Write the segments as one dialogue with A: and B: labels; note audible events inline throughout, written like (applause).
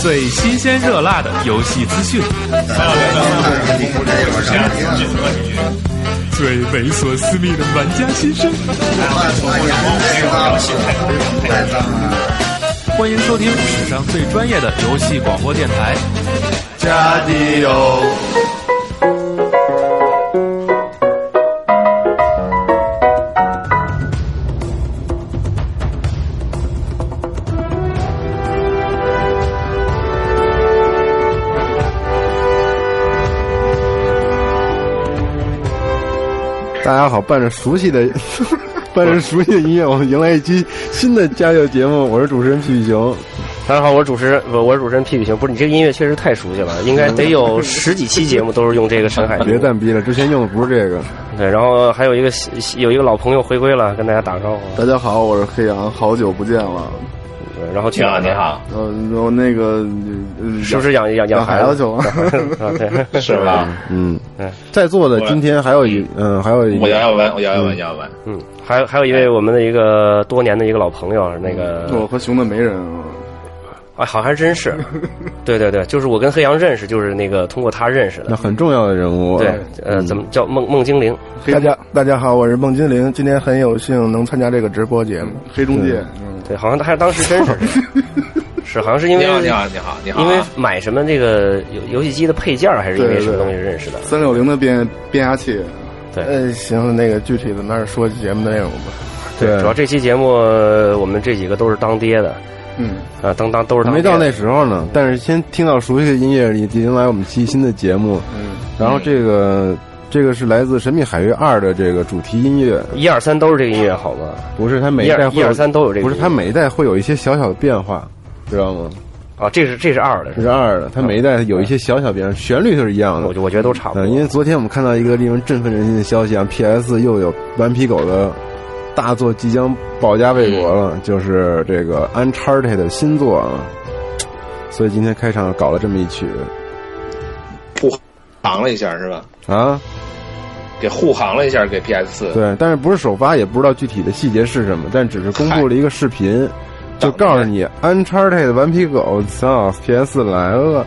A: 最新鲜热辣的游戏资讯，最猥琐私密的玩家心声。欢迎收听史上最专业的游戏广播电台。
B: 加迪油！大家好，伴着熟悉的。 (laughs) 伴着熟悉的音乐，我们迎来一期新的家教节目。我是主持人皮皮熊，
C: 大家好，我是主持人，我我是主持人屁屁熊。不是你这个音乐确实太熟悉了，应该得有十几期节目都是用这个上海
B: 别
C: 牛。
B: 蛋逼了，之前用的不是这个。
C: 对，然后还有一个新有一个老朋友回归了，跟大家打个招呼。
B: 大家好，我是黑羊，好久不见了。
C: 对，然后去
D: 你好，你，啊好，
B: 呃，我那个呃
C: 是不是养养
B: 养
C: 孩
B: 孩子去了？
E: (laughs)
C: (laughs) 啊，对，
D: 是吧？
B: 嗯
C: 对，
B: 在座的今天还有一嗯，
E: 呃
B: 还有一
D: 我摇摇丸，我摇摇丸，摇摇丸。
C: 嗯，还有还有一位我们的一个多年的一个老朋友，那
E: 呃
C: 个
B: 和熊的没人。
C: 啊，好像还真是，对对对，就是我跟黑羊认识，就是那个通过他认识
B: 那
C: 的。
B: 很重要的人物，
C: 对，呃，怎么叫梦梦精灵？
B: 黑
E: 啊大家大家好，我是孟金玲，今天很有幸能参加这个直播节目。
B: 嗯黑中介，
C: 对，好像还当时真是，
B: (laughs)
C: 是好像是因为
D: 你好，你好，你好，你好
C: 因为
D: 啊。
C: 买什么这个游游戏机的配件儿还是因为什么东西认识的？
B: 三六零的变变压器，
C: 对
E: 呃，行，那个具体咱们还是说节目内容吧。
B: 对
C: 主要这期节目呃我们这几个都是当爹的
B: 嗯，
C: 啊，当当都是
B: 还
C: 当
B: 没
C: 爹
B: 到
C: 的
B: 那时候呢。但是先听到熟悉的音乐，你迎来我们期新的节目。嗯，然后这个这个是来自《神秘海域二》的这个主题音乐，
C: 一二三都是这个音乐好吗？
B: 不是它每一
C: 一
B: 代
C: 二
B: 会有
C: 一二三都有这个
B: 不是它每一代会有一些小小的变化，知道吗？
C: 啊，这是这是二的，
B: 这是二的，它每一代有一些小小变化，旋律都是一样的
C: 我。觉我觉得都差不多。
B: 嗯，因为昨天我们看到一个令人振奋人心的消息啊，PS 又有《顽皮狗》的大作即将保家卫国
C: 嗯
B: 了，就是这个《Uncharted》的新作啊。所以今天开场搞了这么一曲
D: 护航了一下是吧？
B: 啊，
D: 给护航了一下，给 PS 四。
B: 对，但是不是首发，也不知道具体的细节是什么，但只是公布了一个视频，就告诉你《Uncharted》顽皮狗操 PS 来了，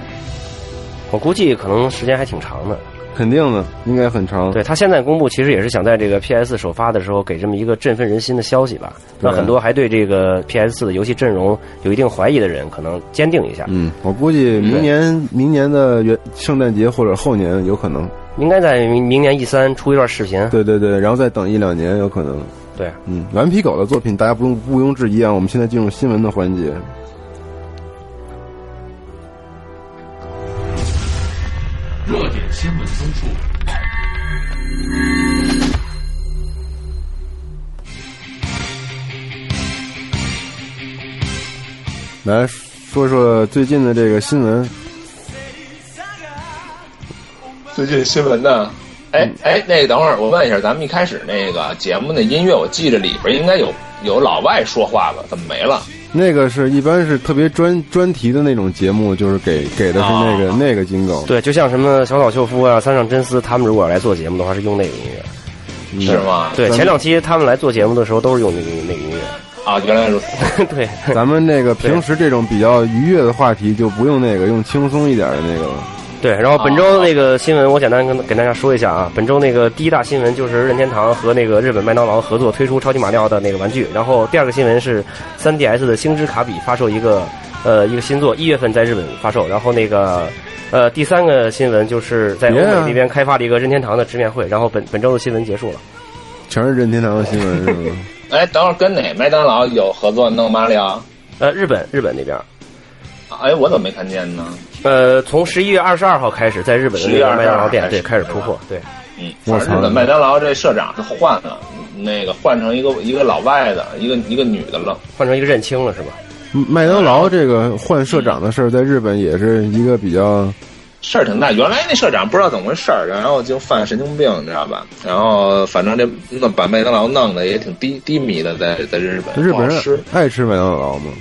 C: 我估计可能时间还挺长的。
B: 肯定的，应该很长。
C: 对他现在公布，其实也是想在这个 PS 首发的时候给这么一个振奋人心的消息吧，让
B: 对
C: 很多还对这个 PS 四的游戏阵容有一定怀疑的人，可能坚定一下。
B: 嗯，我估计明年明年的元圣诞节或者后年有可能。
C: 应该在明明年 E 三出一段视频。
B: 对对对，然后再等一两年有可能。
C: 对，
B: 嗯，顽皮狗的作品大家不用毋庸置疑啊。我们现在进入新闻的环节。
A: 热点新闻综述。
B: 来说说最近的这个新闻，
D: 最近新闻呢？哎哎，那个等会儿我问一下，咱们一开始那个节目那音乐，我记着里边应该有有老外说话吧？怎么没了？
B: 那个是一般是特别专专题的那种节目，就是给给的是那
A: 啊
B: 个、那个金狗。
C: 对，就像什么小岛秀夫啊、三上真司，他们如果来做节目的话，是用那个音乐。
B: 嗯
D: 是吗？
C: 对，
B: 咱们
C: 前两期他们来做节目的时候，都是用那个那个音乐。 (laughs)
D: 啊，原来如此。
C: 对，
B: (laughs) 咱们那个平时这种比较愉悦的话题就不用那个，用轻松一点的那个了。
C: 对。然后本周那个新闻，我简单跟跟大家说一下啊。本周那个第一大新闻就是任天堂和那个日本麦当劳合作推出超级马里奥的那个玩具。然后第二个新闻是 3DS 的星之卡比发售一个呃一个新作，一月份在日本发售。然后那个呃第三个新闻就是在欧美
B: Yeah
C: 那边开发了一个任天堂的直面会。然后本本周的新闻结束了。
B: 全是任天堂的新闻是吗？
D: 哎，等会儿跟哪麦当劳有合作弄马里奥？
C: 呃，日本日本那边。
D: 哎，我怎么没看见呢？
C: 呃，从十一月二十二号开始，在日本的那
D: 11月
C: 个麦当劳
D: 22
C: 店
D: 开
C: 对
D: 始
C: 开始
D: 对
C: 铺
D: 吧
C: 货，对
D: 嗯，
B: 我
D: 反
B: 操
D: 正日本麦当劳这社长是换了，那个换成一个一个老外的，一个一个女的了。
C: 换成一个认清了是吧？
B: (laughs) 麦当劳这个换社长的事儿，在日本也是一个比较
D: 事儿挺大。原来那社长不知道怎么回事儿，然后就犯神经病，你知道吧？然后反正这那把麦当劳弄得也挺低低迷的，在在日本。
B: 日本
D: 不好吃
B: 人爱吃麦当劳吗？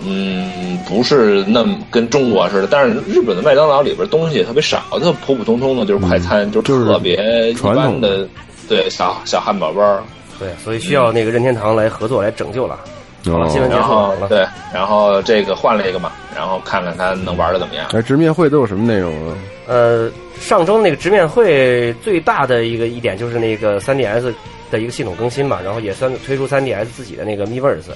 D: 嗯，不是那么跟中国似的，但是日本的麦当劳里边东西也特别少，就普普通通的，就是快餐，就
B: 嗯就是
D: 是特别一
B: 传
D: 般
B: 统
D: 的，对小小汉堡包。
C: 对，所以需要那个任天堂来合作来拯救了。好
B: 哦
C: 了，新闻结
D: 然
C: 束
D: 后
C: 好了。
D: 对，然后这个换了一个嘛，然后看看他能玩的怎么样。
B: 哎，直面会都有什么内容啊？
C: 呃，上周那个直面会最大的一个一点就是那个 3DS 的一个系统更新嘛，然后也算推出 3DS 自己的那个 Miiverse，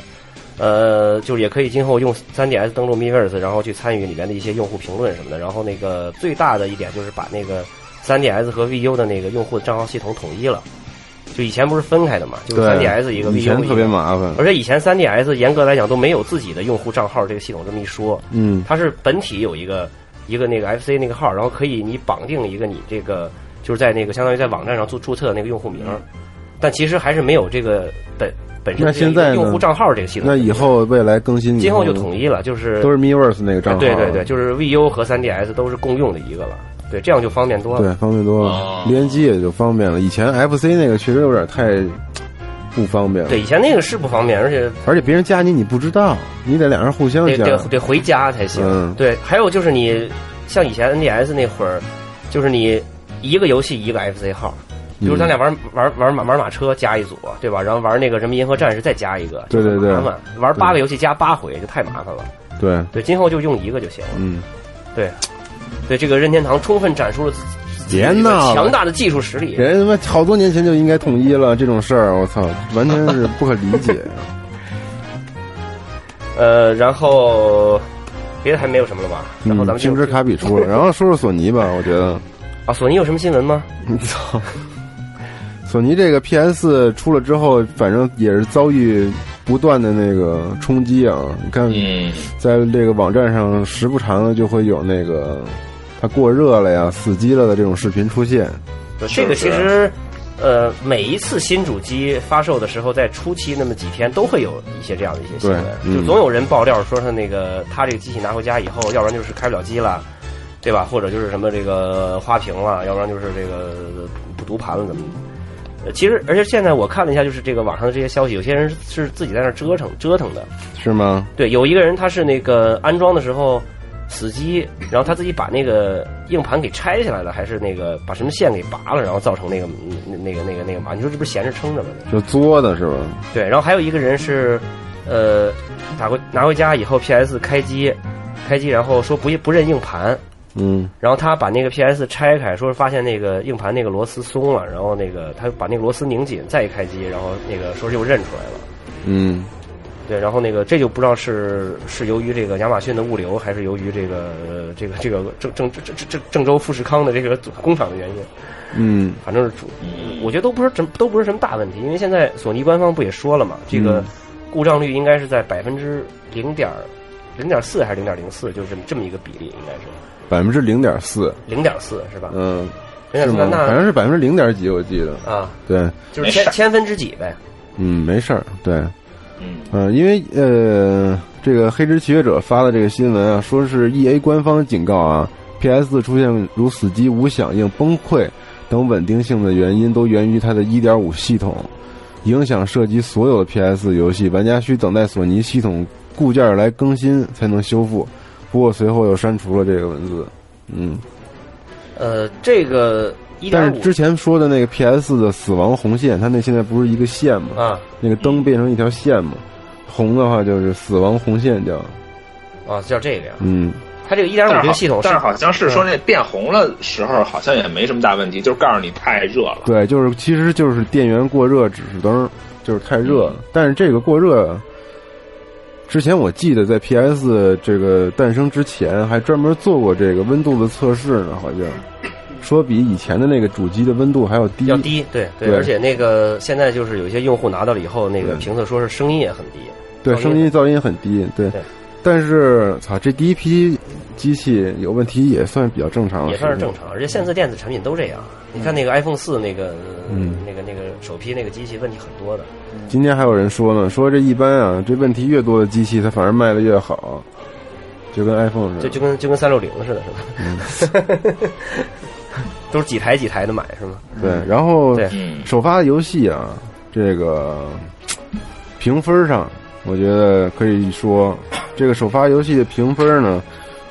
C: 呃，就是也可以今后用 3DS 登录 Miiverse，然后去参与里面的一些用户评论什么的。然后那个最大的一点就是把那个 3DS 和 VU 的那个用户账号系统统一了，就以前不是分开的嘛，就是 3DS 一个 VU
B: 以
C: 一个
B: 前特别麻烦。
C: 而且以前 3DS 严格来讲都没有自己的用户账号这个系统这么一说，
B: 嗯，
C: 它是本体有一个一个那个 FC 那个号，然后可以你绑定一个你这个就是在那个相当于在网站上注注册的那个用户名，但其实还是没有这个本本身
B: 那
C: 这个
B: 现在呢
C: 用户账号这个系统。
B: 那以后未来更新以，
C: 今后就统一了，就是
B: 都是 Miiverse 那个账号，啊
C: 对对对，就是 VU 和 3DS 都是共用的一个了，对，这样就方便多了。
B: 对，方便多了
D: 哦，
B: 联机也就方便了。以前 FC 那个确实有点太不方便了，
C: 对，以前那个是不方便，而且
B: 而且别人加你你不知道，你得俩人互相
C: 得
B: 加。
C: 得得回家才行。
B: 嗯
C: 对，还有就是你像以前 NDS 那会儿，就是你一个游戏一个 FC 号，比
B: 嗯
C: 如咱俩玩玩玩马玩马车加一组，对吧？然后玩那个什么银河战士再加一个，
B: 对对对
C: 麻烦。玩八个游戏加八回就太麻烦了。
B: 对，
C: 对，今后就用一个就行了。
B: 嗯，
C: 对，这个任天堂充分展示了自己
B: 别
C: 这个
B: 闹
C: 强
B: 了。
C: 大的技术实力。
B: 人他妈好多年前就应该统一了这种事儿，我操，完全是不可理
C: (laughs)
B: 解。嗯
C: 呃，然后别的还没有什么了吧？然后咱们就
B: 星之卡比出了，然后说说索尼吧，我觉
C: (laughs)
B: 得，
C: 啊，索尼有什么新闻吗？
B: 你操，索尼这个 PS 出了之后，反正也是遭遇不断的那个冲击啊。你看，
D: 嗯，
B: 在这个网站上，时不常的就会有那个它过热了呀、死机了的这种视频出现。
C: 这
B: 啊
C: 个其
D: 是
C: 实，呃，每一次新主机发售的时候，在初期那么几天都会有一些这样的一些新闻
B: 对，嗯
C: 就总有人爆料说他那个他这个机器拿回家以后，要不然就是开不了机了，对吧？或者就是什么这个花屏了，要不然就是这个不读盘了怎么的。呃其实，而且现在我看了一下，就是这个网上的这些消息，有些人是自己在那儿折腾折腾的。
B: 是吗？
C: 对，有一个人他是那个安装的时候死机，然后他自己把那个硬盘给拆下来了，还是那个把什么线给拔了，然后造成那个那那个那个那个嘛？你说这不是闲着撑着吗？
B: 就作的是吧？
C: 对，然后还有一个人是，呃，打回拿回家以后，PS 开机，开机然后说不不认硬盘，
B: 嗯，
C: 然后他把那个 PS 拆开，说是发现那个硬盘那个螺丝松了，然后那个他把那个螺丝拧紧，再一开机，然后那个说是又认出来了。
B: 嗯，
C: 对，然后那个这就不知道是是由于这个亚马逊的物流，还是由于这个呃这个这个郑郑郑郑郑郑州富士康的这个工厂的原因，
B: 嗯，
C: 反正是主，我觉得都不是什都不是什么大问题，因为现在索尼官方不也说了嘛，这个
B: 嗯
C: 故障率应该是在百分之零点零点四还是零点零四，就是这么一个比例，应该是
B: 百分之零点四，
C: 零点四是吧？
B: 嗯，
C: 零点
B: 是
C: 四
B: 吗？反
C: 那
B: 正是百分之零点几，我记得。
C: 啊，
B: 对，
C: 就是
D: 没事
C: 千千分之几呗。
B: 嗯，没事儿，对。
D: 嗯，
B: 嗯，因为呃，这个《黑之契约者》发的这个新闻啊，说是 E A 官方警告啊，PS 出现如死机、无响应、崩溃等稳定性的原因，都源于它的1.5系统，影响涉及所有的 PS 游戏，玩家需等待索尼系统固件来更新才能修复。不过随后又删除了这个文字，嗯，
C: 呃，这个一
B: 但
C: 点
B: 是之
C: 五
B: 前说的那个 PS 的死亡红线，它那现在不是一个线吗？
C: 啊
B: 那个灯变成一条线嘛，红的话就是死亡红线叫，
C: 啊叫这个呀，
B: 嗯。
C: 它这个一点五
D: 但
C: 这
D: 是
C: 个
D: 好
C: 系统嗯
D: 但是好像是说那变红了时候，好像也没什么大问题，就是告诉你太热了。
B: 对，就是其实就是电源过热指示灯，就是太热
C: 嗯
B: 了。但是这个过热，之前我记得在 PS 这个诞生之前，还专门做过这个温度的测试呢，好像说比以前的那个主机的温度还要低。
C: 嗯要低，对
B: 嗯
C: 对
B: 对嗯
C: 而且那个现在就是有一些用户拿到了以后，那个
B: 对
C: 评测说是声音也很低，
B: 对，
C: 噪音
B: 声音噪音很低。对，
C: 对
B: 但是操，这第一批机器有问题也算比较正常，
C: 也算是正。常。而且现在电子产品都这样，你看那个 iPhone 四那个、
B: 嗯
C: 那个那个首批那个机器问题很多的，
B: 今天还有人说呢，说这一般啊，这问题越多的机器，它反而卖的越好，就跟 iPhone 似的。
C: 就就跟就跟三六零似的，是吧？
B: 嗯
C: (laughs) 都是几台几台的买是吗？
B: 对，然后
C: 对
D: 嗯，
B: 首发游戏啊，这个嘖评分上，我觉得可以说，这个首发游戏的评分呢，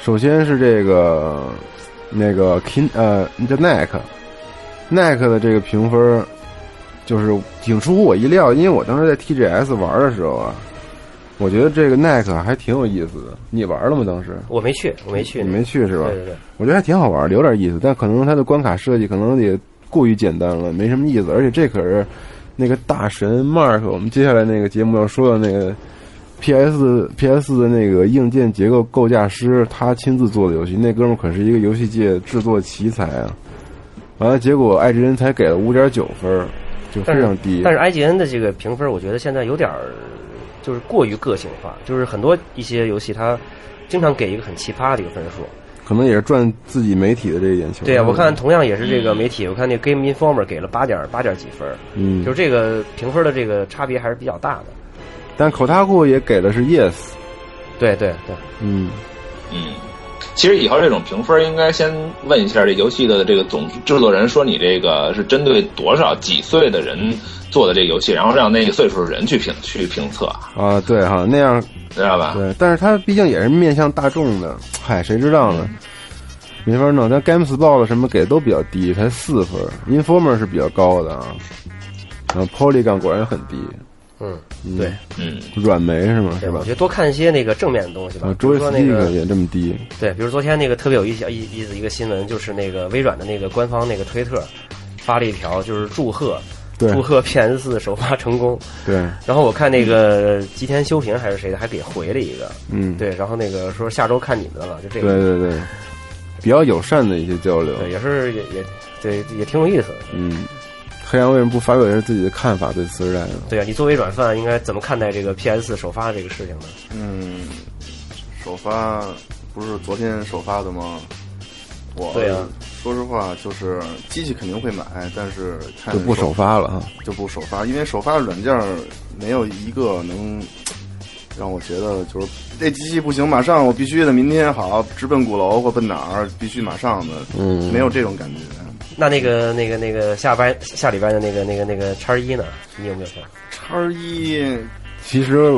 B: 首先是这个那个 Kin 呃，那叫 Nike Nike 的这个评分，就是挺出乎我意料，因为我当时在 TGS 玩的时候啊，我觉得这个 Neck 还挺有意思的。你玩了吗？当时
C: 我没去，我没去，
B: 你没去是吧？
C: 对对对
B: 我觉得还挺好玩，有点意思，但可能它的关卡设计可能也过于简单了，没什么意思。而且这可是那个大神 Mark，我们接下来那个节目要说的那个 PS PS 的那个硬件结构构架师，他亲自做的游戏，那哥们儿可是一个游戏界制作奇才啊！完了，结果艾之恩才给了五点九分儿，就非
C: 但是
B: 常低。
C: 但是 IGN 的这个评分，我觉得现在有点儿就是过于个性化，就是很多一些游戏它经常给一个很奇葩的一个分数。
B: 可能也是赚自己媒体的这个眼球。
C: 对啊，我看同样也是这个媒体，我看那 Game Informer 给了八点八点几分，
B: 嗯，
C: 就是这个评分的这个差别还是比较大的。
B: 但口塔库也给的是 yes，
C: 对对对，
B: 嗯，
D: 嗯，其实以后这种评分应该先问一下这游戏的这个总制作人，说你这个是针对多少几岁的人做的这个游戏，然后让那个岁数的人去评去评测，
B: 啊，对哈，那样
D: 知道
C: 啊
D: 吧？
B: 对，但是它毕竟也是面向大众的，嗨，谁知道
C: 嗯
B: 呢？没法弄，但 GameSpot 的什么给的都比较低，才四分，Informer 是比较高的啊，然后 Polygon 果然很低，
C: 嗯，
B: 嗯
E: 对，
D: 嗯，
B: 软媒是吗？
C: 对，
B: 是
C: 我
B: 吧
C: 觉？得多看一些那个正面的东西吧，
B: 啊
C: 比如说那个
B: ，Joystick 也这么低，
C: 对，比如昨天那个特别有意思意意思一个新闻，就是那个微软的那个官方那个推特发了一条，就是祝贺
B: 对
C: 祝贺 PS 四首发成功。 (laughs)
B: 对，
C: 然后我看那个吉田修平还是谁的，还给回了一个，
B: 嗯，
C: 对，然后那个说下周看你们的了，就这
B: 对
C: 个，
B: 对对，比较友善的一些交流
C: 对，，也是也也对，也挺有意思的。
B: 嗯，黑羊为什么不发表一下自己的看法对次时代呢？
C: 对啊，你作为软饭，应该怎么看待这个 PS 四首发的这个事情呢？
F: 嗯，首发不是昨天首发的吗？我
C: 对啊
F: 说实话，就是机器肯定会买，但是看
B: 就不首发了啊哈。
F: 就不首发，因为首发的软件儿没有一个能让我觉得就是这机器不行，马上我必须得明天好，直奔鼓楼或奔哪儿，必须马上的，
B: 嗯
F: 没有这种感觉。
C: 那那个那个那个下班下礼拜的那个那个那个叉一呢？你有没有看？
F: 叉一
B: 其实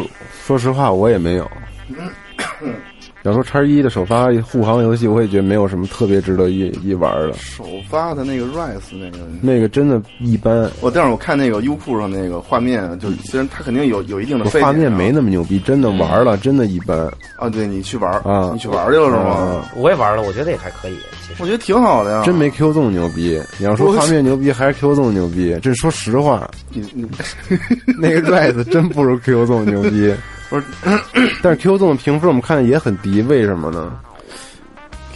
B: 说实话，我也没
F: (coughs)
B: 有。要说叉一的首发护航游戏，我也觉得没有什么特别值得一一玩的。
F: 首发的那个 Rise 那个哦
B: 那个真的一般，
F: 我但是我看那个优酷上那个画面，就是虽然它肯定有有一定的费
B: 画面
F: 啊
B: 没那么牛逼，真的玩
F: 嗯
B: 了，真的一般。
F: 啊，对你去玩儿
B: 啊
F: 你去玩儿去了是吗？
B: 啊，
C: 我也玩了，我觉得也还可以，其实
F: 我觉得挺好的呀，
B: 真没 Q 纵牛逼。你要说
F: 我
B: 画面牛逼，还是 Q 纵牛逼。这说实
F: (laughs)
B: 话，
F: 你你
B: 那个 Rise 真不如 Q 纵牛逼。
F: 不是
B: 但是 Q 纵评分我们看也很低，为什么呢？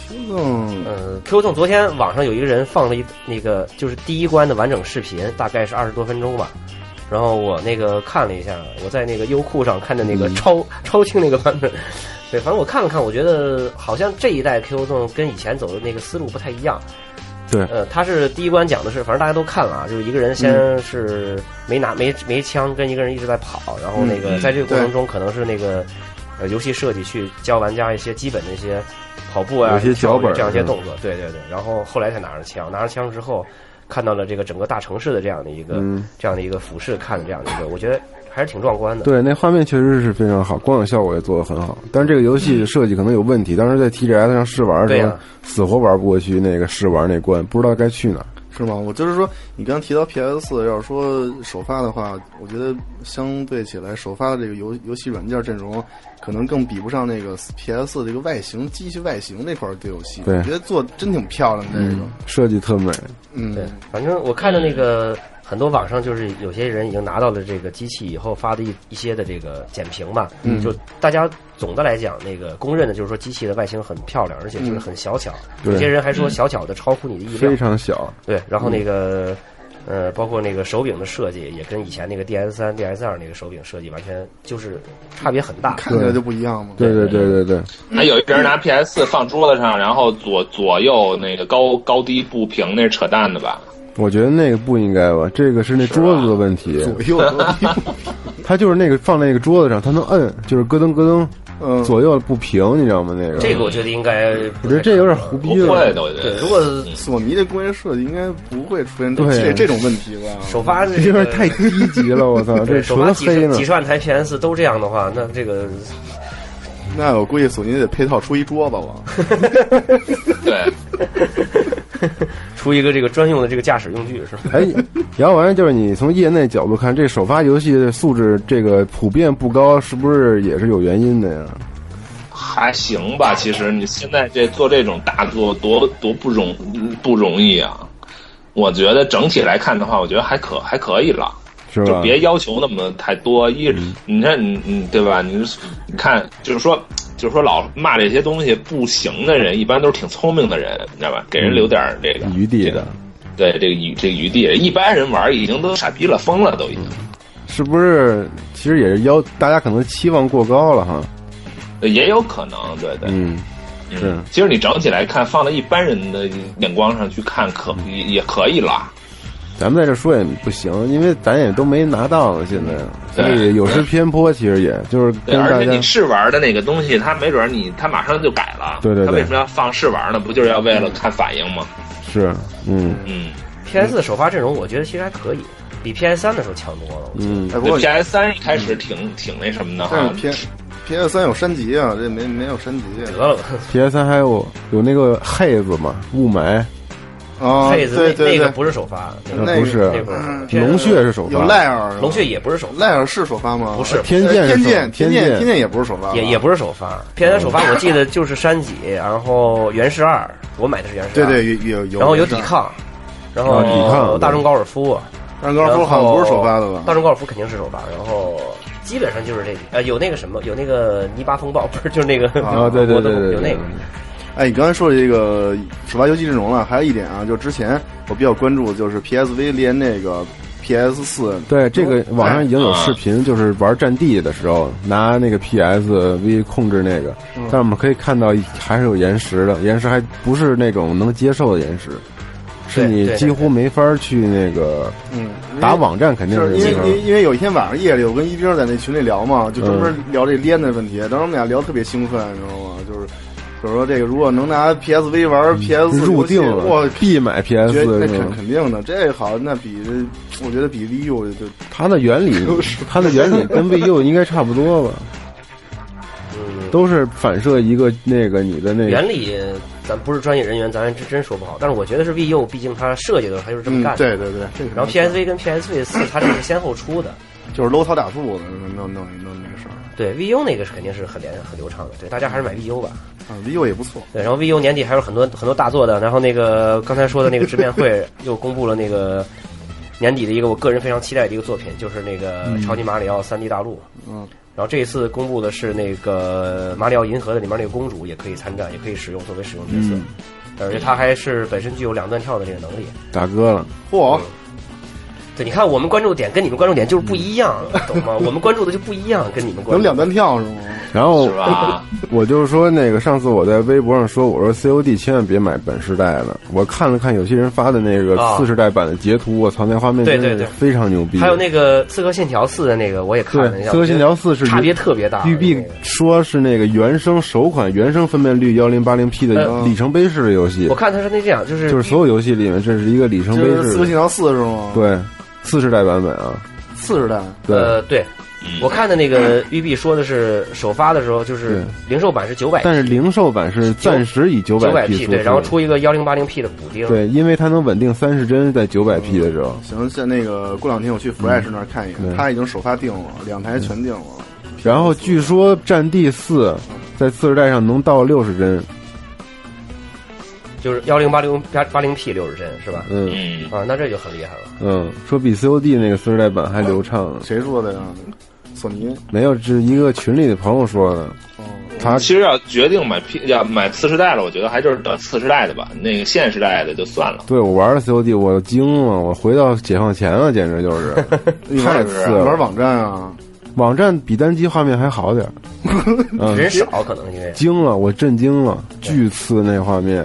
F: 听众
C: 呃，Q 总昨天网上有一个人放了一那个就是第一关的完整视频，大概是二十多分钟吧。然后我那个看了一下，我在那个优酷上看的那个超、超清那个版本，对，反正我看了看，我觉得好像这一代 Q 纵跟以前走的那个思路不太一样。
B: 对
C: 呃，他是第一关讲的是，反正大家都看了啊，就是一个人先
B: 嗯
C: 是没拿没没枪，跟一个人一直在跑，然后那个
D: 嗯
C: 在这个过程
F: 对
C: 中可能是那个呃游戏设计去教玩家一些基本的一些跑步啊，
B: 有些脚本儿
C: 这样一些
B: 嗯
C: 动作，对对对。然后后来才拿着枪，拿着枪之后看到了这个整个大城市的这样的一个、
B: 嗯
C: 这样的一个俯视，看的这样的一个，我觉得还是挺壮观的。
B: 对，那画面确实是非常好，光影效果也做得很好。但是这个游戏设计可能有问题，当时在 TGS 上试玩的时
C: 对
B: 候，
C: 呀
B: 死活玩不过去那个试玩那关，不知道该去哪儿。
F: 是吗？我就是说，你刚提到 PS 四，要是说首发的话，我觉得相对起来，首发的这个游游戏软件阵容，可能更比不上那个 PS 四这个外形、机器外形那块儿对游戏。
B: 对
F: 我觉得做得真挺漂亮
C: 嗯
F: 的这个，
B: 设计特美，
F: 嗯，
C: 对，反正我看到那个
B: 嗯
C: 很多网上就是有些人已经拿到了这个机器以后发的一一些的这个简评吧，嗯，就大家总的来讲，那个公认的就是说机器的外形很漂亮，而且就是很小巧，
B: 对
C: 有些人还说小巧的超乎你的意料
B: 非，常嗯小。
C: 对，然后那个。呃，包括那个手柄的设计，也跟以前那个 DS 三、DS 二那个手柄设计完全就是差别很大。
F: 看起来就不一样嘛。
B: 对对对对对，
C: 嗯
D: 还有一人拿 PS 放桌子上，然后左左右那个高高低不平，那是扯淡的吧？
B: 我觉得那个不应该吧，这个是那桌子的问题，
F: 左右都一样
B: 它就是那个放在那个桌子上，它能摁，就是咯噔咯噔，
F: 嗯，
B: 左右不平，你知道吗？那个，
C: 这个我觉得应该
B: 我
C: 不太可能，
B: 觉得这有点胡
D: 不
B: 逼
D: 会
B: 了。
D: 的，我觉
C: 对。
D: 得。
C: 如果
F: 呃索尼的工业设计应该不会出现这
B: 对
F: 这这种问题吧？
C: 首发这个
B: 有点太低级了，我操！这
C: 对，首发
B: 纯
C: 几
B: 黑
C: 十
B: 呢
C: 几。十万台 PS 都这样的话，那这个
F: 那我估计索尼得配套出一桌子了。
D: 对，
C: 出一个这个专用的这个驾驶用具是吧？
B: 哎，然后完了就是你从业内角度看，这首发游戏的素质这个普遍不高，是不是也是有原因的呀？
D: 还行吧。其实你现在这做这种大作多多不容不容易啊。我觉得整体来看的话，我觉得还可还可以了。
B: 是
D: 就
B: 吧？嗯
D: 别要求那么太多。一，你看，你你对吧？你你看，就是说，就是说，老骂这些东西不行的人，一般都是挺聪明的人，你知道吧？给人留点儿这个
B: 嗯余地的，
D: 对这个余这个余地。一般人玩儿已经都傻逼了，疯了都已经。
B: 是不是？其实也是要大家可能期望过高了哈。
D: 也有可能，对对，
B: 嗯，是
D: 嗯其实你整体来看，放在一般人的眼光上去看，可
B: 嗯
D: 也也可以啦。
B: 咱们在这说也不行，因为咱也都没拿到呢，现在，所以有失偏颇。其实也就是
D: 对，
B: 跟
D: 而
B: 大
D: 且
B: 家
D: 你试玩的那个东西，它没准儿你它马上就改了。
B: 对对对
D: 它为什么要放试玩呢？不就是要为了看反应吗？
B: 是，嗯
D: 嗯，
C: PS 的首发阵容我觉得其实还可以，比 PS 三的时候强多了。
B: 嗯，
F: 哎，不过
D: P S 三一开始挺、挺那什么的
F: 但
D: 哈
F: 是，P P S 三有升级啊，这没没有啊升级
C: 得了吧，
B: ，PS 三还有有那个黑子嘛，雾霾，
F: (laughs) 啊。
C: 黑
F: 对
C: 子那
F: 对
C: 那个
F: 对，
C: 不是首发，那个
B: 呃
F: 那个嗯
B: 不是
C: 那，会儿
B: 龙血是首发，
F: 有赖尔，
C: 龙血也不是首发，
F: 赖尔是首发吗？
C: 不是
B: 天剑
F: 呃
B: 是首
F: 天剑，
B: 天
F: 剑，
B: 剑
F: 天剑也不是首发吧，
C: 也也不是首发。PS
F: 嗯
C: 三首发我记得就是山脊，然后原石二，我买的是原石
F: 对
C: 二，
F: 对，有有有，
C: 然后有抵，抗，然后
B: 啊抵抗对
C: 大众高尔夫，
F: 但高尔夫好像不是首发的吧
C: 大？众高尔夫肯定是首发，然后基本上就是这呃有那个什么，有那个泥巴风暴， (laughs) 不是就是那个
B: 啊，对对对对
C: (laughs) 有那
B: 对
C: 个，
F: 哎，你刚才说的这个首发游戏阵容啊，还有一点啊，就之前我比较关注的就是 PSV 连那个 PS 四，
B: 对，这个网上已经有视频，就是玩战地的时候拿那个 PSV 控制那个，但我们可以看到还是有延时的，延时还不是那种能接受的延时，是
C: 对
B: 你
C: 对
B: 几乎没法去那个
F: 嗯，
B: 打网站肯定
F: 就是
B: 是
F: 因为
B: 没法
F: 因为因为有一天晚上夜里，我跟一兵在那群里聊嘛，就专门
B: 嗯
F: 聊这连的问题。当时我们俩聊得特别兴奋，你知道吗？就是就是说这个如果能拿 PSV 玩 PS
B: 嗯入定
F: 我
B: 了，必买 PS
F: 觉得那
B: 是
F: 肯
B: 吗？
F: 肯定的，这好那比我觉得比 VU 就
B: 它的原理，它的原理跟 VU 应该差不多吧？
C: 嗯，
B: 都是反射一个那个你的那个
C: 原理咱不是专业人员，咱还真真说不好，但是我觉得是 VU，毕竟它设计的时候它就是这
F: 嗯
C: 么干的。
F: 对对对，这个
C: 然后 PSV 跟 PSV 四它这是先后出的，
F: 就是 low 槽打兔子弄弄弄那个事儿
C: 对 VU 那个是肯定是很连很流畅的，对大家还是买 VU 吧。
F: 啊，VU 也不错。
C: 对，然后 VU 年底还有很多很多大作的，然后那个刚才说的那个直面
B: (laughs)
C: 会又公布了那个年底的一个我个人非常期待的一个作品，就是那个
B: 嗯
C: 《超级马里奥 3D 大陆》。
F: 嗯，
C: 然后这一次公布的是那个马里奥银河的里面那个公主也可以参战，也可以使用作为使用角色，
B: 嗯
C: 而且它还是本身具有两段跳的这个能力。
B: 打歌了，
F: 嚯，
C: 对，你看我们关注点跟你们关注点就是不一样，
B: 嗯
C: 懂吗？我们关注的就不一样，跟你们关
F: 能
C: 注
F: 两段跳是吗？
B: 然后
D: 是吧？
B: 我就是说，那个上次我在微博上说，我说 COD 千万别买本世代的。我看了看有些人发的那个
C: 啊
B: 次世代版的截图，我操，那画面
C: 对
B: 真
C: 对
B: 是
C: 对
B: 非常牛逼。
C: 还有那个《刺客信条四》的那个，我也看了一
B: 对，
C: 下，
B: 刺客信条四
C: 我觉
B: 是
C: 得差别特别大。
B: 育碧说是那个原生首款原生分辨率幺零八零 P 的
C: 呃
B: 里程碑式的游戏
C: 我，看他是那这样，就是
B: 就是所有游戏里面这是一个里程
F: 就
B: 碑
F: 是
B: 式
F: 四个信
B: 的，
F: 条四是吗？，
B: 对，次世代版本啊，
F: 四十代。
B: 对。
C: 呃，对，我看的那个育碧说的是首发的时候，就是
B: 对
C: 零售版是九百，
B: 但是零售版是暂时以九
C: 九
B: 百
C: P
B: 出
C: 对，然后
B: 售
C: 出一个幺零八零 P 的补丁，
B: 对，因为它能稳定三十帧在九百 P 的时候，
F: 行，现那个过两天我去 Fresh 那儿看一
B: 嗯对
F: 眼，他已经首发定了，两台全定了。
B: 然后据说《战地四》在次世代上能到六十帧，
C: 就是幺零八零八八零 P 六十帧是吧？
B: 嗯
D: 嗯，
C: 啊，那这就很厉害了。
B: 嗯，说比 COD 那个次世代版还流畅呢。
F: 谁说的呀？索尼。
B: 没有，这是一个群里的朋友说的。
F: 哦，
B: 他
D: 其实要决定买 P 要买次世代了，我觉得还就是等次世代的吧，那个现时代的就算了。
B: 对我玩了 COD，我惊了，我回到解放前了，简直就是
F: 你
B: 太
F: 玩
B: 次
F: 你玩
B: 了。
F: 网站啊？
B: 网站比单机画面还好点儿，嗯，
C: 人少可能因为
B: 惊了，我震惊了，巨次那画面。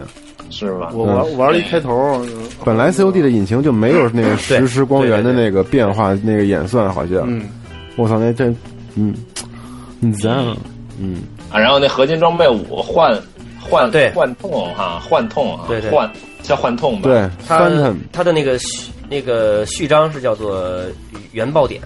D: 是吧？
F: 我玩我玩了一开头，
B: 本来 COD 的引擎就没有那个实时光源的
C: 对
B: 那个变化，那个演算好像。
F: 嗯，
B: 我操，那这，嗯，你赞了，嗯。
D: 啊，然后那合金装备五换换
C: 对
D: 换痛哈，换痛哈，
C: 对对
D: 换叫换痛吧。
B: 对，
C: 它
B: 翻腾
C: 它的那个序那个序章是叫做原爆点，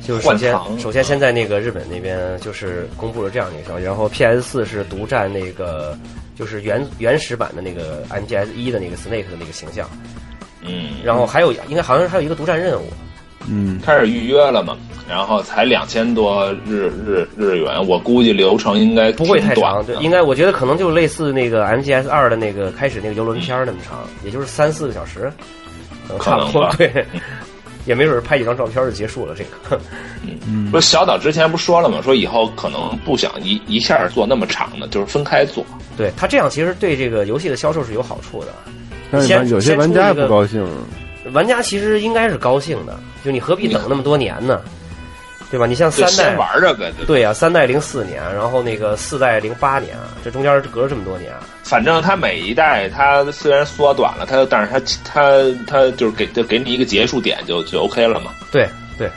C: 其就是首
D: 换
C: 先
D: 场
C: 首先先在那个日本那边就是公布了这样一个消息，然后 PS 四是独占那个就是原原始版的那个 MGS 一的那个 Snake 的那个形象，
D: 嗯，
C: 然后还有应该好像还有一个独占任务，
B: 嗯，
D: 开始预约了嘛，然后才两千多日日日元，我估计流程应该
C: 不会太
D: 挺短
C: 长，对，
D: 的
C: 应该我觉得可能就类似那个 MGS 二的那个开始那个游轮片儿那么长，也就是三四个小时，可能差不
D: 可能
C: 多
D: 吧，
C: 对， (laughs) 也没准儿拍几张照片儿就结束了这个。 (laughs)
D: 不是小岛之前不是说了吗？说以后可能不想一一下做那么长的，就是分开做。
C: 对他这样其实对这个游戏的销售是有好处的。
B: 但是
C: 先
B: 有些玩家也不高兴，
C: 玩家其实应该是高兴的，就你何必等那么多年呢？对吧？你像
D: 就
C: 三
D: 先
C: 代，
D: 玩这个，对
C: 对呀、啊三代零四年，然后那个四代零八年，这中间隔了这么多年，
D: 反正它每一代它虽然缩短了，它但是它它它就是给就给你一个结束点就就 OK 了嘛，
C: 对对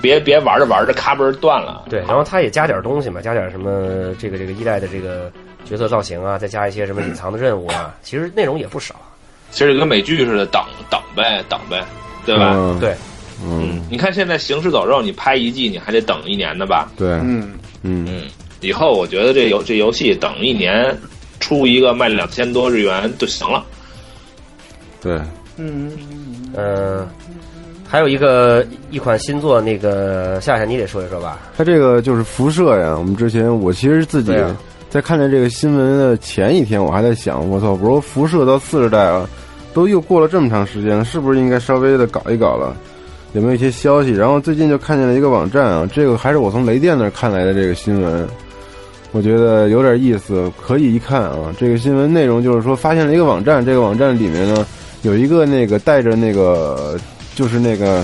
D: 别别玩着玩着咔嘣儿断了。啊
C: 对，然后他也加点东西嘛，加点什么这个这个一代的这个角色造型啊，再加一些什么隐藏的任务
B: 嗯
C: 啊，其实内容也不少。啊
D: 其实就跟美剧似的，等等呗，等呗，对吧？
B: 嗯，
C: 对，
B: 嗯，
D: 你看现在《行尸走肉》，你拍一季你还得等一年呢吧？
B: 对，
F: 嗯，
B: 嗯，
D: 以后我觉得这游这游戏等一年出一个卖两千多日元就行了。
B: 对，
C: 嗯，还有一个一款新作，那个夏夏你得说一说吧。
B: 它这个就是辐射呀。我们之前我其实自己
C: 对啊
B: 在看见这个新闻的前一天，我还在想，我操，我说辐射到四十代了，都又过了这么长时间了，是不是应该稍微的搞一搞了？有没有一些消息？然后最近就看见了一个网站啊，这个还是我从雷电那儿看来的这个新闻，我觉得有点意思，可以一看啊。这个新闻内容就是说，发现了一个网站，这个网站里面呢有一个那个带着那个就是那个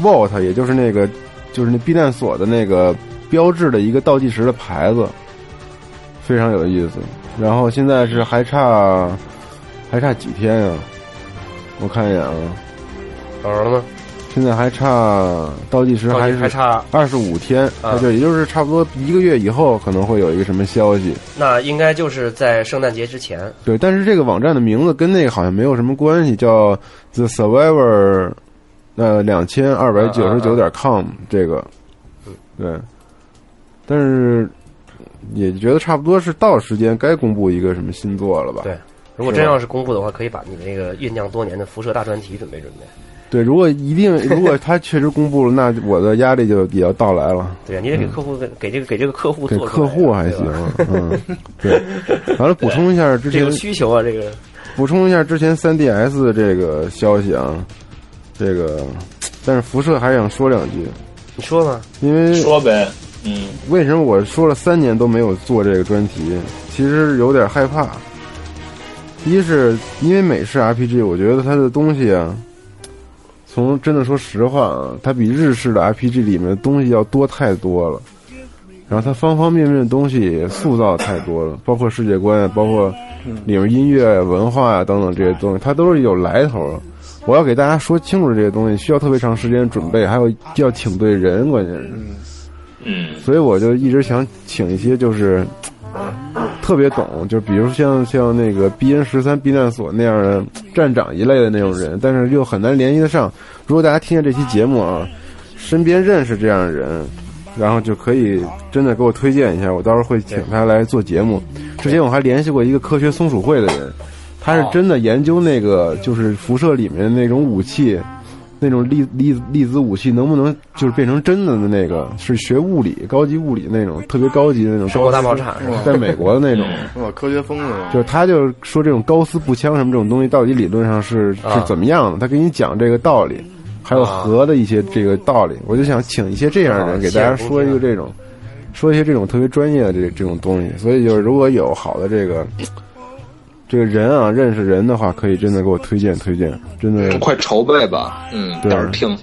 B: Vault，也就是那个就是那避难所的那个标志的一个倒计时的牌子，非常有意思。然后现在是还差还差几天呀、我看一眼啊，
C: 找着了吗？
B: 现在还差倒计时还
C: 还
B: 是
C: 还差
B: 二十五天，
C: 啊
B: 就也就是差不多一个月以后可能会有一个什么消息。
C: 那应该就是在圣诞节之前。
B: 对，但是这个网站的名字跟那个好像没有什么关系，叫 The Survivor，呃，两千二百九十
C: 啊
B: 九点 com 这个，对，但是也觉得差不多是到时间该公布一个什么新作了吧？
C: 对如果真要是公布的话，可以把你那个酝酿多年的辐射大专题准备准备。
B: 对，如果一定如果他确实公布了，那我的压力就也要到来了。
C: 对呀、啊你得给客户、给这个给这个客
B: 嗯
C: 户
B: 给
C: 做出来啊
B: 客户还行
C: 对吧，
B: 嗯，对。完了，补充一下之
C: 这
B: 前
C: 有需求啊，这个
B: 补充一下之前 3DS 的这个消息啊，这个，但是辐射还想说两句，
C: 你说吧。
B: 因为
D: 说呗，嗯，
B: 为什么我说了三年都没有做这个专题，其实有点害怕。一是因为美式 RPG，我觉得它的东西啊，从真的说实话啊，它比日式的 RPG 里面的东西要多太多了。然后它方方面面的东西也塑造太多了，包括世界观啊，包括里面音乐、文化啊等等这些东西，它都是有来头的。我要给大家说清楚这些东西，需要特别长时间准备，还有要请对人，关键是。
D: 嗯，
B: 所以我就一直想请一些就是呃特别懂，就比如像像那个 B N 十三避难所那样的站长一类的那种人，但是又很难联系得上。如果大家听见这期节目啊，身边认识这样的人，然后就可以真的给我推荐一下，我到时候会请他来做节目。之前我还联系过一个科学松鼠会的人，他是真的研究那个就是辐射里面的那种武器。那种粒粒粒子武器能不能就是变成真的的那个？是学物理、高级物理那种特别高级的那种
C: 生活大爆炸是吧？
B: 在美国的那种，
F: 哇，科学疯了，
B: 就是他就说这种高斯步枪什么这种东西到底理论上是
C: 啊
B: 是怎么样的，他给你讲这个道理，还有
C: 啊
B: 核的一些这个道理，我就想请一些这样的
C: 啊
B: 人给大家
C: 谢谢
B: 说一
C: 公
B: 个
C: 司
B: 这种，说一些这种特别专业的这这种东西，所以就是如果有好的这个。这个人啊，认识人的话，可以真的给我推荐推荐，真的
D: 快筹备吧，嗯，
B: 对
D: 到时候听。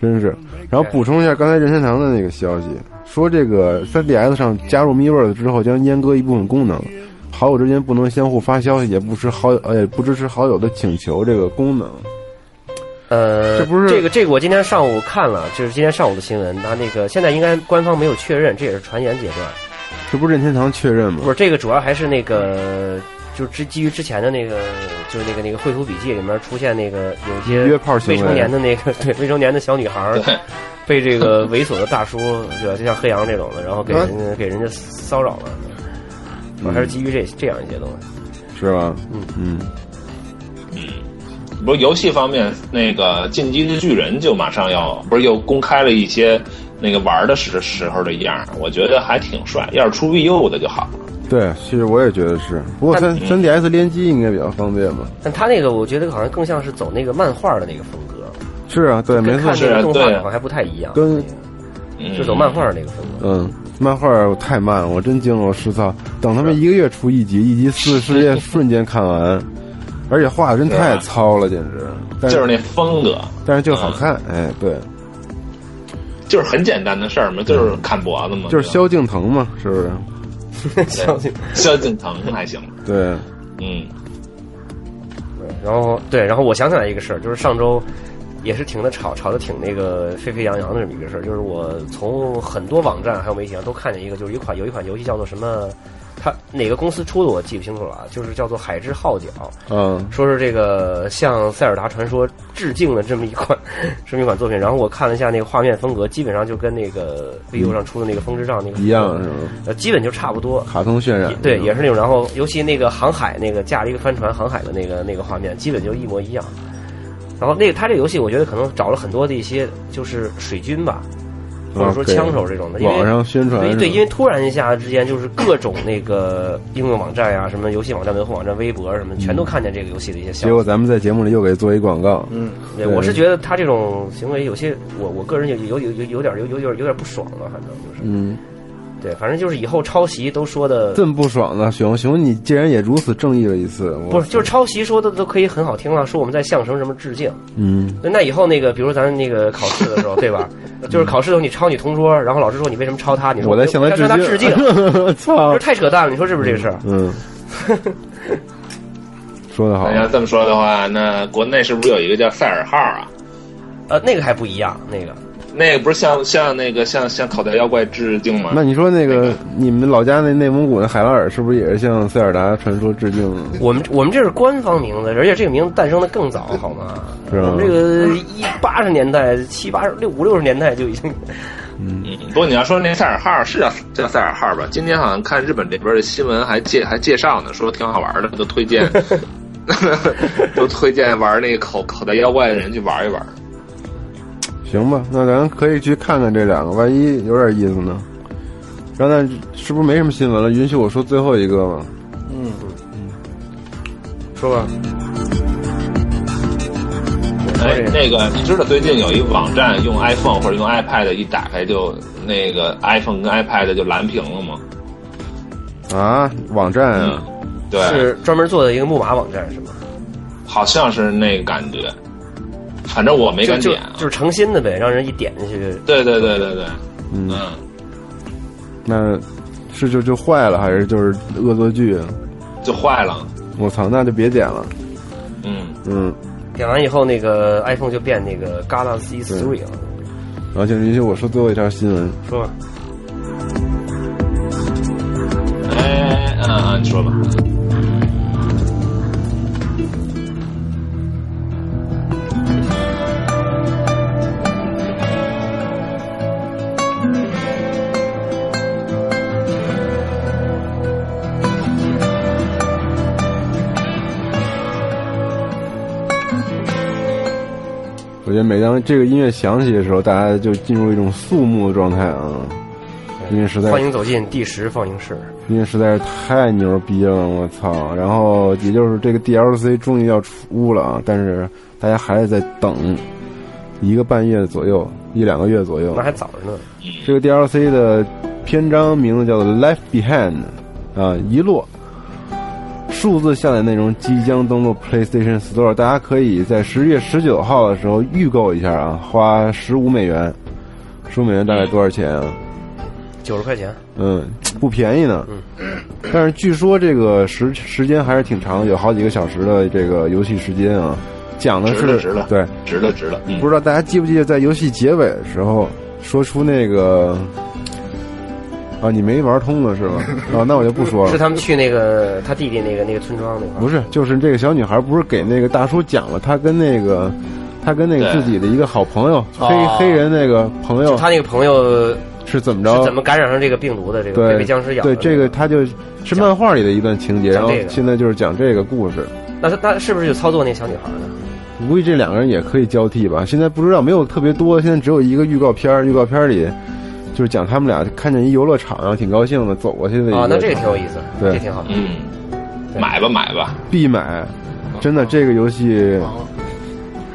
B: 真是。然后补充一下刚才任天堂的那个消息，说这个 3DS 上加入 Miiverse 之后，将阉割一部分功能，好友之间不能相互发消息，也不支好友，呃，也不支持好友的请求这个功能。
C: 呃，
B: 这不是
C: 这个这个，我今天上午看了，就是今天上午的新闻，他那个现在应该官方没有确认，这也是传言阶段。
B: 这不是任天堂确认吗
C: 不？是这个，主要还是那个，就是之基于之前的那个，就是那个那个绘图笔记里面出现那个有一些
B: 约炮行
C: 未
B: 为
C: (laughs) 成年的那个对未成年的小女孩儿
D: 对，
C: 被
D: (laughs)
C: 这个猥琐的大叔，对吧？就像黑羊这种的，然后给人
D: 嗯
C: 家给人家骚扰了，我
B: 嗯
C: 还是基于这这样一些东西。
B: 是吧？
C: 嗯
B: 嗯，
D: 不是游戏方面，那个《进击的巨人》就马上要，不是又公开了一些那个玩的时时候的样儿，我觉得还挺帅。要是出 VU 的就好了。
B: 对，其实我也觉得是。不过三三 DS 联机应该比较方便吧？
C: 但他那个，我觉得好像更像是走那个漫画的那个风格，
B: 是啊，对，没
C: 跟
B: 错
C: 看，
D: 是
C: 那个动画
D: 对
C: 好像还不太一样，
B: 跟
D: 嗯，
C: 就走漫画的那个风格。
B: 嗯，漫画儿太慢了，我真惊了，我实操，等他们一个月出一集，一集四十页，瞬间看完，而且画的真太糙了，简直。但
D: 就是那风格，
B: 但是就好看，
C: 嗯
B: 哎，对，
D: 就是很简单的事儿嘛，就是看脖子嘛，
B: 就
D: 对
B: 是
D: 吧
B: 萧敬腾嘛，是不是？嗯 (laughs)
C: 相信。
D: (laughs) 萧敬腾还行，
B: 对，
D: 嗯，
C: 然后对，然后我想起来一个事儿，就是上周也是挺的吵，吵的挺那个沸沸扬扬的这么一个事儿，就是我从很多网站还有媒体上都看见一个，就是一款有一款游戏叫做什么，它哪个公司出的我记不清楚了啊，就是叫做《海之号角》，
B: 嗯，
C: 说是这个向《塞尔达传说》致敬的这么一款 (laughs) 这么一款作品。然后我看了一下那个画面风格，基本上就跟那个 VU 上出的那个《风之杖》那个
B: 一样是吧？
C: 呃，基本就差不多。
B: 卡通渲染，
C: 对，也是那种，然后尤其那个航海那个架了一个帆船航海的那个那个画面，基本就一模一样。然后那个他这个游戏，我觉得可能找了很多的一些就是水军吧，或者说
B: OK
C: 枪手这种的，因为
B: 啊网上宣传
C: 对
B: 是吧
C: 对，因为突然一下之间就是各种那个应用网站呀、什么游戏网站、文化网站、微博什么，全都看见这个游戏的一些消
B: 嗯结
C: 息。
B: 果咱们在节目里又给做一广告，
F: 嗯，
C: 对，
B: 对
C: 我是觉得他这种行为有些，我我个人有有有有有点有有有有点不爽了，反正就是，
B: 嗯，
C: 对，反正就是以后抄袭都说的
B: 这么不爽呢，熊熊，你既然也如此正义了一次，我
C: 不是，就是抄袭说的都可以很好听了，说我们在向什么什么致敬。
B: 嗯，
C: 那以后那个，比如说咱那个考试的时候，
B: (laughs)
C: 对吧？嗯就是考试的时候你抄你同桌，然后老师说你为什么抄他？你说
B: 我在向
C: 向
B: 他
C: 他致敬，这
B: (laughs) 敬，操，
C: 太扯淡了，你说是不是这个事儿？ (laughs)
B: 嗯，说的好
D: 那，要这么说的话，那国内是不是有一个叫赛尔号啊？
C: 呃，那个还不一样，那个
D: 那个不是向向那个向向口袋妖怪致敬吗？
B: 那你说那个你们老家那内蒙古那海拉尔是不是也是向塞尔达传说致敬？
C: 我们我们这是官方名字，而且这个名字诞生的更早，好吗？
B: 是吗
C: 我们这个一八十年代、七八十六五六十年代就已经
D: 嗯，不过你要说那赛尔号是叫叫赛尔号吧？今天好像看日本这边的新闻还介还介绍呢，说挺好玩的，都推
C: (laughs)
D: 荐， (laughs) 都推荐玩那个口口袋妖怪的人去玩一玩。
B: 行吧，那咱可以去看看这两个，万一有点意思呢。刚才是不是没什么新闻了？允许我说最后一个吗？
C: 说吧，
D: 哎，那个你知道最近有一网站用 iPhone 或者用 iPad 一打开就那个 iPhone 跟 iPad 就蓝屏了吗？
B: 啊，网站
D: 嗯
B: 啊，，
D: 对，
C: 是专门做的一个木马网站是吗？
D: 好像是那个感觉，反正我没
C: 就
D: 敢
C: 就
D: 点啊。
C: 就是诚心的呗，让人一点进去
D: 对对对对对，
B: 嗯
D: 嗯，
B: 那是就就坏了，还是就是恶作剧？啊
D: 就坏了，
B: 我操，那就别点了。
D: 嗯，
B: 嗯，
C: 点完以后，那个 iPhone 就变那个 Galaxy Three 了，
B: 然后请允许我说最后一条新闻。
C: 说吧。
D: 哎，嗯嗯，你说吧。
B: 我觉得每当这个音乐响起的时候，大家就进入一种肃穆的状态啊，因为实在
C: 欢迎走进第十放映室，
B: 因为实在是太牛逼了，我操！然后也就是这个 DLC 终于要出了啊，但是大家还是在等一个半月左右，一两个月左右
C: 那。还早着呢。
B: 这个 DLC 的篇章名字叫做《Left Behind》，啊，遗落。数字下载内容即将登陆 PlayStation Store，大家可以在十月十九号的时候预购一下啊，花十五美元，十五美元大概多少钱啊？
C: 九十块钱，
B: 嗯，不便宜呢。
C: 嗯
B: 但是据说这个时时间还是挺长的，有好几个小时的这个游戏时间啊。讲的
D: 值了
B: 是
D: 值了
B: 对，
D: 值了值了，嗯
B: 不知道大家记不记得在游戏结尾的时候说出那个啊，你没玩通了是
C: (laughs)
B: 吧？啊，那我就不说
C: 是
B: 了。
C: 他们去那个他弟弟那个那个村庄那块儿，
B: 不是，就是这个小女孩不是给那个大叔讲了她跟那个他跟那个
D: 对
B: 自己的一个好朋友，黑
C: 哦
B: 黑人那个朋友
C: 他那个朋友
B: 是怎么
C: 是
B: 着
C: 怎？么感染上这个病毒的？这个被
B: 哦对
C: 被僵尸咬的。
B: 对这个，他就是漫画里的一段情节，然
C: 讲
B: 后
C: 这个
B: 现在就是讲这个故事。
C: 那他他是不是就操作那小女孩呢？
B: 我估计这两个人也可以交替吧。现在不知道，没有特别多，现在只有一个预告片儿，预告片儿里就是讲他们俩看见一游乐场，然后挺高兴的走过去的一
C: 啊，那这个挺有
B: 场
C: 意思，
B: 对
C: 这挺好的。
D: 嗯，买吧买吧，
B: 必买，真的这个游戏。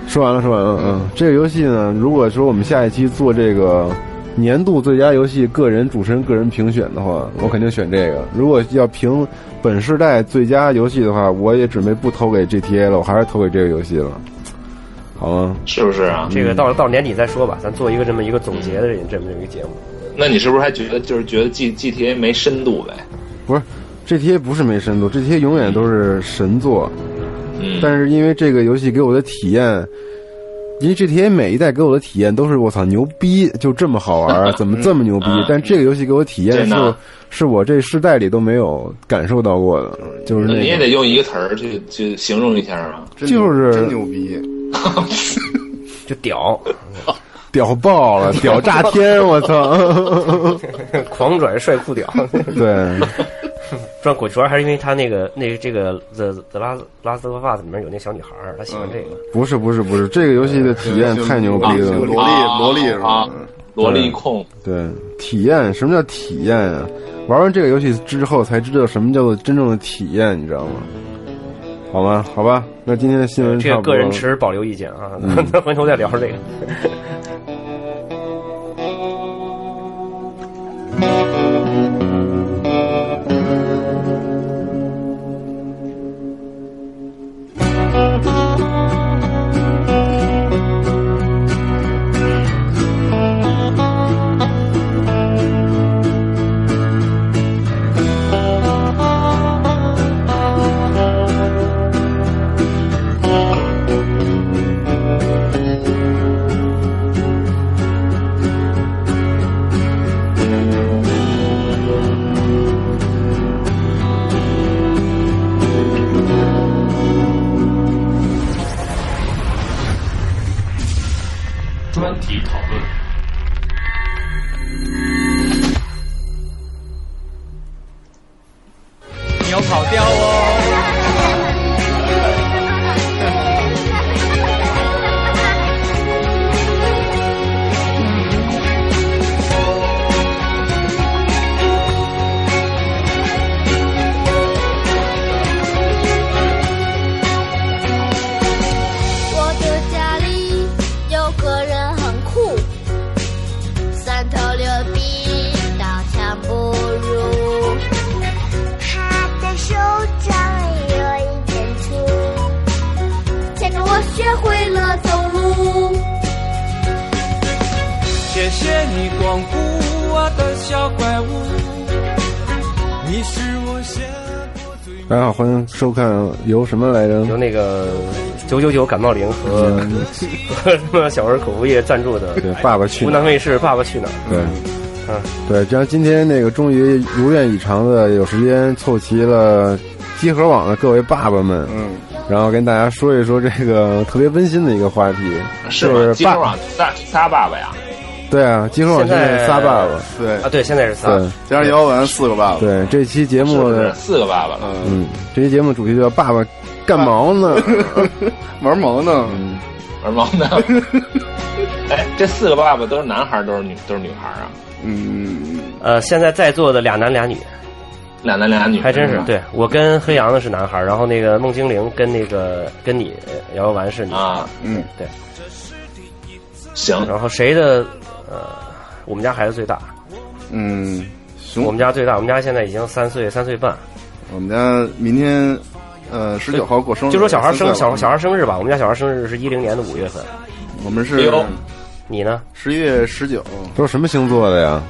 B: 说完了，说完了，嗯，这个游戏呢，如果说我们下一期做这个年度最佳游戏个人主持人个人评选的话，我肯定选这个。如果要评本世代最佳游戏的话，我也准备不投给 GTA 了，我还是投给这个游戏了，好吗？
D: 是不是啊？
C: 这个到到年底再说吧，咱做一个这么一个总结的这么一个节目。
D: 那你是不是还觉得就是觉得 G G T A 没深度呗？
B: 不是，GTA 不是没深度，GTA 永远都是神作。
D: 嗯，
B: 但是因为这个游戏给我的体验，因为 GTA 每一代给我的体验都是我操牛逼，就这么好
D: (laughs)
B: 玩，怎么这么牛逼
D: 嗯？
B: 但这个游戏给我体验
D: 真
B: 是
D: 的
B: 是我这世代里都没有感受到过的，就是
D: 你也
B: 那个
D: 得用一个词儿去去形容一下嘛。
F: 真牛
B: 就是
F: 真牛逼，
C: 就屌， (laughs)
B: 屌爆
D: (laughs)
B: 了，屌炸天！我操，
C: 狂拽帅酷屌， (laughs)
B: 对，
C: 转滚圈还是因为他那个那个这个 The The Last Last of Us 里面有那小女孩儿，他喜欢这个。
B: 不是不是不是，这个游戏的体验太牛逼
F: 就
B: 了，
F: 萝莉萝莉是吧
D: 啊？萝莉控，
B: 对，体验什么叫体验啊？玩完这个游戏之后才知道什么叫做真正的体验，你知道吗？好吗？好吧，那今天的新闻
C: 这
B: 差
C: 个
B: 不多嗯
C: 个
B: 了
C: 人持保留意见啊，咱 (laughs) 回头再聊这个。
A: 专题讨论。你要跑掉哦！
G: 我的家里有个人很酷，三头六臂，刀枪不入。他的手掌有一点粗，牵着我学会了走路。
H: 谢谢你光顾我的小怪物，你是我见过最美。
B: 大家好，欢迎收看由什么来着？
C: 由那个九九九感冒灵和和什么小儿口服液赞助的
B: 对，爸爸去
C: 湖
B: 哪
C: 南
B: 儿？
C: 卫视《爸爸去哪儿
B: 对，
C: 嗯
B: 对，这样今天那个终于如愿以偿的有时间凑齐了集合网的各位爸爸们，
F: 嗯，
B: 然后跟大家说一说这个特别温馨的一个话题，
D: 是
B: 就
D: 吧？
B: 是
D: 今天
B: 爸，
D: 晚上仨仨爸爸呀，
B: 对啊，集合网
C: 现在
B: 是仨爸爸，
F: 对》
C: 啊，，对，现在是仨。
B: 对
F: 加上姚文四个爸爸，
B: 对，这期节
D: 是
B: 目
D: 不
B: 呢
D: 是。四个爸爸了？
B: 嗯，
F: 嗯， (laughs)
B: 这期节目主题叫“爸爸干毛呢
D: 啊
F: 玩毛呢，
D: 玩猫呢？ (laughs) 哎，这四个爸爸都是男孩儿，都是女，都是女孩儿啊？
F: 嗯，
C: 呃，现在在座的俩男俩女，
D: 俩男俩女，
C: 还真是
B: 嗯
D: 吧。
C: 对我跟黑羊的是男孩儿，然后那个孟精灵跟那个跟你呃姚完是女孩儿，
D: 啊，
F: 嗯，
C: 对，
D: 行，
C: 然后谁的呃，我们家孩子最大，
F: 嗯，熊
C: 我们家最大，我们家现在已经三岁三岁半，
F: 我们家明天，呃，十九号过生日，
C: 就说小孩生小小
F: 孩，
C: 孩生日吧，我们家小孩生日是一零年的五月份，
F: 我们
D: 哎
F: 是
D: 呦
C: 你呢？
F: 十一月十九，”，
B: (laughs) 都是什么星座的呀？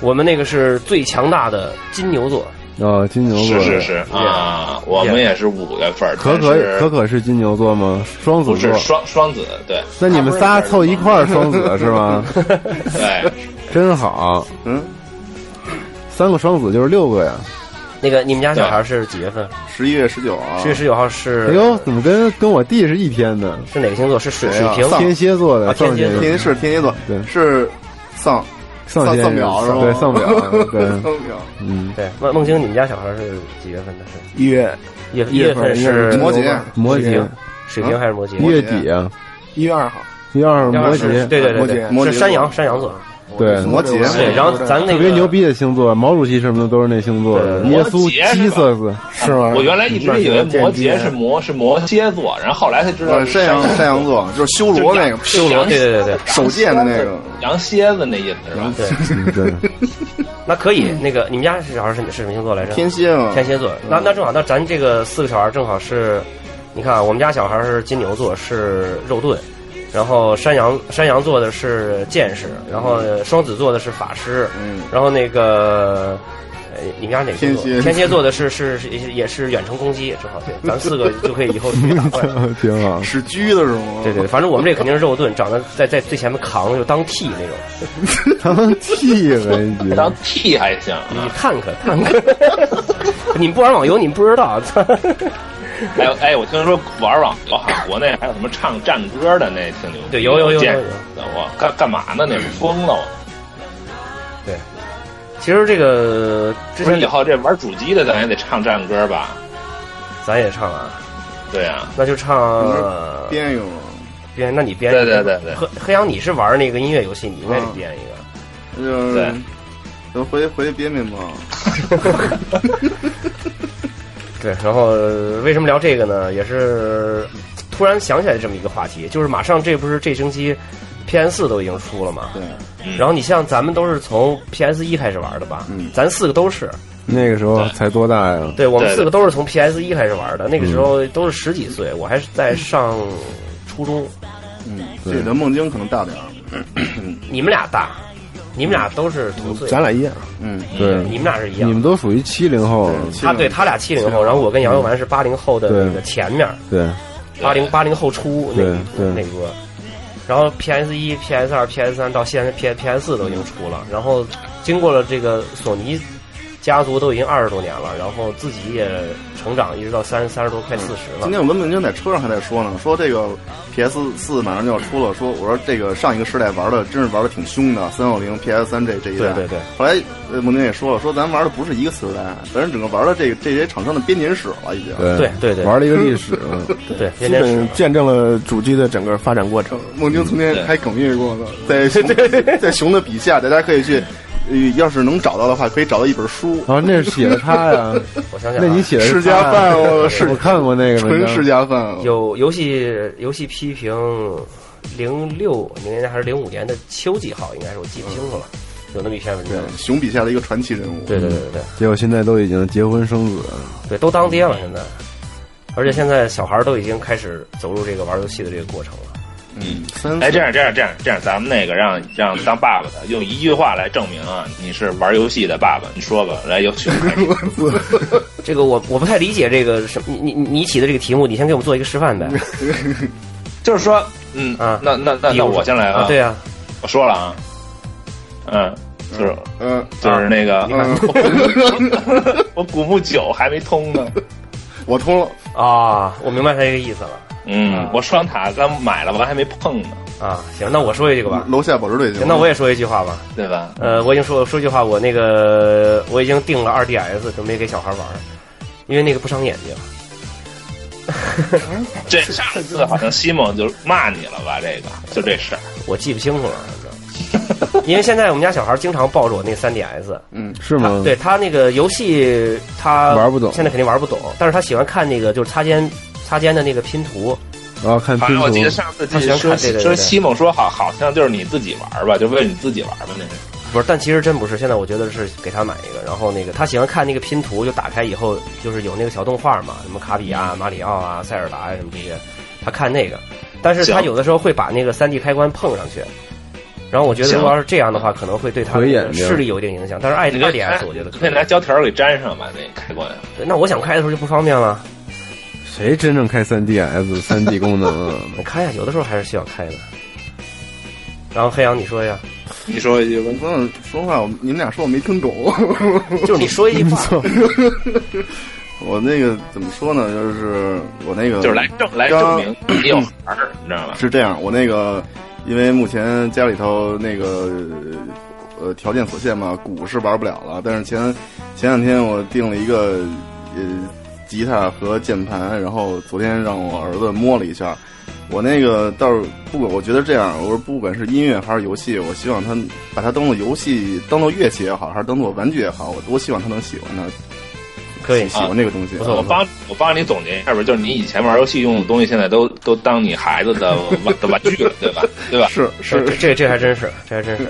C: 我们那个是最强大的金牛座，
B: 啊，金牛座
D: 是是
B: 的。
D: 是啊，我们也是五月份儿，
B: 可
D: 但
B: 可
D: 是
B: 可可是金牛座吗？双子
D: 不
B: 座
D: 是。双双子，对
B: 那你们仨凑一块儿双子是吗？
D: 对，
B: 真好，
F: 嗯，
B: 三个双子就是六个呀。
C: 那个你们家小孩是几月份？
F: 十一月十九啊，
C: 十月十九号是
B: 哎呦，怎么跟跟我弟是一天的？
C: 是哪个星座？是水
F: 谁
C: 水
F: 啊
C: 瓶。
F: 丧
B: 天蝎座的，
C: 啊天
B: 丧
C: 蝎
B: 先
C: 座
F: 天蝎
B: 生，
F: 是天蝎座，
B: 对
F: 是丧
B: 丧
F: 丧
B: 先
F: 丧
B: 生
F: 表是吗？
B: 对，丧
F: (laughs)
B: 表，对，
F: 丧表。
B: 嗯，
C: 对，孟孟京，你们家小孩是几月份的？是
E: 一月
C: 一月一月份是
F: 摩羯
B: 摩
C: 水
B: 羯
C: 瓶，水瓶还是摩羯？
B: 月底啊，
E: 一月二号，
B: 一二
C: 要
B: 摩
C: 不是
B: 羯，
C: 对对对对，
F: 摩羯
C: 是山羊山羊座。
B: 对
F: 摩羯
C: 对，然后咱那个
B: 特别牛逼的星座，毛主席什么的都是那星座的，
C: 对
B: 耶稣基瑟斯，
E: 是吗？
D: 我原来一直以为 (laughs) 摩羯是摩是摩蝎座，然后后来才知道
F: 呃，
D: 是
F: 山羊山羊座就是修罗那个
C: 修罗，对对对对，
F: 手贱的那个，
D: 羊蝎子那意思是吧？
C: 对，
B: 嗯对，
C: 那可以。那个你们家是小孩是是什么星座来着？
F: 天蝎嘛，
C: 天蝎座。那那正好，那咱这个四个小孩正好是，你看啊我们家小孩是金牛座，是肉盾。然后山羊山羊座的是剑士，然后双子座的是法师，
F: 嗯
C: 然后那个，呃，你们家哪个星座
F: 天蝎
C: 天蝎座的是是是也是远程攻击，正好对，咱们四个就可以以后去打
F: (laughs)
C: 怪。
B: 挺好。
F: 是狙的是吗？
C: 对对，反正我们这肯定是肉盾，长得在在最前面扛就当 T 那种。
B: 当替为你
D: 当 T 还行啊，
C: 你看看看看， (laughs)
F: (laughs)
C: 你们不玩网游，你们不知道。啊
D: 哎哎，我听说玩网游好像国内还有什么唱战歌的，那挺牛逼。
C: 对有有有有
D: 见
C: 有
D: 我干干嘛呢？那是疯了我！
C: 其实这个之
D: 不是
C: 前
D: 以后这玩主机的，咱也得唱战歌吧？
C: 咱也唱啊，
D: 对啊，
C: 那就唱
F: 边缘嘛，
C: 编，那你编一
D: 对
C: 个。
D: 对对对，
C: 黑黑羊，你是玩那个音乐游戏，你应该
D: 嗯
C: 得编一个。
F: 就是
D: 对
F: 就回回去编编吧。
C: 对，然后呃为什么聊这个呢？也是突然想起来这么一个话题，就是马上这不是这星期 PS 四都已经出了嘛？
F: 对，
D: 嗯
C: 然后你像咱们都是从 PS 一开始玩的吧？
F: 嗯
C: 咱四个都是，
B: 那个时候才多大呀？
C: 对我们
D: 对
C: 四个都是从 PS 一开始玩的，那
D: 嗯
C: 个时候都是十几岁，我还是在上初中。
F: 嗯，这个梦晶可能大点儿，
C: 你们俩大，你们俩都是同岁，
E: 咱俩一样，
F: 嗯，
B: 对，
C: 你们俩是一
B: 你
C: 样
B: 们。都属于七零后，
C: 他对他俩七零后，然后我跟杨又完是八零后的那个前面，
B: 对，
C: 八零八零后初那个
B: 对
C: 那
B: 对
C: 一波。然后 PS 一、PS 二、PS 三到现在 P PS 四都已经出了，然后经过了这个索尼家族都已经二十多年了，然后自己也成长一直到三三十多快四十了。
F: 今天我跟孟京在车上还在说呢，说这个 PS 四马上就要出了，说我说这个上一个时代玩的真是玩的挺凶的，三六零、PS 三这这一代。
C: 对对对。
F: 后来呃孟京也说了，说咱玩的不是一个时代，咱整个玩的这个这些厂商的编年史了已经。
C: 对对对
B: 玩了一个历史，嗯
C: 对，
E: 基
C: 天天是
E: 本见证了主机的整个发展过程。
F: 孟京曾经还哽咽过呢，
C: 嗯 (laughs)
F: 在熊在熊的笔下，大家可以去，呃要是能找到的话，可以找到一本书，
B: 然
C: 嗯
B: 后啊那是写的他呀，
E: (laughs)
C: 我想想、啊，
B: 那你写的
F: 世
B: 是他
F: 家
B: 呀
F: 饭，我
B: 我
F: 是
B: 看过那个文
F: 纯
B: 章
F: 世家饭，
C: 有游戏游戏批评零六年还是零五年的秋季号，应该是我记不清楚了，有那么一篇文章
F: 对。熊笔下的一个传奇人物。
C: 对对对对对
B: 结果现在都已经结婚生子了，
C: 对，都当爹了现在，而且现在小孩儿都已经开始走入这个玩游戏的这个过程了。
F: 嗯，三
D: 哎，这样这样这样这样，咱们那个让让当爸爸的用一句话来证明啊，你是玩游戏的爸爸，你说吧，来由熊开
C: (laughs)
D: 始。
C: 这个我我不太理解这个什么，你你你起的这个题目，你先给我们做一个示范呗。
D: 就是说，嗯，
C: 啊
D: 那那 (laughs) 那
C: 比
D: 那
C: 如
D: 我先来
C: 啊，对啊，
D: 我说了啊，嗯，就是
F: (laughs) 嗯，
D: 就是那个，
C: 啊你看
D: (laughs)
C: (laughs)
D: 我我古墓九还没通呢，
F: 我通了，
C: 啊，我明白他这个意思了
D: 嗯，我双塔刚买了，我还没碰呢，
C: 啊。行，那我说一句吧。
D: 嗯
F: 楼下保值队去
C: 行，。那我也说一句话吧。
D: 对吧？
C: 呃，我已经说说句话，我那个我已经订了二 DS，准备给小孩玩儿，因为那个不伤眼睛。
D: 这上次好像西蒙就骂你了吧？这个就这事儿，
C: 我记不清楚了，反
B: (laughs)
C: 正因为现在我们家小孩经常抱着我那 3DS，
E: 嗯
B: 是
C: 他
E: 啊
B: 吗？
C: 对他那个游戏他
B: 嗯玩不懂
C: 现在肯定玩不懂，但是他喜欢看那个就是擦肩擦肩的那个拼图，
B: 然后看
D: 好
B: 拼
D: 像我记得
B: 图，
D: 上次记得说
C: 他喜欢看这个
D: 说
C: 对
D: 西蒙说好，好像就是你自己玩吧，就为你自己玩吧那是。
C: 不是，但其实真不是。现在我觉得是给他买一个，然后那个他喜欢看那个拼图，就打开以后就是有那个小动画嘛，什么卡比亚、马里奥啊、塞尔达呀什么这些，他看那个，但是他
D: 行
C: 有的时候会把那个三 D 开关碰上去。然后我觉得，
D: 行
C: 如果要是这样的话，可能会对他
B: 毁眼
C: 的
B: 睛
C: 视力有一定影响。但是爱
D: 你可
C: 二
D: 以
C: DS 我觉得
D: 可
C: 可
D: 以
C: 以
D: 拿。胶条给粘上吧，那开关。
C: 对那我想开的时候就不方便了。
B: 谁真正开三 DS
E: (laughs)
B: 三 D 功能啊？
C: (laughs) 你开呀，有的时候还是需要开的。然后黑羊，你说一下，
D: 你说一句吧，
F: 不用说话，我你们俩说我没听懂。 (laughs)
C: 就是 (laughs) 你说一句话，
F: 我那个怎么说呢？就是我那个
D: (laughs) 就是来证来证明你有孩儿，你知道吧？
F: 是这样，我那个呃因为目前家里头那个呃条件所限嘛，鼓是玩不了了。但是前前两天我订了一个呃吉他和键盘，然后昨天让我儿子摸了一下。我那个倒是不管，我觉得这样，我说不管是音乐还是游戏，我希望他把它当做游戏、当做乐器也好，还是当做玩具也好，我多希望他能喜欢它，
C: 可以
F: 喜欢这个东西。
D: 我帮我帮你总结一下吧，就是你以前玩游戏用的东西，现在都都当你孩子的玩的玩具了，对吧？对吧？
F: 是
C: 这
F: 是
C: 这这这还真是，这还真是。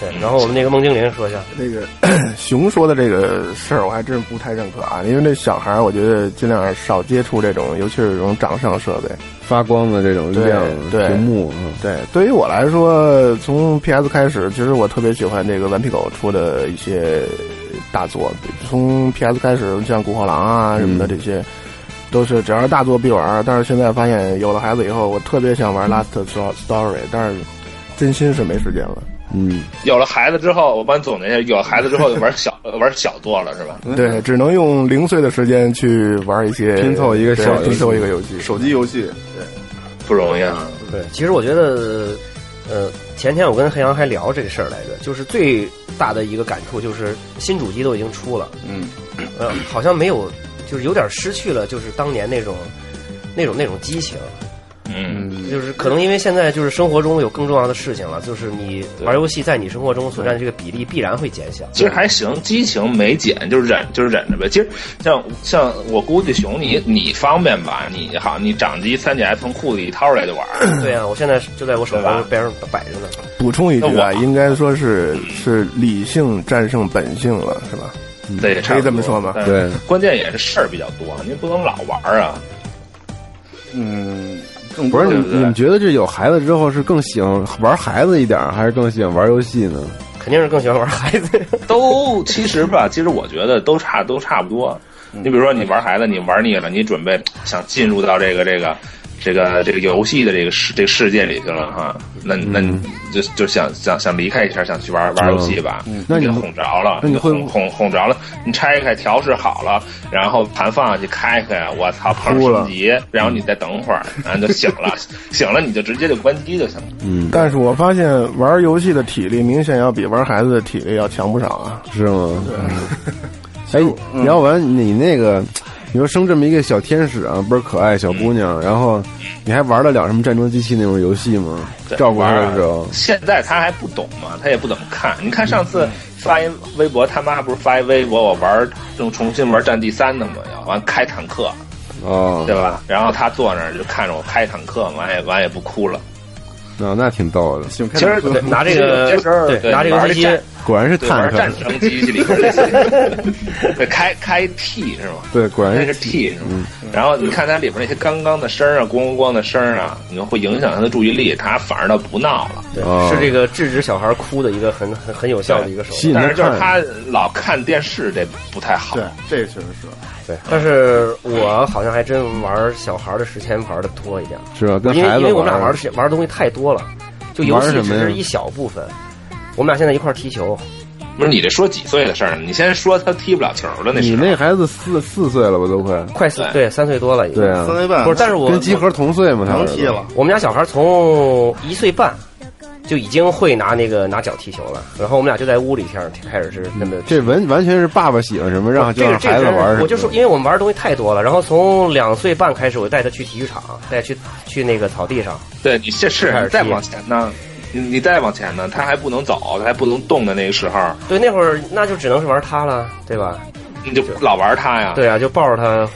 C: 对，然后我们那个孟精灵说一下，
E: 那个 (clears throat) 熊说的这个事儿，我还真不太认可啊，因为这小孩儿，我觉得尽量少接触这种，尤其是这种掌上设备。
B: 发光的这种
E: 对
B: 亮
E: 对
B: 屏幕，嗯
E: 对，对于我来说，从 PS 开始，其实我特别喜欢这个顽皮狗出的一些大作，从 PS 开始，像《古惑狼》啊什么的
F: 嗯
E: 这些，都是只要是大作必玩。但是现在发现有了孩子以后，我特别想玩《Last Sto- Story》，但是真心是没时间了。
B: 嗯，
D: 有了孩子之后，我帮你总结一下，有了孩子之后就玩小玩小做了，是吧？
E: 对，只能用零碎的时间去玩一些
B: 拼凑一个
E: 对
B: 小游戏
E: 拼凑一个游戏。
F: 手机游戏，
D: 不容易啊。
C: 对，其实我觉得，呃，前天我跟黑羊还聊这个事儿来着，就是最大的一个感触就是新主机都已经出了，
F: 嗯，
C: 呃，好像没有，就是有点失去了，就是当年那种那种那种激情，
D: 嗯，
C: 就是可能因为现在就是生活中有更重要的事情了，就是你玩游戏在你生活中所占的这个比例必然会减小。
D: 其实还行，激情没减，就是忍，就是忍着呗。其实像像我估计熊你你方便吧？你好，你掌机三 GS 从裤子里掏出来就玩儿，
C: 对啊，我现在就在我手
D: 对
C: 上
D: 吧
C: 边上摆着呢。
E: 补充一句
D: 那我
E: 啊，应该说是是理性战胜本性了，是吧？
D: 对，差不多
E: 可以这么说吗
D: 但
B: 对，
D: 关键也是事儿比较多，您不能老玩儿啊。
F: 嗯，更
B: 不是
F: 多
B: 你
F: 的
D: 对对
B: 你们觉得这有孩子之后是更喜欢玩孩子一点儿，还是更喜欢玩游戏呢？
C: 肯定是更喜欢玩孩
D: (laughs)
C: 子，
D: 都其实吧，其实我觉得都差都差不多。你比如说，你玩孩子，你玩腻了，你准备想进入到这个这个这个这个游戏的这个世这个世界里去了哈，那那你就就想想想离开一下，想去玩玩游戏吧。
B: 那你
D: 给哄着了，
B: 那你会
D: 哄哄哄着了，你拆开调试好了，然后盘放下去开开，我操，碰
E: 哭了
D: 升级，然后你再等会儿，然后就醒了， (laughs) 醒了你就直接就关机就行了。
B: 嗯，
E: 但是我发现玩游戏的体力明显要比玩孩子的体力要强不少啊。嗯
B: 是吗？哎，要不然你那个，你说生这么一个小天使啊，倍儿可爱小姑
E: 嗯
B: 娘，然后你还玩得了什么战争机器那种游戏吗？
D: 对
B: 照顾她
D: 玩
B: 的
D: 儿啊
B: 时候，
D: 现在他还不懂嘛，他也不怎么看。你看上次发一微博，他妈不是发一微博，我玩儿正重新玩《战地三》呢嘛，要完开坦克，
B: 哦
D: 对，吧？然后他坐那儿就看着我开坦克嘛，完也完也不哭了。
B: 那那挺逗的，
F: 喜欢看
D: 其实
F: 这
C: 对
D: (laughs)
F: 个
C: 拿这个
D: 有些时候对
C: 拿这个
D: 玩这
C: 游戏
D: 战
C: 机，
B: 果然是
D: 对，玩
B: 探
D: 儿战
B: 克，
D: 争机器里边儿类似
B: (laughs)
D: 于，对，开开 T 是吗？
B: 对，果
D: 那
B: 然
D: 是
B: 是
D: T 是吗？
B: 嗯
D: 然后你看它里边那些刚刚的声儿啊，咣咣咣的声儿啊，你就会影响他的注意力，他反而倒不闹了。
C: 对
B: 哦
C: 是这个制止小孩哭的一个很很很有效的一个手段。
B: 吸引
D: 但
B: 她
D: 是就是
B: 看。
D: 他老看电视，这不太好。
F: 对，这确实是。
C: 但是我好像还真玩小孩的时间玩的多一点，
B: 是吧？跟
C: 因为
B: 孩子
C: 因为我们俩
B: 玩
C: 玩的时玩的东西太多了，就游戏
B: 玩什
C: 只
B: 么呀
C: 是一小部分。我们俩现在一块儿踢球，
D: 不是你这说几岁的事儿呢？你先说他踢不了球的那
B: 你
D: 时候
B: 那孩子四四岁了吧，都快，
C: 快四
D: 对
C: 对三岁多了已经。
B: 对啊
F: 三，岁半
C: 不是，但是我
B: 跟集合同岁嘛，他
F: 能
B: 儿子
F: 踢了，
C: 我们家小孩从一岁半就已经会拿那个拿脚踢球了，然后我们俩就在屋里天儿开始是那么
B: 这完完全是爸爸喜欢什么，让啊就
C: 这个
B: 让
C: 这个
B: 孩子
C: 真是
B: 玩什么。
C: 我就说，因为我们玩的东西太多了，然后从两岁半开始，我就带他去体育场，带他去去那个草地上，
D: 对你这是
C: 开始
D: 你再
C: 踢
D: 往前呢，你你再往前呢，他还不能走，他还不能动的那个时候，
C: 对，那会儿那就只能是玩他了，对吧？
D: 你就老玩他呀。，
C: 对啊，就抱着他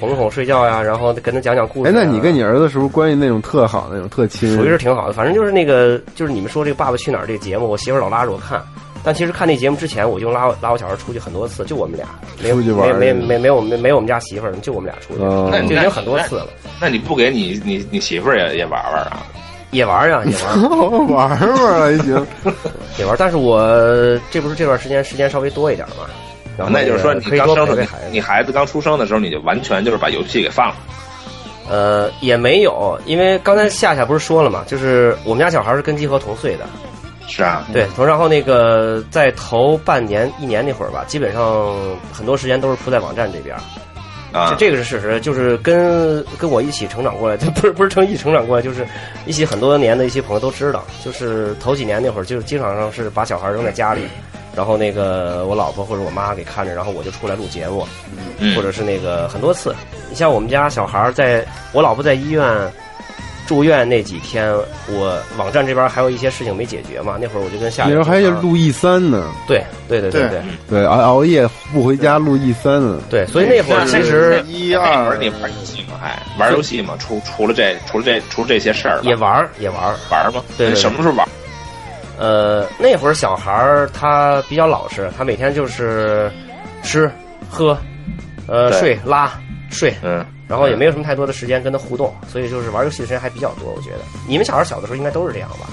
C: 哄哄睡觉呀，然后跟他讲讲故事
B: 哎，
C: 啊。
B: 那你跟你儿子是不是关系那种特好那种特亲？
C: 属于是挺好的，反正就是那个就是你们说这个《爸爸去哪儿》这个节目，我媳妇儿老拉着我看。但其实看那节目之前，我就拉我拉我小孩出去很多次，就我们俩，没有
B: 出去玩儿
C: 没
B: 是吗
C: 没没没我们没我们家媳妇儿，就我们俩出去，
E: 嗯
B: 哦
D: 那
C: 就
D: 你
C: 已经很多次了。
D: 那你不给你你你媳妇儿也也玩玩啊？
C: 也玩儿啊，也玩儿，
B: (laughs) 玩玩儿还行，
C: 也玩儿。但是我这不是这段时间时间稍微多一点儿嘛，然后
D: 那就是说
C: 个
D: 你
C: 可以
D: 刚
C: 多
D: 生
C: 陪
D: 的
C: 陪孩子
D: 你，孩子刚出生的时候，你就完全就是把游戏给放了。
C: 呃，也没有，因为刚才夏夏不是说了嘛，就是我们家小孩是跟集合同岁的，
D: 是啊，
C: 对，从然后那个在头半年、一年那会儿吧，基本上很多时间都是扑在网站这边儿。
D: 啊
C: 这，这个是事实，就是跟跟我一起成长过来，就 (laughs) 不是不是成一起成长过来，就是一起很多年的一些朋友都知道，就是头几年那会儿，就是经常上是把小孩扔在家里，然后那个我老婆或者我妈给看着，然后我就出来录节目，
D: 嗯
C: 或者是那个很多次。你像我们家小孩儿在，我老婆在医院住院那几天，我网站这边还有一些事情没解决嘛，那会儿我就跟夏
B: 那时
C: 雨
B: 候还有
C: 经常
B: 录 E 三呢，
C: 对对对对
F: 对
C: 对
B: 对，熬熬夜不回家录 E 三呢。
C: 对，所以那会儿其实
F: 一
D: 那会
F: 二
D: 儿你玩游戏吗？还玩游戏吗？除除了这，除了这，除了这些事儿吧，
C: 也玩儿也玩儿。
D: 玩吗？
C: 对对对
D: 什么时候玩？
C: 呃，那会儿小孩儿他比较老实，他每天就是吃、喝、呃
D: 对
C: 睡、拉、睡，
D: 嗯，
C: 然后也没有什么太多的时间跟他互动，所以就是玩游戏的时间还比较多。我觉得你们小孩儿小的时候应该都是这样吧？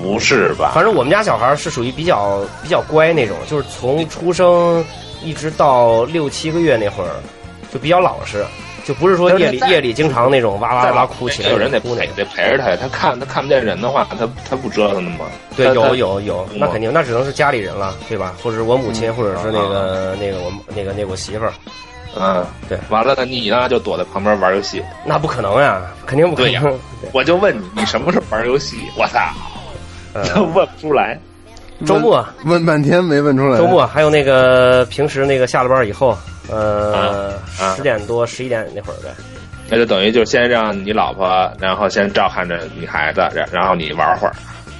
D: 不是吧？
C: 反正我们家小孩儿是属于比较比较乖那种，就是从出生一直到六七个月那会儿就比较老实，就不是说夜
D: 但是
C: 里
D: 在
C: 夜里经常那种哇哇哇哭起来
D: 有人得
C: 哭那
D: 陪
C: 种。
D: 得陪着他，呀，他看他看不见人的话，他他不折腾的吗？
C: 对，
D: 他
C: 有
D: 他
C: 有有，那肯定，那只能是家里人了，对吧？或者是我母亲，或者是那个
D: 啊
C: 那个我那个那个我媳妇儿，
D: 嗯，
C: 对
D: 完了呢，你呢就躲在旁边玩游戏。
C: 那不可能呀，肯定不可
D: 对呀 (laughs)
C: 能。对，
D: 我就问你，你什么时候玩游戏？我
B: (laughs)
D: 操，
C: 呃
D: 都问不出来。
C: 周末
B: 问半天没问出来。
C: 周末还有那个平时那个下了班以后，呃，
D: 啊
C: 十点多十一点那会儿呗，
D: 那就等于就先让你老婆，然后先照看着你孩子，然然后你玩会儿，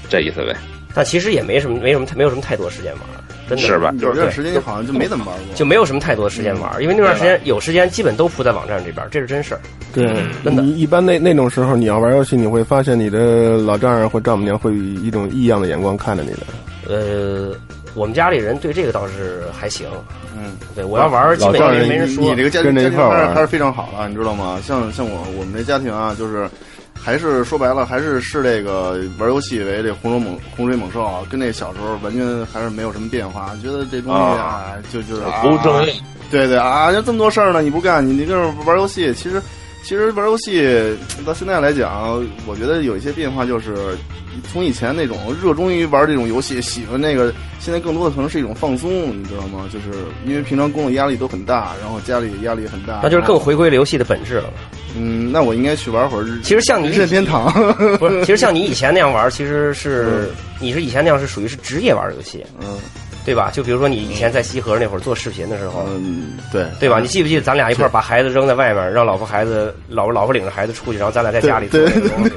D: 这意思呗，
C: 但其实也没什么没什么没有什么太多时间玩，真的
D: 是吧？
F: 嗯有段时间你好像就没怎么玩过，
C: 就没有什么太多时间玩，因为那段时间有时间基本都扑在网站这边，这是真事儿。
E: 对，
D: 嗯
C: 真的
E: 你一般那那丈种时候，你要玩游戏，你会发现你的老丈人或丈母娘会以一种异样的眼光看着你的。
C: 呃，我们家里人对这个倒是还行，
F: 嗯，
C: 对我要玩儿基本
B: 老
C: 上
B: 丈人
C: 没人
F: 你
C: 说
F: 你这。个家
B: 跟
F: 庭
B: 着一
F: 家
B: 块
F: 庭
B: 儿
F: 还是
B: 玩
F: 还是非常好的，你知道吗？像像我我们这家庭啊，就是还是说白了，还是视这个玩游戏为这洪水猛洪水猛兽啊，跟那小时候完全还是没有什么变化。觉得这东西啊，就就是啊
D: 不务正业，
F: 对对啊，就这么多事儿呢，你不干，你你跟着玩游戏，其实。其实玩游戏到现在来讲，我觉得有一些变化，就是从以前那种热衷于玩这种游戏、喜欢那个，现在更多的可能是一种放松，你知道吗？就是因为平常工作压力都很大，然后家里压力也很大，
C: 那就是更回归了游戏的本质了嘛。
F: (laughs) 嗯，那我应该去玩会儿日。
C: 其实像你
F: 日任天堂，
C: 不是，其实像你以前那样玩儿，其实是你是以前那样是属于是职业玩儿游戏，
F: 嗯
C: 对吧？就比如说你以前在西河那会儿做视频的时候，
F: 嗯，对
C: 对吧？你记不记得咱俩一块儿把孩子扔在外面，让老婆孩子老婆老婆领着孩子出去，然后咱俩在家里做
F: 对
C: 那个东西，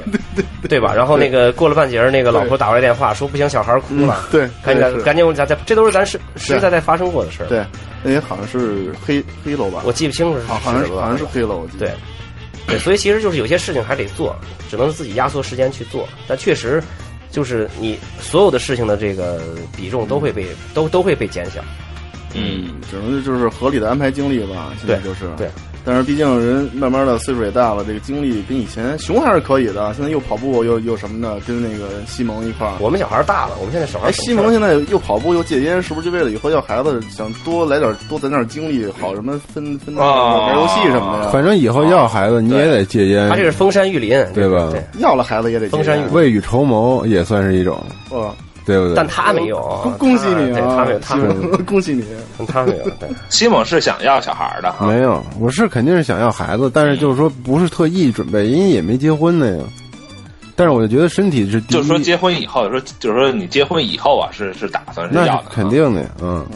C: 对吧？然后那个过了半截儿，那个老婆打过来电话说不行，小孩儿哭了，
F: 嗯对，
C: 赶紧
F: 对
C: 咱
F: 是
C: 赶紧我咱咱这都是咱实实实在在发生过的事儿，
F: 对，那也好像是黑黑楼吧？
C: 我记不清楚是
F: 好，哦好像是
C: 是吧
F: 好像是黑楼，我记得
C: 对，对，所以其实就是有些事情还得做，只能自己压缩时间去做。但确实，就是你所有的事情的这个比重都会被、都都会被减小。
D: 嗯，
F: 只能就是合理的安排精力吧。现在
C: 对
F: 就是啊
C: 对，
F: 但是毕竟人慢慢的岁数也大了，这个精力跟以前熊还是可以的，现在又跑步又又什么的，跟那个西蒙一块儿。
C: 我们小孩儿大了，我们现在小孩
F: 哎，
C: 儿懂事
F: 西
C: 儿
F: 蒙现在又跑步又戒烟，是不是就为了以后要孩子想多来点多攒点精力，好什么分分
D: 哦
F: 玩游戏什么的呀？
B: 反正以后要孩子，你也得戒烟
C: 他，这是封山育林，
B: 对吧
C: 对，
F: 要了孩子也得戒
C: 封山
F: 烟
C: 育
B: 未雨绸缪也算是一种，
F: 哦
B: 对不对？
C: 但他没有，
F: 恭恭喜你
C: 对
F: 啊
C: 他没有，！他
F: 西
C: 没有，
F: 蒙 (laughs) 恭喜你！啊
C: 他没有，
F: (laughs)
C: 对，
D: 西蒙是想要小孩儿的哈，
B: 没有，我是肯定是想要孩子，但是就是说不是特意准备，因为也没结婚呢呀。但是我就觉得身体是第一，
D: 就是说结婚以后，说就是说你结婚以后啊，是是打算是
B: 那
D: 要
B: 是
D: 的，
B: 肯。定的呀，嗯，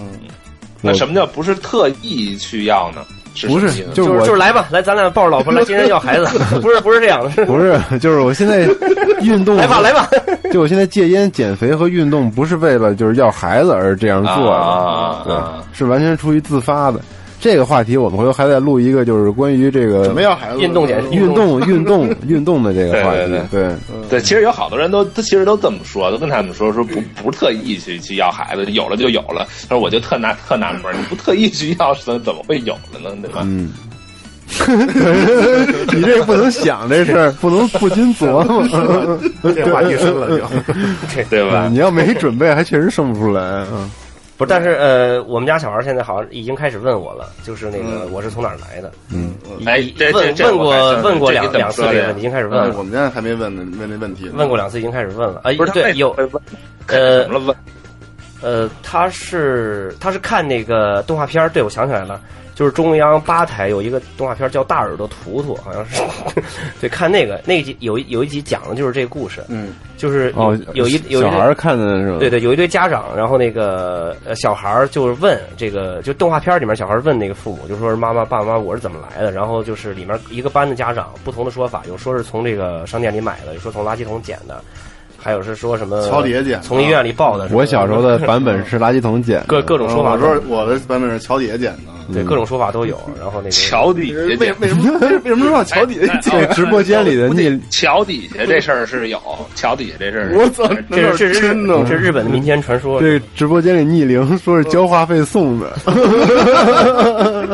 D: 那
B: 我
D: 什么叫不是特意去要呢？是
B: 不
D: 什
B: 是
D: 么意，思
B: 就是
C: 就是
B: 我
C: 就是来吧，来，咱俩抱着老婆
F: (laughs)
C: 来今天要孩子， (laughs) 不是不是这样的，是
B: (laughs) 不是，就是我现在运动，
C: 来吧来吧，
B: 就我现在戒烟、减肥和运动，不是为了就是要孩子而这样做
D: 啊
B: 的，
D: 啊
B: 对，是完全出于自发的。这个话题我们回头还得录一个，就是关于这个
F: 准备要孩子，
C: 运动减
B: 运动、运动、运动的这个话
D: 对
B: 题
D: 对，
B: 对，
F: 嗯
D: 对，其实有好多人都，他其实都这么说，都跟他们说说不不是特意去去要孩子，有了就有了。他说我就特纳特纳闷儿，你不特意去要，怎怎么会有了呢？对吧？
B: 嗯。 (laughs) 你这不能想这事儿，不能不禁琢磨。
E: 这话题深了就。
D: 对吧？
B: 你要没准备，还确实生不出来。嗯，
C: 不是，但是呃，我们家小孩现在好像已经开始问我了，就是那个我是从哪儿来的，
B: 嗯，
D: 哎，这这
C: 问
D: 这
C: 问
D: 我还
C: 过
D: 真
C: 问过
D: 这你
C: 两
D: 怎么
C: 两次
D: 说
C: 这
D: 的
C: 个
D: 呀
C: 问题，已经开始问
F: (laughs) 嗯
C: 了，
F: 我们家还没问呢，问这问题呢。
C: 问过两次已经开始问了，哎，
D: 不是他
C: 对
D: 为，
C: 有
D: 问
C: 呃
D: 怎么了问？
C: 呃，他是他是看那个动画片儿，对我想起来了，就是中央八台有一个动画片儿叫《大耳朵图图》，好像是， (laughs) 对，看那个那一集有一有一集讲的就是这个故事，
F: 嗯，
C: 就是有
B: 哦，
C: 有一有一
B: 小
C: 对
B: 孩儿看的是吧？
C: 对对，有一堆家长，然后那个呃小孩儿就是问这个，就动画片里面小孩儿问那个父母，就说是妈妈、爸爸妈妈我是怎么来的，然后就是里面一个班的家长不同的说法，有说是从这个商店里买的，有说从垃圾桶捡的，还有是说什么
F: 草底下捡的
C: 从医院里抱的什么的。
B: 我小时候的版本是垃圾桶捡的，
C: 各各种说法
F: 呃嗯我
C: 都
F: 说我的版本是桥底下捡的。
C: 对
B: 嗯
C: 各种说法都有，然后那个
D: 桥底下
F: 为为
B: (laughs)
F: 什么为什么说桥底
D: 哎
F: 下捡？
B: 这直播间 (laughs) 里的逆
D: 哦桥底下这事儿是有，桥底下这事儿是有
F: 我操，
C: (laughs) 这
F: 那
C: 是这是
F: 真的
C: 日是日本的民间传说，
B: 这直播间里逆龄说是交话费送 (laughs) 的，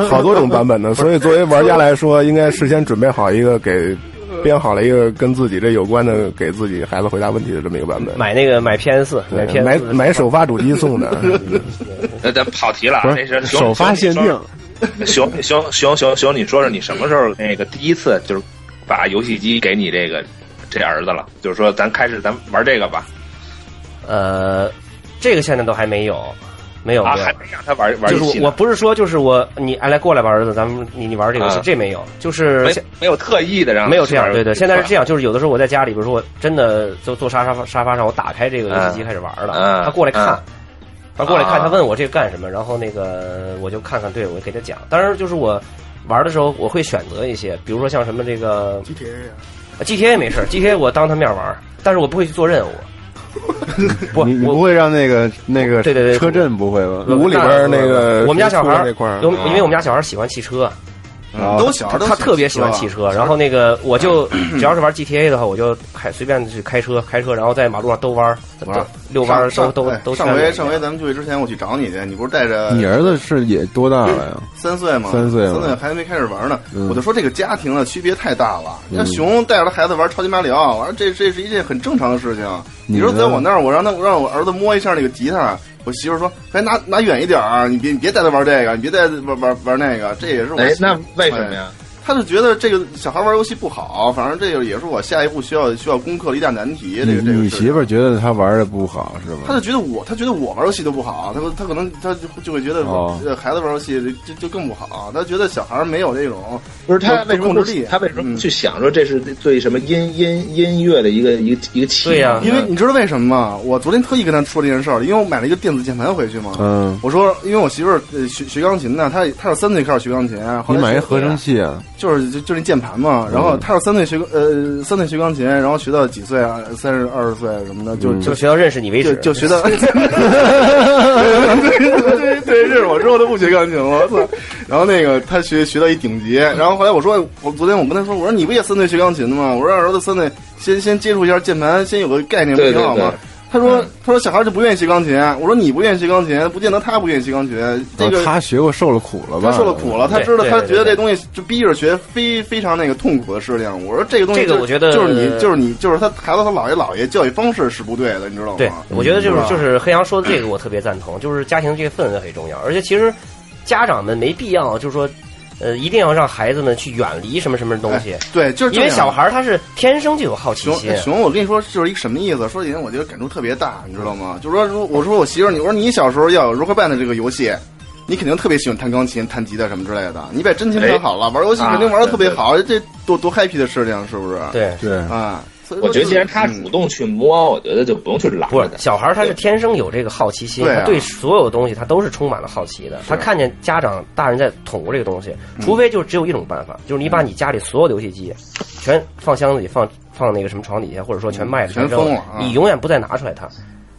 E: 好多种版本呢，所以作为玩家来说，应该事先准备好一个给编好了一个跟自己这有关的，给自己孩子回答问题的这么一个版本。
C: 买那个买 PS 四，买
E: 对
C: PS
E: 买
C: 四
E: 买首发主机送的，
D: 呃，咱跑题了啊，这是
B: 首发限定。
D: 熊你说熊熊熊熊，你说说你什么时候那个第一次就是把游戏机给你这个这儿子了？就是说咱开始咱玩这个吧，
C: 呃，这个现在都还没有，没有
D: 啊，
C: 没有
D: 还没让他玩玩
C: 哦
D: 游
C: 就
D: 戏
C: 是我
D: 呢，
C: 不是说就是我你哎来过来吧儿子，咱们你你玩这个游戏、
D: 啊
C: 这没有，就是
D: 没
C: 现
D: 没有特意的让他
C: 没有这样
D: 玩
C: 对对，现在是这
D: 样，
C: 样，就是有的时候我在家里，比如说我真的就坐沙沙发沙发上，我打开这个游戏机开始玩了，
D: 嗯
C: 他过来看。
D: 嗯
C: 他过来看，
D: 啊
C: 他问我这个干什么，然后那个我就看看，对我就给他讲。当然，就是我玩的时候，我会选择一些，比如说像什么这个
F: 地铁
E: 啊
F: 呀，
C: 呃 GTA 没事儿，GTA 我当他面玩，但是我不会去做
E: (laughs)
C: 任务。不，
B: 你你
C: 我
B: 不会让那个那个
C: 对对对
B: 车震不会吧？
C: 我
E: 五里边那个
C: 我们家小孩
E: 儿
C: 儿
E: 那块儿，啊
C: 因为因为我们家小孩儿喜欢汽车，
B: 啊
F: 都小孩
C: 他
F: 都啊
C: 他特别喜欢汽车，然后那
F: 嗯
C: 个我就只要是玩 GTA 的话，我就开随便去开车，开车然后在马路上兜弯儿，
F: 玩
C: 遛弯儿都
F: 上
C: 都
F: 哎
C: 都
F: 上
C: 圈
F: 回
C: 着
F: 上回咱们出去之前，我去找你去，你不是带着
B: 你儿子是也多大了呀？
F: 三岁嘛，
B: 三岁了
F: 三岁还没开始玩呢。
B: 嗯
F: 我就说这个家庭的区别太大了。那熊带着孩子玩超级马里奥，完了这这是一件很正常的事情。
B: 你
F: 你说
B: 呢
F: 在我那儿，我让他我让我儿子摸一下那个吉他，我媳妇说：“哎，拿拿远一点儿，你别你别带他玩这个，你别带他玩玩玩那个。”这也是我
D: 哎
F: 媳，妇
D: 那为什么呀？
F: 他就觉得这个小孩玩游戏不好，反正这个也是我下一步需要需要攻克的一大难题。这个
B: 你
F: 这个
B: 你
F: 事
B: 媳妇儿觉得他玩的不好是
F: 他
B: 吗？
F: 就觉得我，他觉得我玩游戏都不好，他他可能他就就会觉得
B: 哦
F: 呃孩子玩游戏就就更不好，他觉得小孩没有这种
D: 不是他为什么
F: 控制力，
D: 他为什么
F: 嗯
D: 不去想说这是对什么音音音乐的一个一个一个启蒙
C: 对呀
F: 因为你知道为什么吗？我昨天特意跟他说这件事儿，因为我买了一个电子键盘回去嘛。
B: 嗯，
F: 我说，因为我媳妇儿呃学学钢琴呢，她她是三岁开始学钢琴，后
B: 你
F: 来
B: 买一
F: 学
B: 合成器啊？
F: 就是就就那键盘嘛。然后她是三岁学呃三岁学钢琴，然后学到几岁啊？三十二岁什么的，就就
C: 就学到认识你为
F: 就
C: 止。
F: 就学到，对 (laughs) 对对，认识我之后他不学钢琴了，我操！然后那个他学学到一顶级，然后后来我说，我昨天我跟他说，我说你不也三岁学钢键琴的吗？我说让儿子三岁先先接触一下键盘，先有个概念不
D: 对
F: 挺好
D: 对
F: 吗
D: 对？
F: 他说：“
C: 嗯
F: 他说小孩就不愿意学钢琴。我说你不愿意学钢琴，不见得他不愿意学钢琴。
C: 嗯
F: 这个
B: 哦他学过受了苦了吧？
F: 他受了苦了，他
C: 对
F: 知道
C: 对
F: 他
C: 对
F: 觉得
C: 对
F: 这东西就逼着学非非常那个痛苦的事情。我说这个东西
C: 这个
F: 就
C: 我觉得
F: 就是你就是你就是他孩子他姥爷姥爷教育方式是不对的，你知道吗？
C: 对，我觉得就是
F: 嗯
C: 就是黑羊说的这个我特别赞同，就是家庭这个氛围很重要，而且其实家长们没必要就是说呃一定要让孩子们去远离什么什么东西，
F: 对，哎就是
C: 因为
F: 这样
C: 小孩儿他是天生就有好奇
F: 熊
C: 心。
F: 熊，我跟你说，就是一个什么意思？说以前我觉得感触特别大，你知道吗？就是说，如我说我媳妇儿，你我说你小时候要有如何办的这个游戏，你肯定特别喜欢弹钢琴、弹吉他什么之类的。你把真
D: 哎
F: 情弹好了，玩游戏肯
D: 啊
F: 定玩的特别好，这多多 happy 的事情，是不是？
C: 对，
B: 对，
F: 啊，所以说
D: 我觉得
F: 就是嗯
D: 既然他主动去摸，我觉得就不用去拦
C: 嗯不
D: 着
C: 是
D: 他。
C: 小孩，他是天生有这个好奇心，
F: 对啊啊
C: 他对所有东西他都是充满了好奇的。他看见家长大人在捅咕这个东西，
F: 嗯
C: 除非就只有一种办法，就是你把你家里所有的游戏机全放箱子里，放放那个什么床底下，或者说全卖了，
F: 全
C: 扔
F: 封了啊
C: 你永远不再拿出来它。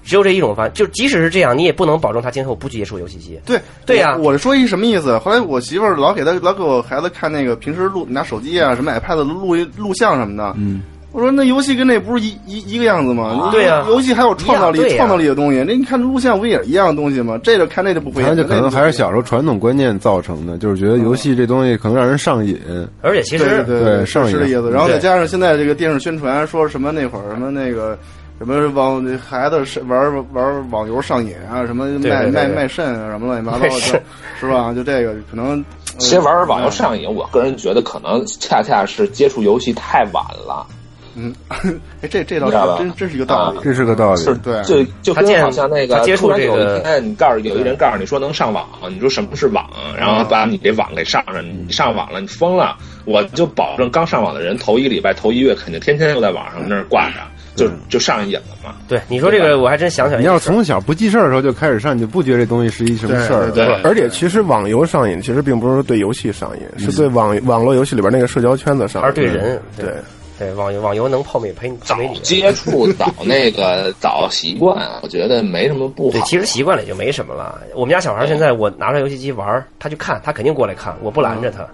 C: 只有这一种方，就即使是这样，你也不能保证他今后不接触游戏机。
F: 对
C: 对呀
F: 我我说一什么意思？后来我媳妇儿老给她老给我孩子看那个平时录拿手机啊什么 iPad 录一录像什么的，
B: 嗯，
F: 我说那游戏跟那不是一一一个样子吗？
C: 啊对呀
F: 呀，游戏还有创造
C: 一样
F: 力
C: 对、呀
F: 创造力的东西。那你看录像不也是一样的东西吗？这个看那就不会。
B: 他就可能还是
F: 小
B: 小时候传统观念造成的，就是觉得游戏这东西可能让人上瘾。
C: 而且其
F: 对
C: 实
F: 对
B: 对
F: 是
B: 上瘾
F: 这意思。然后再
C: 对
F: 加上现在这个电视宣传说什么那会儿什么那个。什么网孩子是玩玩网游上瘾啊，什么卖
C: 对对
F: 卖
C: 对
F: 卖肾啊，什么乱七八糟
C: 卖
F: 的
C: 肾，
F: 是吧？就这个可能。
D: 其实玩网游上瘾，我个人觉得可能恰恰是接触游戏太晚了，
F: 嗯，哎，这这倒
D: 明白吧
F: 是真真是一个道理
D: 啊。
B: 这是个道理。
D: 是
F: 对
D: 就就
C: 他见
D: 跟好像那个
C: 他接触
D: 突然
C: 这
D: 有
C: 个
D: 一天，你告诉有一人告诉你说能上网，你说什么是网，然后把你这网给上上，你上网了，你疯了，我就保证刚上网的人头一礼拜、头一月肯定天天都在网上那儿挂着，就就上瘾了嘛。
C: 对，你说这个我还真想起来一
B: 你
C: 个事儿，
B: 要从小不记事儿的时候就开始上，你就不觉得这东西是一什么事儿了。
F: 对
D: 对
E: 而且其实网游上瘾，其实并不是对游戏上瘾，
D: 嗯
E: 是对网网络游戏里边那个社交圈子上瘾，
D: 啊
C: 而对人
E: 对
C: 对对网游网游能泡美陪你泡
D: 早
C: 美女，
D: 接触早那个早习惯，我觉得没什么不好。
C: 对，其实习惯了也就没什么了。我们家小孩现在我拿着游戏机玩儿，他就看，他肯定过来看，我不拦着他，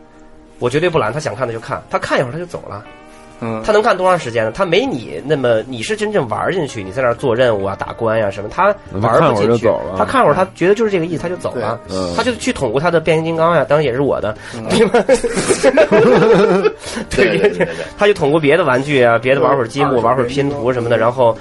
C: 我绝对不拦，他想看他就看，他看一会儿他就走了。
F: 嗯
C: 他能看多长时间呢？他没你那么，你是真正玩儿进去，你在那儿做任务啊、打关呀、什么，他
F: 嗯
C: 玩儿
B: 他看
C: 不
B: 会儿
C: 进
B: 就
C: 去
B: 走了。
C: 他看会儿，他觉得就是这个意思，他就走了。
F: 嗯
C: 他就去捅过他的变形金刚呀、当然也是我的，对吧？ (laughs)
D: 对对对对，
C: 他就捅过别的玩具啊，别的玩会儿积
F: 嗯
C: 木，玩会儿拼图什么的，然后。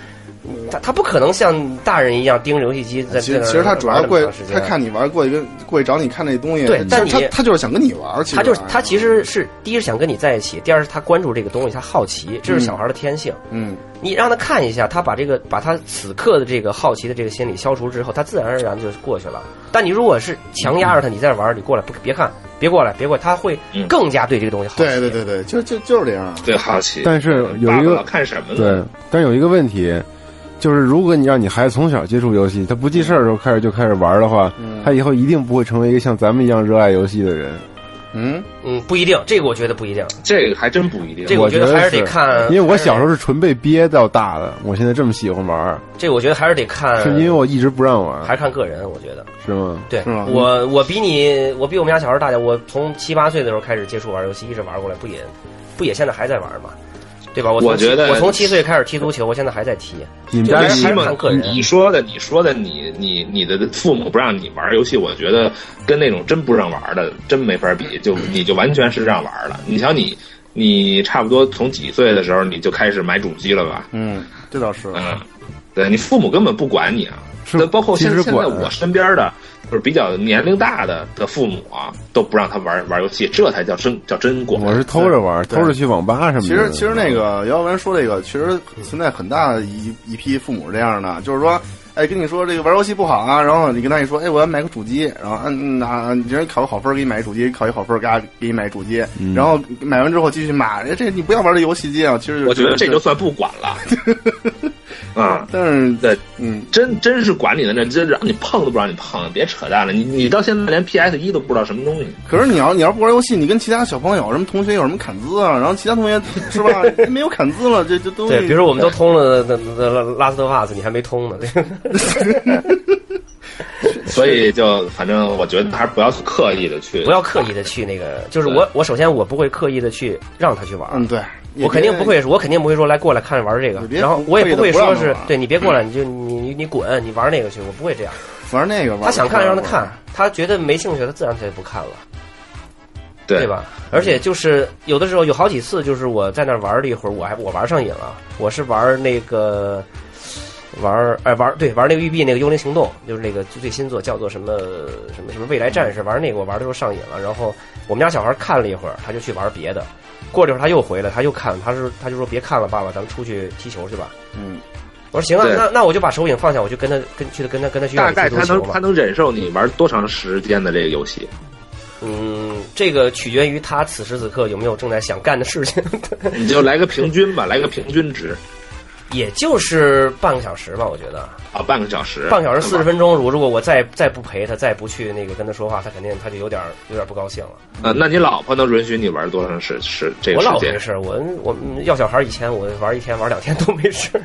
C: 他他不可能像大人一样盯着游戏机在
F: 其
C: 在
F: 实
C: 那
F: 其实他主要
C: 玩那么
F: 过
C: 长时间啊
F: 他看你玩过去跟过去找你看那东西，
C: 对
F: 他
C: 但你
F: 他他就是想跟你玩，其实
C: 他就是他其实是第一是想跟你在一起，第二是他关注这个东西，他好奇，这是小孩的天性。
F: 嗯
C: 你让他看一下，他把这个把他此刻的这个好奇的这个心理消除之后，他自然而然就过去了。但你如果是强压着他，你在那玩儿，你过来不别看，别过来，别过来，他会
D: 嗯
C: 更加对这个东西好奇。
F: 对对对对，就就就是这样。
D: 对好奇。
B: 但是有一
D: 爸
B: 个
D: 爸看什么呢？
B: 对，但有一个问题，就是如果你让你孩子从小接触游戏，他不记事儿的时候开始就开始玩的话，他以后一定不会成为一个像咱们一样热爱游戏的人。
F: 嗯，
C: 嗯，不一定，这个我觉得不一定，
D: 这个还真不一定。
C: 这个
B: 我
C: 觉得还
B: 还
C: 是得看，
B: 因为我小时候是纯被憋到大的，我现在这么喜欢玩儿，
C: 这个我觉得还是得看，
B: 是因为我一直不让
C: 哎还
B: 玩，
C: 是看个人，我觉得。
B: 是吗？
C: 对
F: 是吗
C: 我，我比你，我比我们家小孩大点。我从七八岁的时候开始接触玩游戏，一直玩过来，不也，不也现在还在玩嘛，对吧？我从
D: 我觉得
C: 我从七岁开始踢足球，我现在还在踢。
B: 你们
C: 这
B: 家里
C: 个还是
D: 西
C: 看
D: 蒙
C: 个人，
D: 嗯你说的，你说的，你你你的父母不让你玩游戏，我觉得跟那种真不让玩的真没法比，就你就完全是让玩了。你瞧你，你差不多从几岁的时候你就开始买主机了吧？
F: 嗯，这倒是。
D: 嗯，对你父母根本不管你啊。
B: 是
D: 那包括现
B: 其实
D: 现在
B: 管
D: 我身边的，就是比较年龄大的的父母啊，都不让他玩玩游戏，这才叫真叫真管。
B: 我是偷着玩，
F: 对
B: 偷着去网吧什么的。
F: 其实其实那个姚文说这个，其实现在很大一一批父母是这样的，就是说，哎，跟你说这个玩游戏不好啊，然后你跟他一说，哎，我要买个主机，然后嗯那你这人考个好分儿给你买一主机，考一好分儿嘎给你买一主机，
C: 嗯
F: 然后买完之后继续骂，哎，这你不要玩这游戏机啊，其实
D: 我觉得这就，算不管
B: (laughs)
D: 了。啊、
F: 但是
D: 对，
F: 嗯，
D: 真真是管你的，那真让你碰都不让你碰，别扯淡了。你你到现在连 PS 一都不知道什么东西，
F: 可是你要你要不玩游戏，你跟其他小朋友什么同学有什么砍资啊，然后其他同学
C: (laughs)
F: 是吧没有砍资了，这这都
C: 对，比如说我们
F: 嗯
C: 都通了那那那拉斯特瓦斯，你还没通呢，这个
D: 所以就反正我觉得还是不要刻意的去，
C: (laughs) 不要刻意的去那个，就是我我首先我不会刻意的去让他去玩，
F: 嗯对，
C: 我肯定不会，我肯定不会说来过来看玩这个
F: 你，别
C: 然后我也不会
F: 故意的不
C: 说
F: 让他
C: 是
F: 玩嗯
C: 对你别过来，你就你你你滚，你玩那个去，我不会这样。
F: 玩那个玩，
C: 他想看让他看，他觉得没兴趣，他自然他就不看了。
D: 对
C: 对？吧？而且就是有的时候有好几次，就是我在那儿玩了一会儿，我还我玩上瘾了。我是玩那个玩儿哎玩对玩那个育碧那个《幽灵行动》，就是那个最新作叫做什么什么什么未来战士，玩那个我玩的时候上瘾了。然后我们家小孩看了一会儿，他就去玩别的。过了一会儿他又回来，他又看，他是他就说别看了，爸爸，咱们出去踢球去吧。
F: 嗯，
C: 我说行啊，
D: 对
C: 那那我就把手柄放下，我就跟他跟去跟他跟他去
D: 大概他
C: 踢足
D: 能
C: 球嘛
D: 他能忍受你玩多长时间的这个游戏？
C: 嗯，这个取决于他此时此刻有没有正在想干的
D: (laughs)
C: 事情。
D: 你就来个平均吧，来个平均值
C: 也就是半个小时吧，我觉得
D: 啊，半个小时，
C: 半个小时四十分钟，如如果我再再不陪他，再不去那个跟他说话，他肯定他就有点有点不高兴了。
D: 呃，那你老婆能允许你玩多长时时这个
C: 我
D: 时
C: 老没
D: 间？
C: 事儿，我我嗯要小孩以前我玩一天玩两天都没
D: (laughs)
C: 事儿。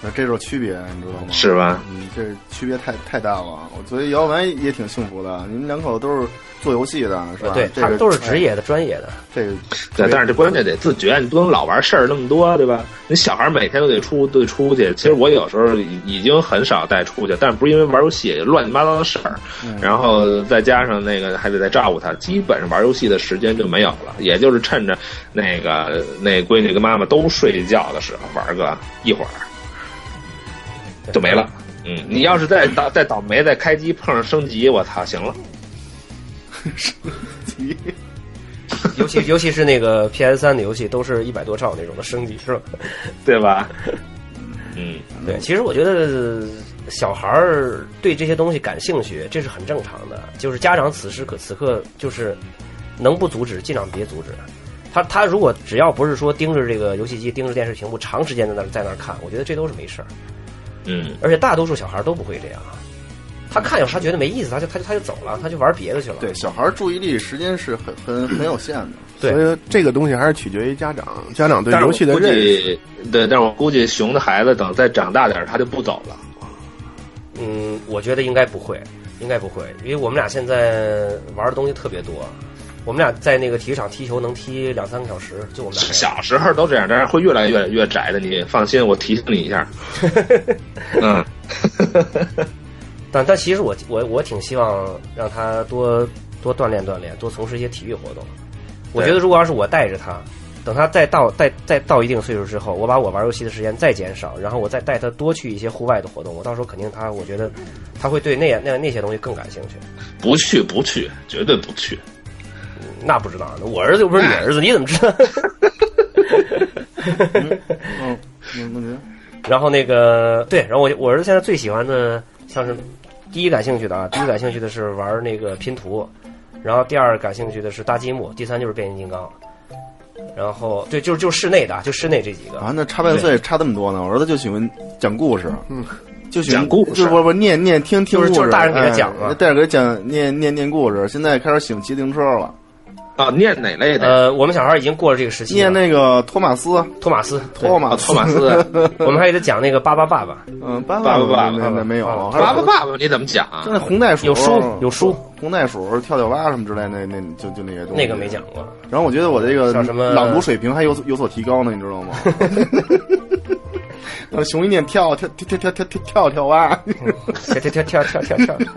F: 那这就是区别，你知道吗？
D: 是吧？
F: 嗯，这区别太太大了。我觉得姚文也挺幸福的，你们两口子都是做游戏的，是吧？
C: 对
F: 这
C: 他
F: 个
C: 们都是职，业的、专业的，
F: 哎这个
D: 对，但是这关键得自觉，你不能老玩事儿那么多，对吧？你小孩每天都得出，都得出去。其实我有时候已已经很少带出去，但不是因为玩游戏乱七八糟的事儿，然后再加上那个还得再照顾他，基本上玩游戏的时间就没有了，也就是趁着那个那闺女跟妈妈都睡觉的时候玩个一会儿，就没了。嗯，你要是再倒再倒霉，再开机碰上升级，我操，行了。
C: (laughs) 尤其尤其是那个 PS 三的游戏，都是一百多兆那种的升级，是吧？
D: 对吧？嗯，
C: 对，其实我觉得小孩儿对这些东西感兴趣，这是很正常的。就是家长此时可此刻就是能不阻止，尽量别阻止。他他如果只要不是说盯着这个游戏机、盯着电视屏幕，长时间在那儿在那儿看，我觉得这都是没事儿。
D: 嗯，
C: 而且大多数小孩都不会这样，啊他看一会儿他觉得没意思，他就他就他就走了，他就玩别的去了。
F: 对，小孩儿注意力时间是很很很有限的。
C: 对
E: 所以这个东西还是取决于家长，家长对
D: 但是
E: 游
D: 我
E: 戏的
D: 估
E: 认识。
D: 计，对，但是我估计熊的孩子等再长大点儿，他就不走了。
C: 嗯，我觉得应该不会，应该不会，因为我们俩现在玩的东西特别多。我们俩在那个体育场踢球能踢两三个小时，就我们俩这样。
D: 小时候都这样，但是会越来越越窄的。你放心，我提醒你一
E: (laughs)
D: 下。嗯，
C: 但但其实我我我挺希望让他多多锻炼锻炼，多从事一些体育活动。我觉得如果要是我带着他，等他再到再再到一定岁数之后，我把我玩游戏的时间再减少，然后我再带他多去一些户外的活动，我到时候肯定他，我觉得他会对那那那些东西更感兴趣。
D: 不去不去，绝对不去。
C: 那不知道，我儿子又不是你儿子，你怎么知道？ (laughs)
F: 嗯，嗯，那您
C: 然后那个对，然后我我儿子现在最喜欢的像是第一感兴趣的啊，第一感兴趣的是玩那个拼图，然后第二感兴趣的是搭积木，第三就是变形金刚，然后对，就是就室内的啊，就室内这几个。
F: 啊，那差半岁差这么多呢，我儿子就喜欢讲故事，嗯，就喜欢
D: 讲故事
F: 就是不不念念听听
C: 就
F: 故
C: 是
F: 事，
C: 就是大人给他讲啊
F: 哎
C: 嘛
F: 大人给他讲念念念故事，现在开始喜欢骑自行车了，
D: 啊，念哪类的？
C: 呃，我们小孩已经过了这个时期了。
F: 念那个托马斯
C: 托马斯，对
F: (laughs) 托马
E: 呃
D: 啊，
F: 斯
D: 托马斯，
E: (laughs)
C: 我们还给他讲那个巴巴爸爸，
F: 嗯，爸
D: 爸爸
F: 爸
D: 爸
F: 那那没有，
C: 爸
F: 还有
D: 爸爸爸爸，你怎么讲啊
F: 就？那红袋鼠
C: 有书有书，
F: 红袋鼠、跳跳蛙什么之类的，那那就就那些东西。
C: 那个没。讲过。 (laughs)
F: 然后我觉得我这个
C: 像什么
F: 朗读水平还有所有所提高呢，你知道吗？ (laughs) 呃熊一念跳跳跳跳跳跳跳跳蛙， (laughs)
C: 跳跳跳跳跳跳跳跳。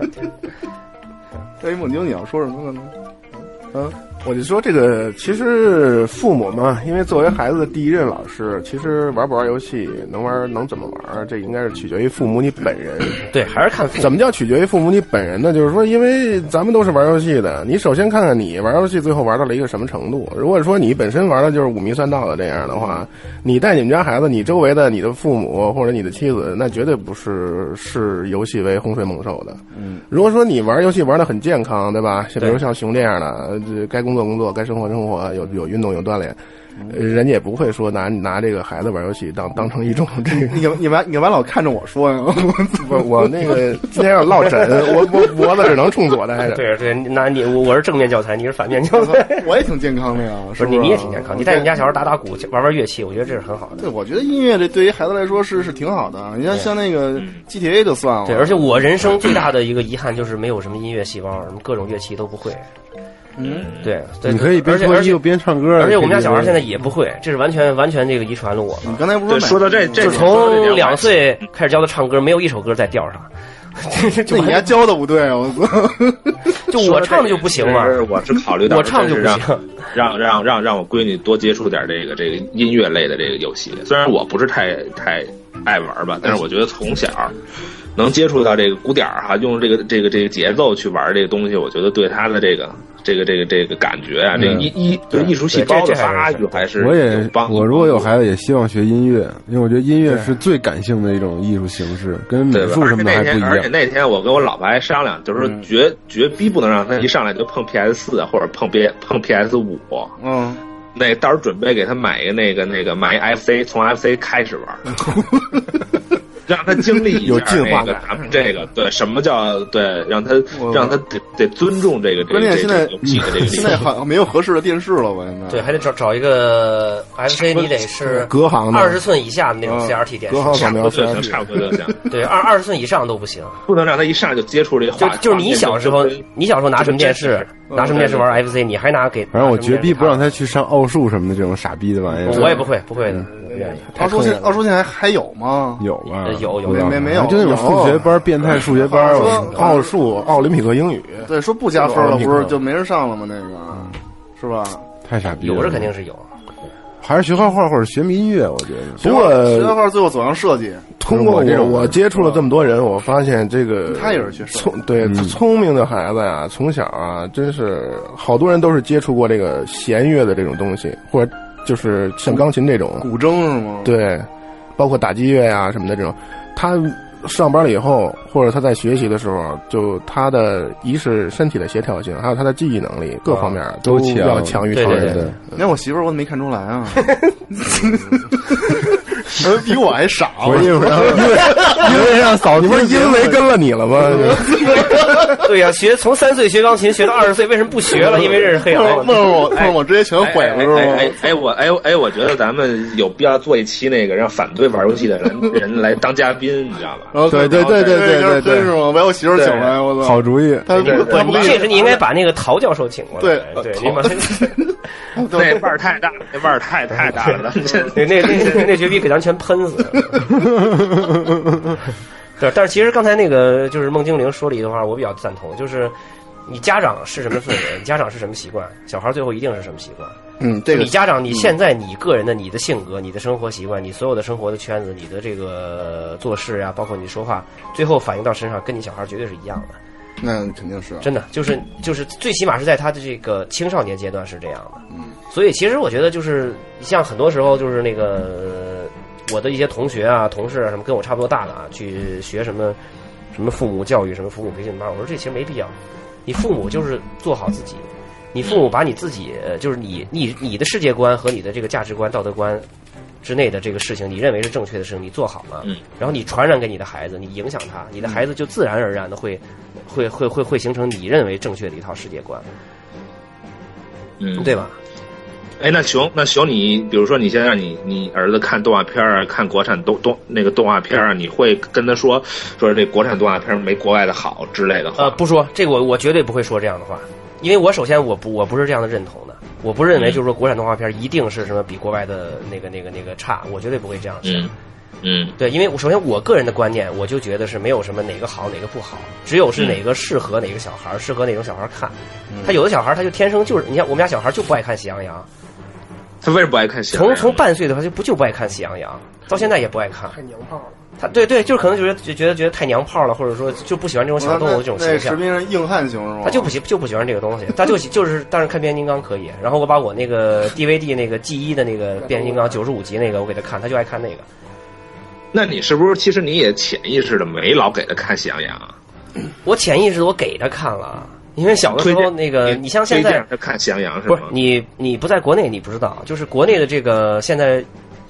F: 哎，孟晶，你要说什么了呢？
E: 我就说这个，其实父母嘛，因为作为孩子的第一任老师，其实玩不玩游戏，能玩能怎么玩，这应该是取决于父母你本人。
C: 对，还
F: (laughs)
C: 是看父母
E: 怎么叫取决于父母你本人呢？就是说，因为咱们都是玩游戏的，你首先看看你玩游戏最后玩到了一个什么程度。如果说你本身玩的就是五迷三道的这样的话，你带你们家孩子，你周围的你的父母或者你的妻子，那绝对不是视游戏为洪水猛兽的。嗯，如果说你玩游戏玩的很健康，对吧？像比如像熊这样的，呃这该工作工作，该生活生活，有有运动有锻炼。呃人家也不会说拿拿这个孩子玩游戏当当成 (laughs) 一种这
F: (laughs)
E: 个
F: 你干你们你干嘛老看着我
C: (laughs)
F: 说呀？
E: 我我那个今天要落枕，我我脖子只能冲左的，还是
C: 对对，那你我我是正面教材，你是反面教
F: (laughs)
C: 材。
F: 我也挺健康的呀，
C: 不是
F: 不
C: 你，
F: 是？
C: 你也挺健康。你带你们家小孩打打鼓，玩玩乐器，我觉得这是很好的。
F: 对，我觉得音乐这对于孩子来说是是挺好的。你像像那个
D: 嗯
F: GTA 就算了，
C: 对，而且我人生最大的一个遗憾就是没有什么音乐细胞，什么各种乐器都不会。
F: 嗯，
C: 对，对
B: 你可以边
C: 而且
B: 脱
C: 而
B: 衣
C: 且
B: 服边唱歌。
C: 而且我们家小孩现在也不会，这是完全完全这个遗传了我
F: 你
C: 了。
F: 刚才不是
D: 对，
F: 买
D: 说到这，这
C: 就
D: 你说的这
C: 从
D: 点
C: 两，岁开始教他唱歌，没有一首歌在调上。 (laughs)
F: 那你还教的不对啊，我
C: (laughs)
F: 操！
C: 就我唱的就不行嘛
D: 其，实我是考虑到
C: 我唱就
D: 真
C: 不
D: 是让
C: 行。
D: (laughs) 让让让让我闺女多接触点这个这个音乐类的这个游戏。虽然我不是太太爱玩吧，但是我觉得从小能接触到这个鼓点儿哈，用这个这个这个节奏去玩这个东西，我觉得对她的这个这个这个这个感觉啊，这
B: 嗯
D: 个艺艺对艺术细胞
C: 这
D: 的
C: 这还
D: 发
C: 是
D: 育还是
B: 我也
D: 有帮。
B: 我如果有孩子，也希望学音乐，因为我觉得音乐是最感性的一种艺术形式，跟美
D: 对吧？
B: 术
D: 而
B: 什
D: 且
B: 么的
D: 那
B: 还
D: 天，
B: 不一
D: 而且
B: 样。嗯
D: 那天我跟我老婆还商量，就是说绝、绝逼不能让她一上来就碰 PS 四或者碰别碰 PS 五。
F: 嗯，
D: 那到时候准备给他买一个那个那个买一 FC，从 FC 开始
F: (laughs)
D: 玩，让他经历一下
E: 有进化
D: 那个
E: 感
D: 咱们这个对什么叫对，让他
F: 我
D: 让他得得尊重这个这
F: 关键
D: 个这
F: 现
D: 个
F: 在嗯
D: 游戏的这个历
F: 现在
D: 史。
F: 好像没有合适的电视了吧？现在 (laughs)
C: 对，还得找找一个 FC，你得是
E: 隔行的
C: 二十寸以下的那种 CRT 电
E: 隔
C: 视。
E: 行扫
D: 差不多
E: 描
D: 就
E: CRT
D: 行，差不
F: (laughs)
D: 多就行，
C: 对，二二十寸以上都不行。
D: 不能让他一上就接触这
C: 就
D: (laughs) 话。
C: 就是你小时候，你小时候拿什么电视，拿什么电视玩 FC，你还拿给？
B: 反正我绝逼不让
C: 他，
B: 他去上奥数什么的这种傻逼的玩意儿。
C: 我也不会，不会的，我不愿意。
F: 奥数现奥数现在还还有吗？
B: 有吧
C: 呃？有有
B: 不知道
F: 没没没有
B: 就那种数学班，变态数学班，
F: 说啊
B: 我操
E: 奥数、奥林匹克英语，
F: 对，说不加分了，不
E: 这个奥
F: 是
E: 密克
F: 就没人上了吗？那
C: 嗯
F: 个是吧？
B: 太傻逼了。
C: 有是肯定是有，
B: 还是学画画或者学民乐，我觉得。
E: 不过
F: 学画最后走向设计，
E: 通过
B: 我这
E: 我
B: 种
E: 我接触了这么多人，我发现这个
F: 他也是学生
E: 聪对聪明的孩子呀，从小啊，真是好多人都是接触过这个弦乐的这种东西，或者就是像钢琴这种，啊
F: 古筝是吗？，
E: 对，包括打击乐呀、什么的这种，他上班了以后，或者他在学习的时候，就他的一是身体的协调性，还有他的记忆能力各方面啊
B: 都强
E: 要强于
C: 对
E: 常
C: 对
E: 人。
C: 对
F: 那我媳妇儿我怎么没看出来啊？ (laughs) 比我还傻，
B: 我因为
F: (laughs)
B: 因为让嫂子，
E: 你不是因为跟了你了吗？
C: (laughs) 对呀、学从三岁学钢琴学到二十岁，为什么不学了？因为认识黑
F: 碰
C: 羊
F: 哎碰。上我碰上我直接全毁了
D: 哎
F: 是
D: 哎哎
F: 吗？
D: 哎，我哎哎，我觉得咱们有必要做一期那个让反对玩游戏的人
F: (laughs)
D: 人来当嘉宾，你知道吧？
F: 然后
B: 对对对对对对对
F: 哎真是吗？把我媳妇儿请来，我操！
B: 好主意，
F: 他不他不
C: 不，
F: 跟
C: 这时你应该把那个陶教授请过来。
F: 对呃
C: 对，
F: 陶
C: 你把
D: 那腕儿太大，那腕儿太太大
F: (laughs)
D: 了，咱们这
C: 那那那那绝逼给咱全喷死。
F: (laughs)
C: 对，但是其实刚才那个就是孟精灵说了一段话，我比较赞同，就是你家长是什么氛围，你家长是什么习惯，小孩最后一定是什么习惯。
F: 嗯，这个
C: 你家长，你现在你个人的你的性格、你的生活习惯、你所有的生活的圈子、你的这个做事呀、包括你说话，最后反映到身上，跟你小孩绝对是一样的。
F: 那肯定是啊
C: 真的就是就是最起码是在他的这个青少年阶段是这样的。所以其实我觉得就是像很多时候就是那个呃我的一些同学啊、同事啊什么跟我差不多大的啊，去学什么什么父母教育、什么父母培训班，我说这其实没必要。你父母就是做好自己，你父母把你自己呃就是你你你的世界观和你的这个价值观、道德观之内的这个事情，你认为是正确的事情，你做好了，
D: 嗯，
C: 然后你传染给你的孩子，你影响他，你的孩子就自然而然的会会会会会形成你认为正确的一套世界观，
D: 嗯，
C: 对吧？
D: 哎，那熊，那熊你，比如说你现在让你你儿子看动画片儿啊，看国产动动那个动画片儿啊，你会跟他说说这国产动画片儿没国外的好之类的话？
C: 呃，不说这个我，我绝对不会说这样的话，因为我首先我不我不是这样的认同的，我不认为就是说国产动画片一定是什么比国外的那个那个那个差，我绝对不会这样想。
D: 嗯嗯
C: 对，因为我首先我个人的观念，我就觉得是没有什么哪个好哪个不好，只有是哪个适合哪个小孩儿，适合哪种小孩儿看。他有的小孩儿他就天生就是，你看我们家小孩儿就不爱看《喜羊羊
D: 他为什么不爱看》，小
C: 从
D: 羊？
C: 从半岁的话就不就不爱看《喜羊羊》，到现在也不爱看。
E: 太娘炮了。
C: 他对对，就是可能觉得觉得觉得太娘炮了，或者说就不喜欢这种小动物这种
F: 那
C: 形
F: 士
C: 象。
F: 兵是硬汉型是吗？
C: 他就不喜就不喜欢这个东西，他就喜就是，但是看变形金刚可以。然后我把我那个 DVD 那个 G 一的那个变形金刚九十五集那个我给他看，他就爱看那个。
D: 那你是不是其实你也潜意识的没老给他看喜羊羊啊？
C: 我潜意识地我给他看了，因为小的
D: 推
C: 时候
D: 荐
C: 那个，
D: 你
C: 你像现
D: 推
C: 在
D: 荐他看喜羊羊是
C: 不是
D: 吗？
C: 你你不在国内你不知道，就是国内的这个现在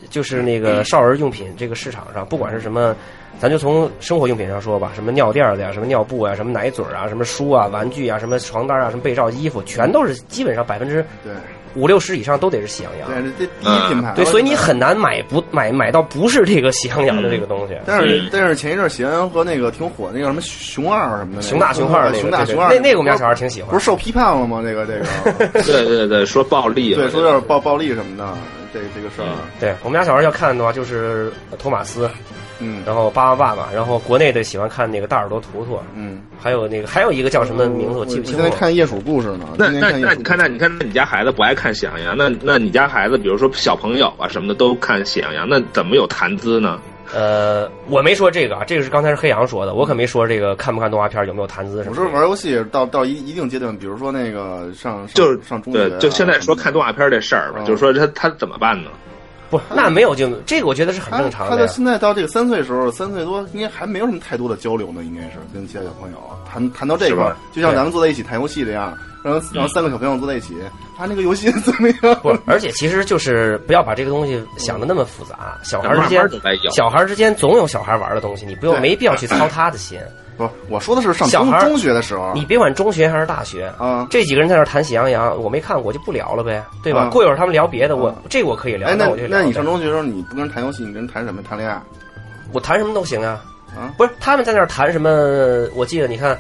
C: 就是那个少儿用品这个市场上，不管是什么，咱就从生活用品上说吧，什么尿垫儿的呀，什么尿布啊，什么奶嘴儿啊，什么书啊、玩具啊，什么床单啊，什么被罩、衣服，全都是基本上百分之
F: 对
C: 五六十以上都得是喜羊羊。
F: 对，这这第一品牌
C: 嗯
F: 了。
C: 对，所以你很难买不买买到不是这个喜羊羊的这个东西。
F: 但是
D: 嗯
F: 但是前一阵儿喜羊羊和那个挺火的那叫什么熊二什么的，
C: 熊大熊二那个，
F: 熊大
C: 对对
F: 熊二
C: 那那个我们家小孩挺喜欢。
F: 不是受批判了吗？这个这
C: (laughs)
F: 个，
D: 对对对，说暴力了，
F: 对，说有点暴暴力什么的，这这个事儿，
C: 对我们家小孩要看的话，就是托马斯，
F: 嗯
C: 然后巴巴爸爸，然后国内的喜欢看那个大耳朵图图，
F: 嗯，
C: 还有那个还有一个叫什么呃名字我
F: 我
C: 记不
F: 我
C: 清
F: 现在
C: 了。
F: 看夜鼠故事呢，
D: 那
F: 今天
D: 那
F: 夜
D: 那
F: 鼠
D: 你看那你看那你家孩子不爱看喜羊羊，那那你家孩子比如说小朋友啊什么的都看喜羊羊，那怎么有谈资呢？
C: 呃，我没说这个啊，这个是刚才是黑羊说的，我可没说这个看不看动画片，有没有谈资什
F: 我
C: 么
F: 说
C: 的。
F: 玩游戏到到一一定阶段，比如说那个上上
D: 就是
F: 上中学啊，
D: 对，就现在说看动画片这事儿吧，
F: 嗯
D: 就是说他他怎么办呢？
C: 不，那没有就这个，我觉得是很
F: 他
C: 正
F: 他
C: 常的
F: 到
C: 呀。
F: 现在到这个三岁时候，三岁多应该还没有什么太多的交流呢，应该是跟其他小朋友谈谈到这
D: 是
F: 块儿
D: 吧，嗯
F: 就像
C: 对
F: 咱们坐在一起谈游戏这样，然后然后三个小朋友坐在一起，他那个游戏 (laughs) 怎么样？
C: 不，而且其实就是不要把这个东西想的那么复杂。小孩之
D: 慢
C: 间
D: 慢就该有，
C: 小孩之间总有小孩玩的东西，你不用
F: 对
C: 没必要去操他的心。
F: 不，我说的是上
C: 小
F: 中
C: 孩儿
F: 中学的时候，
C: 你别管中学还是大学，
F: 啊，
C: 这几个人在那儿谈喜羊羊，我没看过就不聊了呗，对吧？
F: 啊
C: 过一会儿他们聊别的，我
F: 啊
C: 这个我可以聊
F: 哎，，那
C: 我就聊
F: 那你
C: 呗
F: 上中学的时候，你不跟人谈游戏，你跟人谈什么？谈恋爱？
C: 我谈什么都行啊。
F: 啊
C: 不是他们在那儿谈什么？我记得你看，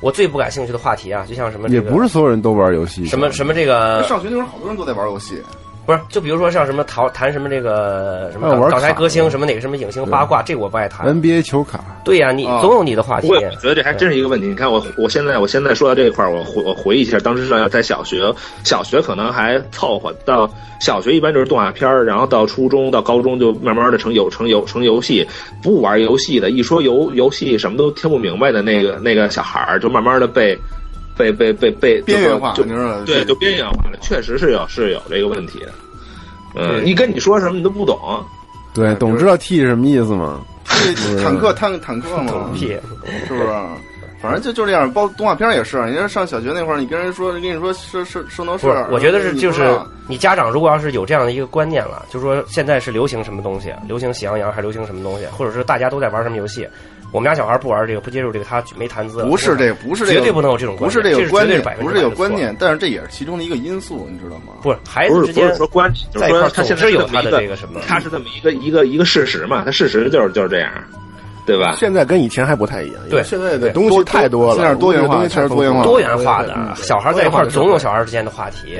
C: 我最不感兴趣的话题啊，就像什么、这
B: 也
C: 个、
B: 不是所有人都玩游戏，
C: 什么什么这个
F: 上学那时候好多人都在玩游戏，
C: 不是，就比如说像什么淘谈什么这个什么
B: 哎玩卡
C: 港
B: 嗯
C: 港台歌星什么哪个什么影星八卦，这我不爱谈。
B: NBA 球卡，
C: 对呀、你
F: 啊
C: 总有你的话
D: 不
C: 题。
D: 过我觉得这还真是一个问题。你看我，我现在我现在说到这一块儿，我回我回忆一下，当时上在小学，小学可能还凑合，到小学一般就是动画片儿，然后到初中到高中就慢慢的成有成有成游戏，不玩游戏的，一说游游戏什么都听不明白的那个那个小孩儿，就慢慢的被被被被被
F: 边缘化
D: 就
F: 你知道吧
D: 对，就边缘化了，确实是有是有这个问题的。嗯，
C: 对
D: 一跟你说什么你都不懂，
B: 对，懂知道 T 是什么意思吗？
F: 这坦克坦坦克
C: (laughs)
F: 嘛，
C: 屁，
F: 是不是？反正就就这样，包括动画片也是。人家上小学那会儿，你跟人说，跟你说圣圣圣斗士
C: 不是，，我觉得是
F: 你
C: 就
F: 不知
C: 是
F: 道
C: 你家长如果要是有这样的一个观念啊了，就说现在是流行什么东西，啊流行喜羊羊还是流行什么东西，啊或者是大家都在玩什么游戏，啊我们家小孩不玩这个，不接触这个，他没谈资。
F: 不是这个，不是这个，
C: 绝对不能有这种观
F: 不是这个
C: 念
F: 观
C: 这是绝对
F: 念
C: 是百，分
F: 不
C: 之
F: 是这个
C: 百的
F: 观
C: 错
F: 念，但是这也是其中的一个因素，你知道吗？
C: 不是孩
D: 不
C: 子之
D: 是不
C: 间
D: 是说关系，就是
C: 在一块
D: 说
C: 儿
D: 他现
C: 总
D: 在
C: 是有
D: 这么
C: 他
D: 一
C: 的这个什么。
D: 他是这么一个一个一个事实嘛，他事实就是就是这样，对吧？
E: 现在跟以前还不太一样，因为
C: 对
E: 现在的东西
F: 多
E: 太多了，
F: 现在是多元化
E: 我觉得东西太丰
F: 确实
E: 富了
F: 多元化
C: 多元化的
E: 嗯
C: 小孩在一块儿
E: 多元化的
C: 总有小孩之间的话题。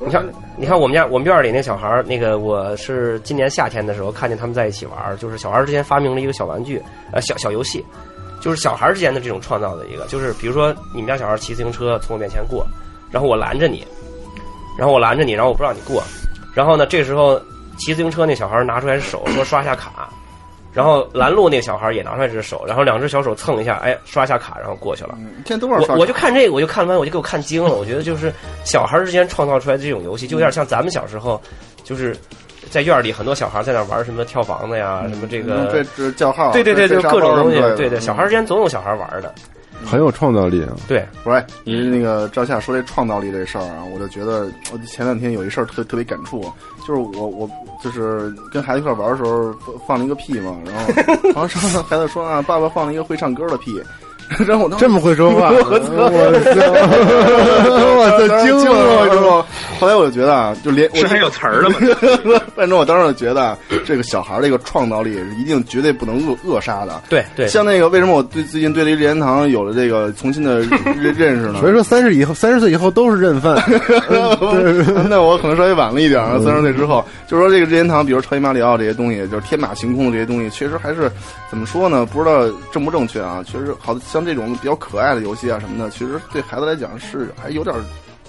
C: 你看，你看我们家我们院儿里那小孩儿，那个我是今年夏天的时候看见他们在一起玩儿，就是小孩儿之间发明了一个小玩具，呃，小小游戏，就是小孩儿之间的这种创造的一个，就是比如说你们家小孩儿骑自行车从我面前过，然后我拦着你，然后我拦着你，然后我不让你过，然后呢，这时候骑自行车那小孩儿拿出来手说刷下卡，然后拦路那小孩儿也拿出来只手，然后两只小手蹭一下，哎，刷下卡，然后过去了。
F: 嗯，现在都是
C: 我
F: 刷
C: 我就看这个，我就看完我就给我看惊了。我觉得就是小孩儿之间创造出来的这种游戏，就有点像咱们小时候，就是在院儿里很多小孩儿在那玩什么跳房子呀，什么这
F: 嗯这
C: 个，
F: 这叫号，
C: 对对对，
F: 这
C: 就
F: 这
C: 各种东西
F: 这这，
C: 对对，
F: 嗯
C: 小孩儿之间总有小孩儿玩的，
B: 很有创造力啊！
C: 对，
F: 不是，那个赵夏说这创造力这事儿啊，我就觉得，我前两天有一事儿特特别感触，啊就是我我就是跟孩子一块玩的时候放放了一个屁嘛，然后
B: (laughs)
F: 然后上孩子说啊，爸爸放了一个会唱歌的屁， (laughs) 然后我当时
B: 这么会说话，我操！ (laughs) 我
F: 当
B: 操，
F: 时
B: 惊
F: 惊
B: 了！
F: 了，知道吗？后来我就觉得啊，就连我
D: 是还有词儿的嘛？
F: (laughs) 反正我当时就觉得啊这个小孩儿这个创造力是一定绝对不能扼扼杀的。
C: 对对，
F: 像那个为什么我对最近对这个任天堂有了这个重
B: (laughs)
F: 新的认认识呢？
B: 所以说三十以后，三十岁以后都是认犯。
F: (laughs) 那我可能稍微晚了一点儿，三十岁之后，就是说这个任天堂，比如超级马里奥这些东西，就是天马行空的这些东西，确实还是怎么说呢？不知道正不正确啊？确实，好像这种比较可爱的游戏啊什么的，其实对孩子来讲是还有点儿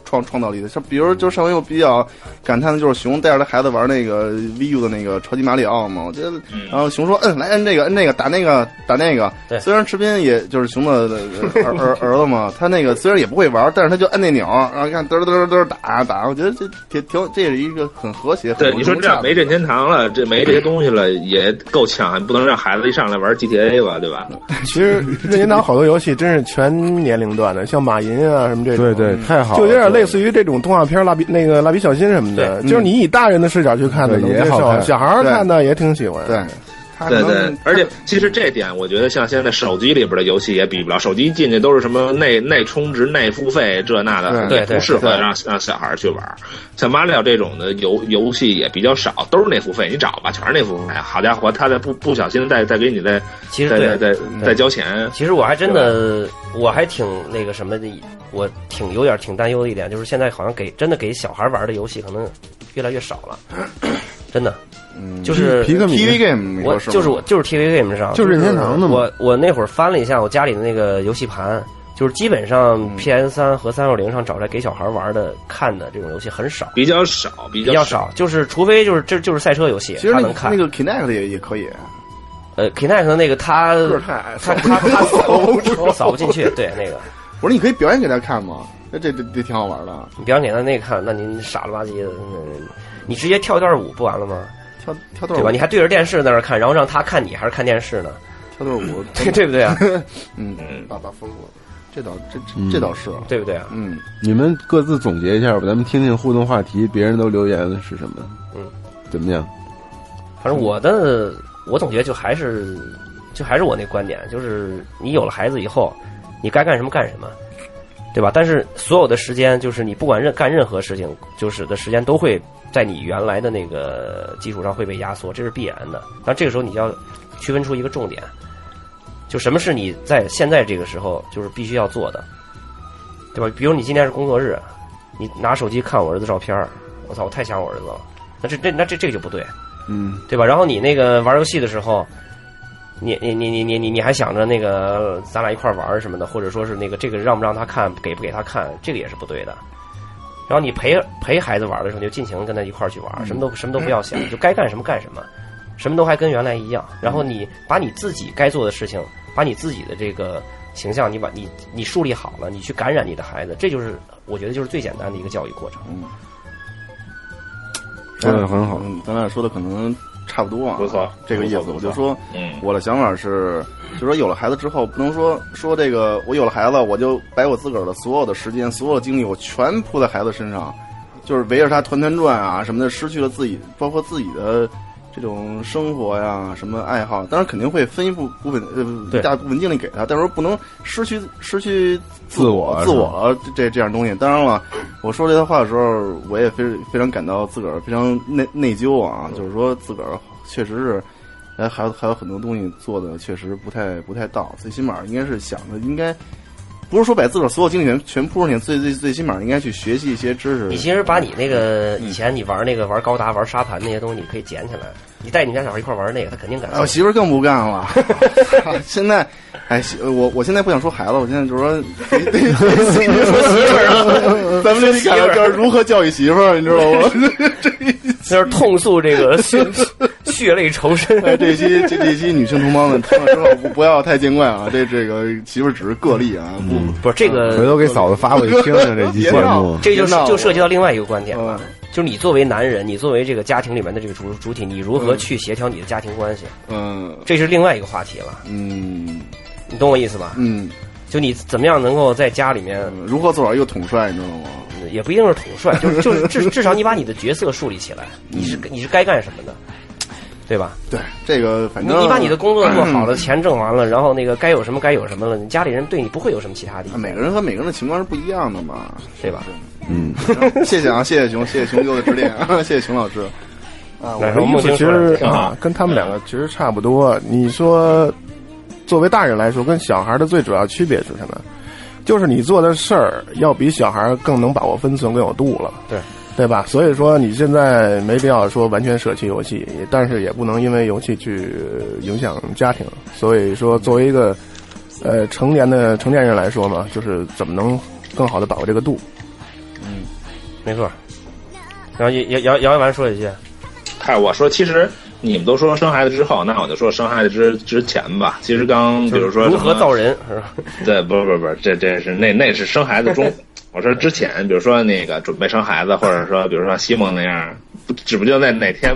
F: 创创造力的。像比如，就上回我比较感叹的就是熊带着他孩子玩那个 VU 的那个超级马里奥嘛，我觉得，然后熊说，嗯，来摁这个，摁这个，打那个，打那个。
C: 对
F: 虽然池斌也就是熊的呃儿儿儿子嘛，他那个虽然也不会玩，但是他就按那钮，然后看嘚儿嘚儿嘚儿打打，我觉得这挺挺，这是一个很和谐。
D: 对，
F: 很
D: 你说这样没任天堂了，这没这些东西了，也够呛，不能让孩子一上来玩 GTA 吧，对吧？
E: 其实任天堂好多游戏真是全年龄段的，像马银啊什么这种，
B: 对对，太好了，
E: 就有点类似于这种动画片儿蜡笔那个蜡笔小新什么的，就是你以大人的视角去看的
B: 嗯对
E: 能
B: 也
E: 接
B: 好
E: 受，
B: 看
E: 小孩儿看的也挺喜欢。
F: 对，他
D: 对
F: 可能
D: 对，而且其实这点，我觉得像现在手机里边的游戏也比不了，手机进去都是什么内内充值、内付费这那的，
C: 对
D: 也
C: 对
D: 不适合让让小孩去玩。像马里奥这种的游游戏也比较少，都是内付费，你找吧，全是内付费。哎好家伙，他再不不小心再再给你再
C: 其实
D: 再
C: 对
D: 再再再交钱，
C: 其实我还真的，我还挺那个什么的，我挺有点挺担忧的一点，就是现在好像给真的给小孩玩的游戏可能越来越少了， (clears throat) 真的，就是
B: 皮克米
F: TV game 你
C: 我
F: 说是吗
C: 就是我就是 TV game 上，
B: 就是任天堂的嘛
C: 我我那会儿翻了一下我家里的那个游戏盘，就是基本上 PS 三和三六零上找来给小孩玩的、看的这种游戏很少，
D: 比较少，比
C: 比较
D: 较。
C: 少。就是除非就是这就是赛车游戏，
F: 其实
C: 他
F: 那
C: 能
F: 个
C: 看。
F: 那个 Kinect 也也可以，
C: 呃，Kinect 的那个他
E: 个太矮
C: 呃他他他扫不扫不进去，对那个
F: 我说你可以表演给他看嘛，那这这这挺好玩的，啊
C: 你表演给他那个看，那您傻了吧唧的，嗯你直接跳一段舞不完了吗？
F: 跳跳段
C: 对吧？
F: 舞
C: 你，还对着电视在那儿看，然后让他看你还是看电视呢？
F: 跳
C: (laughs)
F: 段舞，
C: 对对不对啊？
F: 嗯，把把风过，这倒这这这倒是，
C: 对不对啊？
F: 嗯，
B: 你们各自总结一下吧，咱们听听互动话题，别人都留言的是什么？
C: 嗯，
B: 怎么样？
C: 反正我的我总觉得就还是就还是我那观点，就是你有了孩子以后，你该干什么干什么，对吧？但是所有的时间，就是你不管任干任何事情，就是的时间都会在你原来的那个基础上会被压缩，这是必然的。但这个时候你就要区分出一个重点，就什么是你在现在这个时候就是必须要做的，对吧？比如你今天是工作日，你拿手机看我儿子照片儿，我操，我太想我儿子了。那这这那这这个就不对，
B: 嗯，
C: 对吧？然后你那个玩游戏的时候，你你你你你你你还想着那个咱俩一块儿玩儿什么的，或者说是那个这个让不让他看，给不给他看，这个也是不对的。然后你陪陪孩子玩儿的时候，你就尽情跟他一块儿去玩儿，什么都什么都不要想，就该干什么干什么，什么都还跟原来一样。然后你把你自己该做的事情，把你自己的这个形象，你把你你树立好了，你去感染你的孩子，这就是我觉得就是最简单的一个教育过程。
B: 说的很好，
F: 嗯，咱俩说的可能差不多啊，
D: 不错
F: 这个意思。
D: 不错不
F: 我
D: 错
F: 就说，
D: 嗯，
F: 我的想法是，就说有了孩子之后，不能说说这个我有了孩子，我就把我自个儿的所有的时间、所有的精力，我全扑在孩子身上，就是围着他团团转啊什么的，失去了自己，包括自己的这种生活呀、什么爱好。当然肯定会分一部部分
C: 对
F: 呃大部分精力给他，但是不能失去失去
B: 自我
F: 自我了这这样东西。当然了，我说这段话的时候，我也非非常感到自个儿非常内内疚啊，就是说自个儿确实是，哎，还有还有很多东西做的确实不太不太到，最起码应该是想着应该。不是说把自个儿所有精力全全扑上去，最最最起码应该去学习一些知识。
C: 你其实把你那个
F: 嗯
C: 以前你玩那个玩高达、玩沙盘那些东西，你可以捡起来，你带你家小孩一块玩那个，他肯定感
F: 啊，我
C: 兴趣。
F: 媳妇儿更不干了。现在，哎，媳我我现在不想说孩子，我现在就是说，咱们这期讲的就是如何教育媳妇儿，你知道吗？
C: 就是痛诉这
F: (laughs)
C: 个血血泪仇深。
F: 哎，这期这这期女性同胞们听了之后不不要太见怪啊，这这个媳妇儿只是个例啊，不，
C: 不是这
B: 回
C: 个，
B: 头给嫂子发过去听听这期节
F: 别
B: 目
F: 闹。
C: 这就是
F: 别闹
C: 就涉及到另外一个观点了，
F: 嗯
C: 就是你作为男人，你作为这个家庭里面的这个主主体，你如何去协调你的家庭关系，
F: 嗯
C: 这是另外一个话题了。
F: 嗯
C: 你懂我意思吧？
F: 嗯，
C: 就你怎么样能够在家里面，
F: 如何做好一个统帅，你知道吗？
C: 也不一定是统帅，就是就是至至少你把你的角色树立起来，
F: 嗯
C: 你是你是该干什么的，对吧？
F: 对，这个反
C: 你
F: 正
C: 你把你的工作做好
E: 嗯
C: 了，钱挣完了，然后那个该有什么该有什么了，你家里人对你不会有什么其他的意见，
F: 嗯每个人和每个人的情况是不一样的嘛，
C: 对吧？
B: 嗯，
F: (laughs) 谢谢啊，谢谢熊，谢谢熊哥的指点， (laughs) 谢谢熊老师。
E: 啊，我
C: 来
E: 的
C: 说
E: 意
C: 梦
E: 思
C: 清
E: 其
C: 说的
E: 实
C: 挺好
E: 啊，跟他们两个其实差不多。你说，作为大人来说，跟小孩的最主要区别是什么？就是你做的事儿要比小孩更能把握分寸、更有度了，
C: 对
E: 对吧？所以说，你现在没必要说完全舍弃游戏，但是也不能因为游戏去影响家庭。所以说，作为一个呃成年的成年人来说嘛，就是怎么能更好的把握这个度？
C: 没错。然后姚姚姚一凡说一句，啊
D: 嗨，我说其实你们都说生孩子之后，那我就说生孩子之之前吧。其实刚比如说
C: 如何
D: 什么
C: 造人是吧？
D: 对，不不不，这这是那那是生孩子中，我说之前，比如说那个准备生孩子，或者说比如说像西蒙那样，不只不就在哪天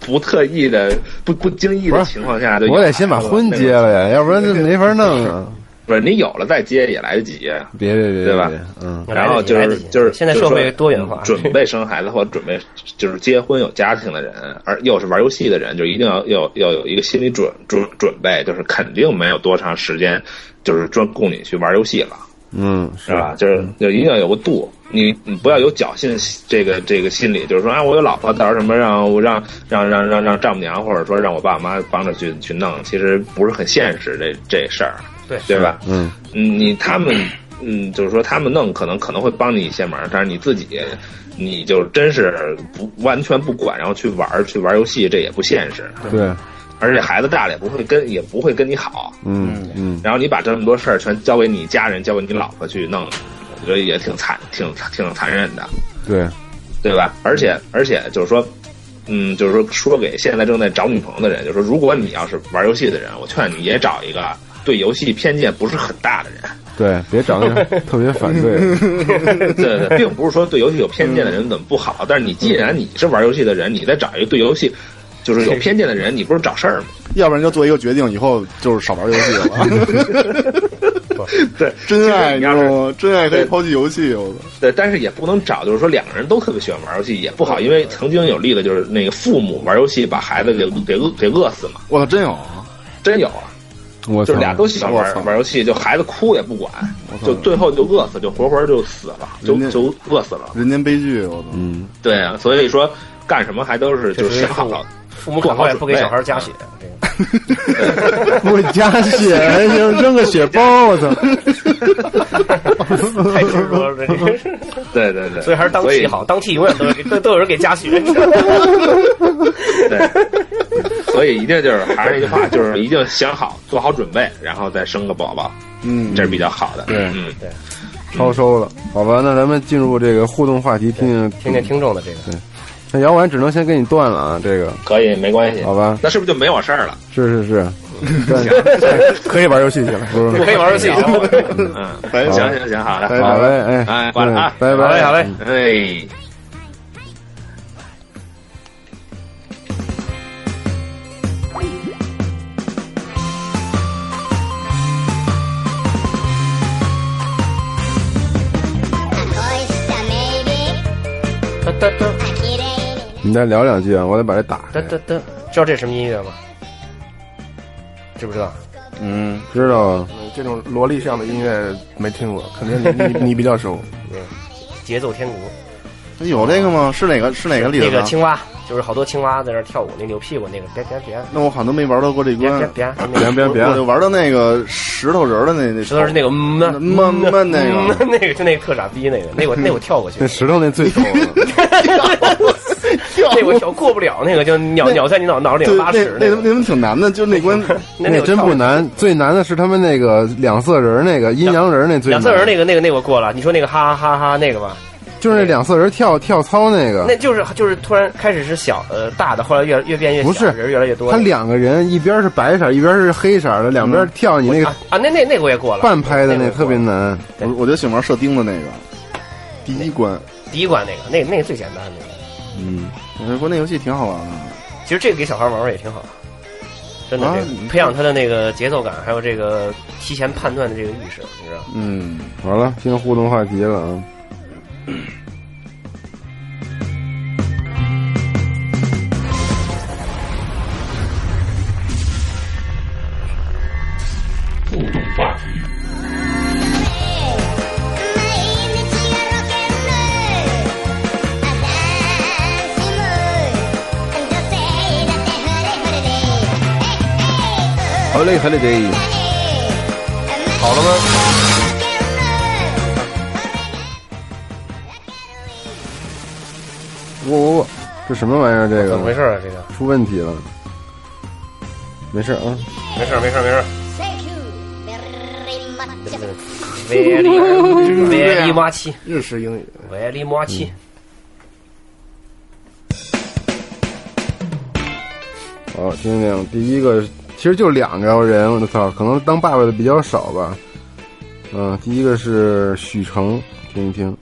D: 不特意的、不不经意的情况下就有
B: 我
D: 孩子了，
B: 得先把婚结
D: 那种，
B: 了呀，要不然这没法弄啊。
D: 不是你有了再结也来得及呀。
B: (laughs) 别别别，
D: 对吧
B: 别？嗯，
D: 然后就
C: 来得
D: 是
C: 及
D: 就是
C: 现在
D: 就是
C: 社
D: 说
C: 会多元化，
D: 准备生孩子或者准备就是结婚有家庭的人，而又是玩游戏的人，就一定要要要有一个心理准准准备，就是肯定没有多长时间，就是专供你去玩游戏了。
B: 嗯，
D: 是吧？就是就一定要有个度，你你不要有侥幸这个这个心理，就是说啊，我有老婆，到时候什么让我让让让让让丈母娘或者说让我爸妈帮着去去弄，其实不是很现实这这事儿，啊
C: 对
D: 对吧？
B: 嗯，
D: 嗯，你他们，嗯，就是说他们弄可能可能会帮你一些忙，但是你自己，你就真是不完全不管，然后去玩儿去玩儿游戏，这也不现实。
B: 对，
D: 而且孩子大了也不会跟也不会跟你好，
B: 嗯嗯，
D: 然后你把这么多事儿全交给你家人，交给你老婆去弄，我觉得也挺残，挺挺残忍的，
B: 对，
D: 对吧？而且而且就是说，嗯，就是说说给现在正在找女朋友的人，就是说，如果你要是玩游戏的人，我劝你也找一个对游戏偏见不是很大的人。
B: 对，别找那种特别反对 (laughs) 的，
D: 对对，并不是说对游戏有偏见的人怎么不好，但是你既然你是玩游戏的人，你再找一个对游戏就是有偏见的人，你不是找事儿吗？
F: 要不然就做一个决定，以后就是少玩游戏
C: (laughs)
F: 了。
D: 对，
F: (laughs) 真爱，你
D: 你
F: 知
D: 要
F: 道
D: 是
F: 吗？真爱可以抛弃游戏，我操！
D: 对，但是也不能找，就是说两个人都特别喜欢玩游戏也不好，因为曾经有例子，就是那个父母玩游戏把孩子给给饿给饿死嘛，
F: 我操，真有啊！
D: 真有啊，
B: 我
D: 就是，
B: 操
D: 俩都喜欢
F: 我操
D: 玩玩游戏，就孩子哭也不管，就最后就饿死，就活活就死了，就
F: 人家
D: 就饿死了。
F: 人间悲剧，我操！
B: 嗯，
D: 对啊，所以说干什么还都是就
C: 确实
D: 是想好了，
C: 父母赶快不给小孩加血，这个
E: (laughs)
B: 不加啊血，就扔个血包，我操，
C: (laughs) 太执着了，这个
E: (laughs)
D: 对对对，
C: 所以还是当
D: 所以
C: 替好，当替永远都有给都都有人给加
E: (laughs)
C: 血。
D: 对，所以一定就是还是那句话，就是一定想好，做好准备，然后再生个宝宝，
F: 嗯，
D: 这是比较好的。
B: 对
D: 嗯，对，
B: 超收了，好吧，那咱们进入这个互动话题，听
C: 听听听众的这个，
B: 那姚丸只能先给你断了啊，这个
D: 可以，没关系。
B: 好吧，
D: 那是不是就没我事儿了？
B: 是是是， (laughs)
E: 可以玩游戏去了。
B: 不是，
C: 可以玩游戏。
D: 嗯，行行行，好的，
B: 好嘞，哎，
D: 哎完了啊
B: 拜拜，
C: 好嘞，好嘞。
D: 哎。
C: 哒哒哒
B: 你再聊两句啊，我得把这打开。
C: 哒哒哒，知道这是什么音乐吗？知不知道？
F: 嗯，
B: 知道啊，
E: 呃这种萝莉向的音乐没听过，肯定你 (laughs) 你你比较熟。
C: 节奏天国，
F: 有这个吗？是哪个？是哪个里
C: 那
F: 头
C: 个
F: 的？
C: 青蛙，就是好多青蛙在那儿跳舞，那扭屁股那个，别别别
F: 那我好像都没玩到过这
C: 别
F: 关
C: 别，别，
B: 别别啊别
F: 我，就玩到那个石头人儿的那那
C: 石头是那个嗯呐
F: 嗯呐
C: 嗯呐
F: 嗯呐那
C: (laughs)
F: 个
C: 嗯呐那个就那个特傻逼那个，那我那我跳过去
B: 那，石头那最丑啊
E: (laughs)
B: 了，
C: (laughs) 那我跳过不了，那个就秒秒在你脑脑袋里
F: 对那
C: 拉屎
F: 那
C: 那
F: 那
C: 个，
F: 那挺难的，就那关
C: (laughs) 那
B: 那
C: 个
B: 真不。难，最难的是他们那个两色人儿那个阴阳人儿那最
C: 两
B: 难，
C: 色人那个那个那个我过了，你说那个哈哈哈哈那个吧，
B: 就是那两色人跳跳操那个
C: 那，就是就是突然开始是小呃大的，后来越越变越小，
B: 不是
C: 人越来越多。
B: 他两个人一边是白色儿，一边是黑色儿的，两边跳你那个
C: 啊啊那那那个我也过了，
B: 半拍的
C: 那
B: 那
C: 个
B: 特别难，
F: 我我就喜欢玩射钉的那个，第一关，
C: 第一关那个那那个最简单那个。
B: 嗯，
F: 我就说哎那游戏挺好玩的，
C: 其实这个给小孩玩玩也挺好，真的，
F: 啊
C: 这个培养他的那个节奏感，还有这个提前判断的这个意识，你知道吗？
F: 嗯，
B: 好了，进入互动话题了啊。好嘞，好嘞，得。
C: 好了吗？
B: 我我我，这什么玩意儿？这
C: 怎么回
B: 个
C: 事啊？这个
B: 出问题了。没事啊，
C: 没事儿没事儿没
F: (laughs)
C: 事儿
G: Thank you very much.
C: ，very
F: 嗯
C: very much
E: 日式英语，
C: very much，
B: 好，哦听听第一个，其实就两个人，我操，可能当爸爸的比较少吧。嗯，第一个是许成，听一听。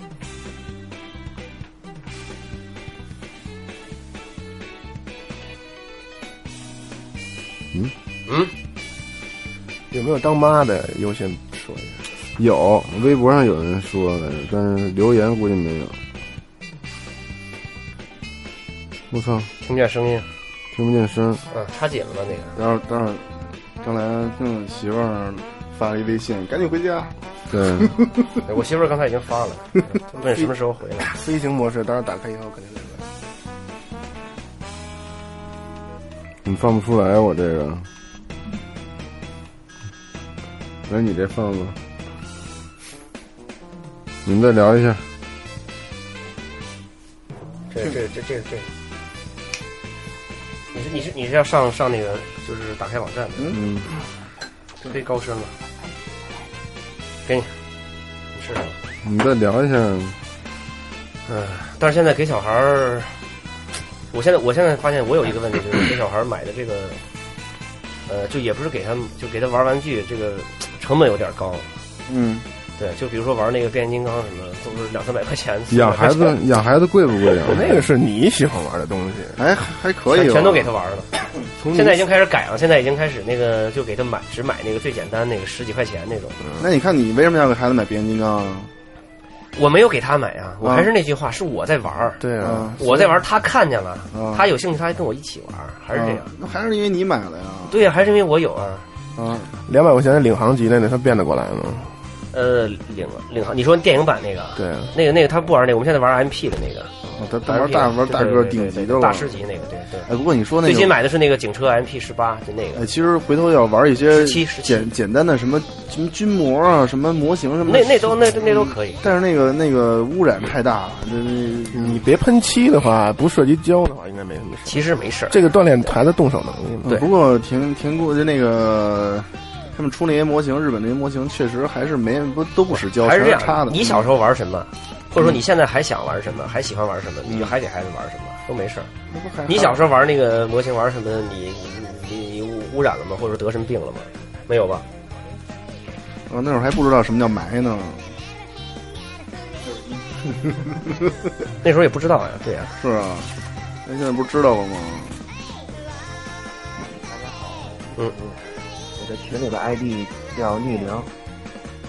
E: 嗯
B: 嗯
E: 有没有当妈的优先说一下？
B: 有微博上有人说来着，但是留言估计没有。我操，
C: 听不见声音，
B: 听不见声儿。
C: 嗯，插紧了吧那个，
F: 待会儿待会儿，刚才听我媳妇儿发了一微信，赶紧回家，
B: 对，
F: (laughs)
C: 哎我媳妇儿刚才已经发了，问什么时候回来。
E: 飞行模式，当然打开以后肯定那个。
B: 你放不出来啊我这个。来，你这放吧。你们再聊一下。
C: 这这这这这，你是你是你是要上上那个就是打开网站的，
B: 嗯，
C: 这可以高声了，给你，你试试。
B: 你们再聊一下。
C: 嗯，但是现在给小孩儿，我现在我现在发现我有一个问题，就是给小孩儿买的这个，呃，就也不是给他们，就给他玩玩具，这个成本有点高。
F: 嗯，
C: 对，就比如说玩那个变形金刚什么的，都是两三百块钱。
B: 养孩
C: 400块
B: 子
C: 钱，
B: 养孩子贵不贵啊？
E: (laughs) 那个是你喜欢玩的东西，
F: 哎还还可以哦
C: 全
F: 吧，
C: 全都给他玩
F: (coughs)
C: 了。
E: 从
C: 现在已经开始改了，现在已经开始那个就给他买，只买那个最简单那个十几块钱那种。
F: 那你看你为什么要给孩子买变形金刚啊？
C: 我没有给他买啊，我
F: 啊
C: 还是那句话，是我在玩儿。
E: 对啊，
C: 我在玩儿，他看见了
F: 啊，
C: 他有兴趣，他还跟我一起玩儿，还是这样
F: 啊。那还是因为你买了呀？
C: 对呀，还是因为我有啊。
F: 啊，
E: 两百块钱的领航级的，那他变得过来吗？
C: 呃，领领航，你说电影版那个啊？
E: 对，
C: 那个那个他不玩那个，我们现在玩 MP 的那个，
F: 哦他他玩大玩大
C: 对对
F: 个
C: 对
F: 顶
C: 对
F: 级的了。
C: 大师级那个，对对。
F: 哎，不过你说那
C: 最
F: 个
C: 新买的是那个警车 MP 十八，就那个
F: 哎，。其实回头要玩一些
C: 17
F: 简简单的什么什么军模啊，什么模型什么的
C: 那那都那那都可以，
F: 但是那个那个污染太大了，那嗯那
E: 你别喷漆的话，不涉及胶的话，应该没什么事。
C: 其实没事儿。
E: 这个锻炼孩子动手能力嘛。
C: 对
F: 不过挺挺过就那个他们出那些模型，日本那些模型确实还是没不都不使胶，
C: 还是这
F: 全插
C: 样
F: 的。，
C: 你小时候玩什么，或者说你现在还想玩什么，还喜欢玩什么，你就还给孩子玩什么都没事儿。你小时候玩那个模型玩什么？你你你污污染了吗？或者说得什么病了吗？没有吧？
F: 候嗯那会儿还不知道什么叫埋呢，
C: 那时候也不知道呀。对呀、
F: 是啊，那现在不是知道了吗？
C: 嗯
I: 我的群里的 ID 叫逆龄。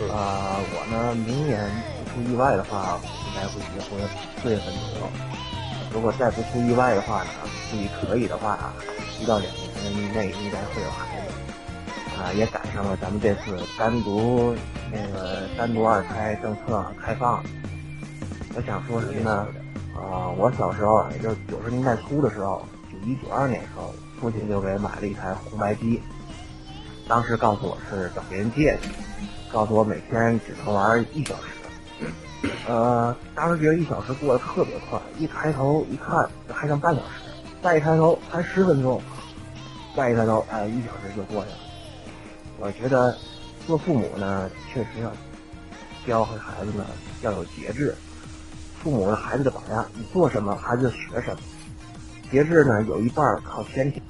C: 嗯
I: 啊、我呢，明年不出意外的话，应该会结婚，四月份左右。如果再不出意外的话呢，自己可以的话，啊一到两年内应该会有孩子。啊、也赶上了咱们这次单独那个单独二胎政策开放。我想说什么呢？啊、我小时候啊，也就是九十年代初的时候，九一九二年的时候，父亲就给买了一台红白机。当时告诉我是找别人借的，告诉我每天只能玩一小时。嗯呃，当时觉得一小时过得特别快，一抬头一看还剩半小时，再一抬头还十分钟，再一抬头哎一小时就过去了。我觉得做父母呢，确实要教会孩子呢要有节制，父母是孩子的榜样，你做什么孩子就学什么。节制呢有一半儿靠先天，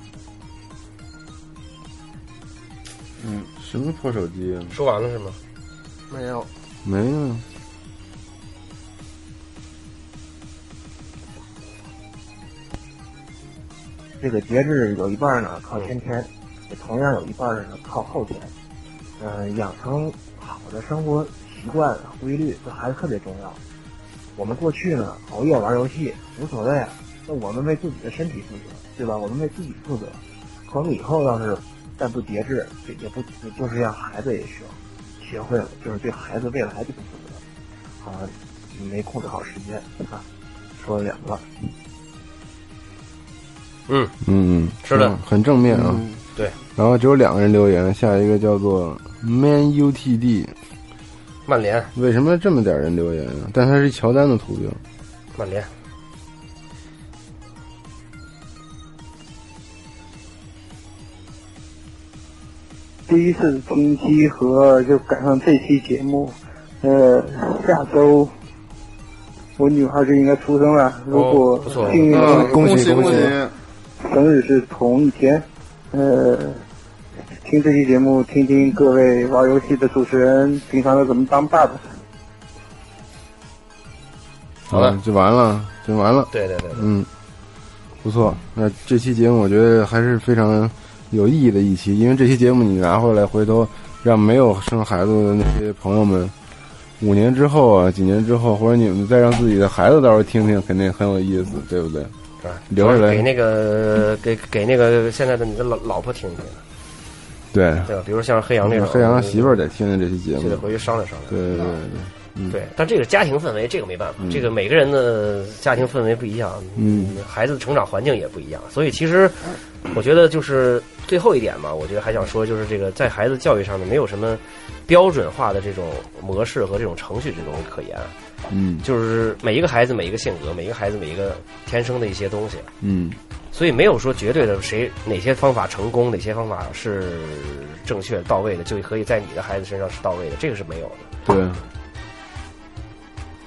B: 什么破手机啊？
C: 说完了是吗？
E: 没有，
B: 没有。
I: 这个节制有一半儿呢靠先天，也同样有一半儿呢靠后天。嗯、养成好的生活习惯规律对孩子特别重要。我们过去呢熬夜玩游戏无所谓，啊，那我们为自己的身体负责，对吧？我们为自己负责。可能以后要是再不节制，也也不也就是让孩子也学学会了，就是对孩子未来就不负责。啊，没控制好时间啊，说了两段儿。
C: 嗯，
B: 嗯，
C: 是的
B: 嗯很正面啊。
C: 对。
B: 然后只有两个人留言，下一个叫做 Man UTD，
C: 曼联，
B: 为什么这么点人留言啊？但他是乔丹的图标。
C: 曼联，
J: 第一次听机和就赶上这期节目，呃，下周我女孩就应该出生了。如果
C: 不错
J: 幸运
F: 嗯
J: 的
E: 恭喜
F: 喜
E: 恭喜
J: 生日是同一天，呃，听这期节目，听听各位玩游戏的主持人平常都怎么当爸爸。
C: 好的
B: 嗯就完了，就完了。
C: 对对对对，
B: 嗯，不错。那这期节目我觉得还是非常有意义的一期，因为这期节目你拿回来，回头让没有生孩子的那些朋友们，五年之后啊，几年之后，或者你们再让自己的孩子到时候听听，肯定很有意思，对不对？
C: 是吧？
B: 留下来
C: 给那个给给那个现在的你的老老婆听听，
B: 对。
C: 对吧？比如像黑羊这种，
B: 黑羊媳妇儿得听听这期节目
C: 就得，回去商量商量。
B: 对对对对，
C: 对，但这个家庭氛围，这个没办法，这个每个人的家庭氛围不一样，
B: 嗯，
C: 孩子成长环境也不一样，所以其实我觉得就是最后一点嘛，我觉得还想说就是这个在孩子教育上面没有什么标准化的这种模式和这种程序这种可言，
B: 嗯
C: 就是每一个孩子每一个性格，每一个孩子每一个天生的一些东西，
B: 嗯
C: 所以没有说绝对的谁哪些方法成功，哪些方法是正确到位的，就可以在你的孩子身上是到位的，这个是没有的。
B: 对，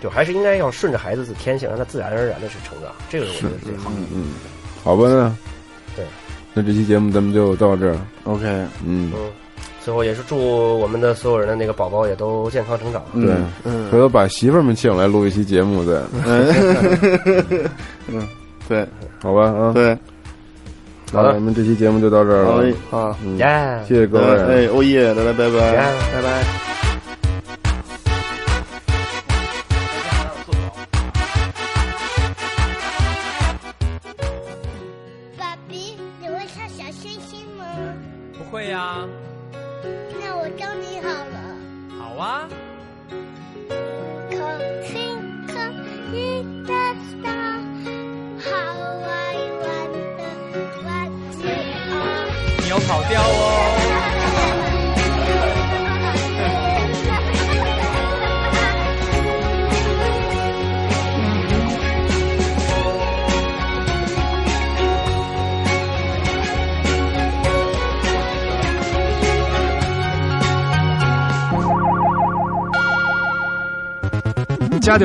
C: 就还是应该要顺着孩子的天性，让他自然而然的去成长，这个是我觉得最好的。
B: 嗯，好吧那，
C: 对，
B: 那这期节目咱们就到这儿，
F: ，OK，
B: 嗯，
C: 嗯，最后也是祝我们的所有人的那个宝宝也都健康成长。
F: 嗯 (laughs)
B: 对，
E: 嗯
B: 回头把媳妇儿们请来录一期节目再，
F: 嗯对
B: 好吧啊，
F: 对，
B: 好了，咱们这期节目就到这儿
F: 好嘞
B: 了，
E: 啊，
B: 嗯，
C: 呀，
B: 谢谢各位，啊
F: 哎，哦耶，大家拜拜，
C: 呀
F: 拜拜。
G: 爸比，你会唱小星星吗？
H: 不会呀、啊
G: 那我教你好了。
H: 好啊，
A: 啊
H: 跑掉哦。
A: 家里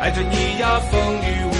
H: 爱着你呀，风雨无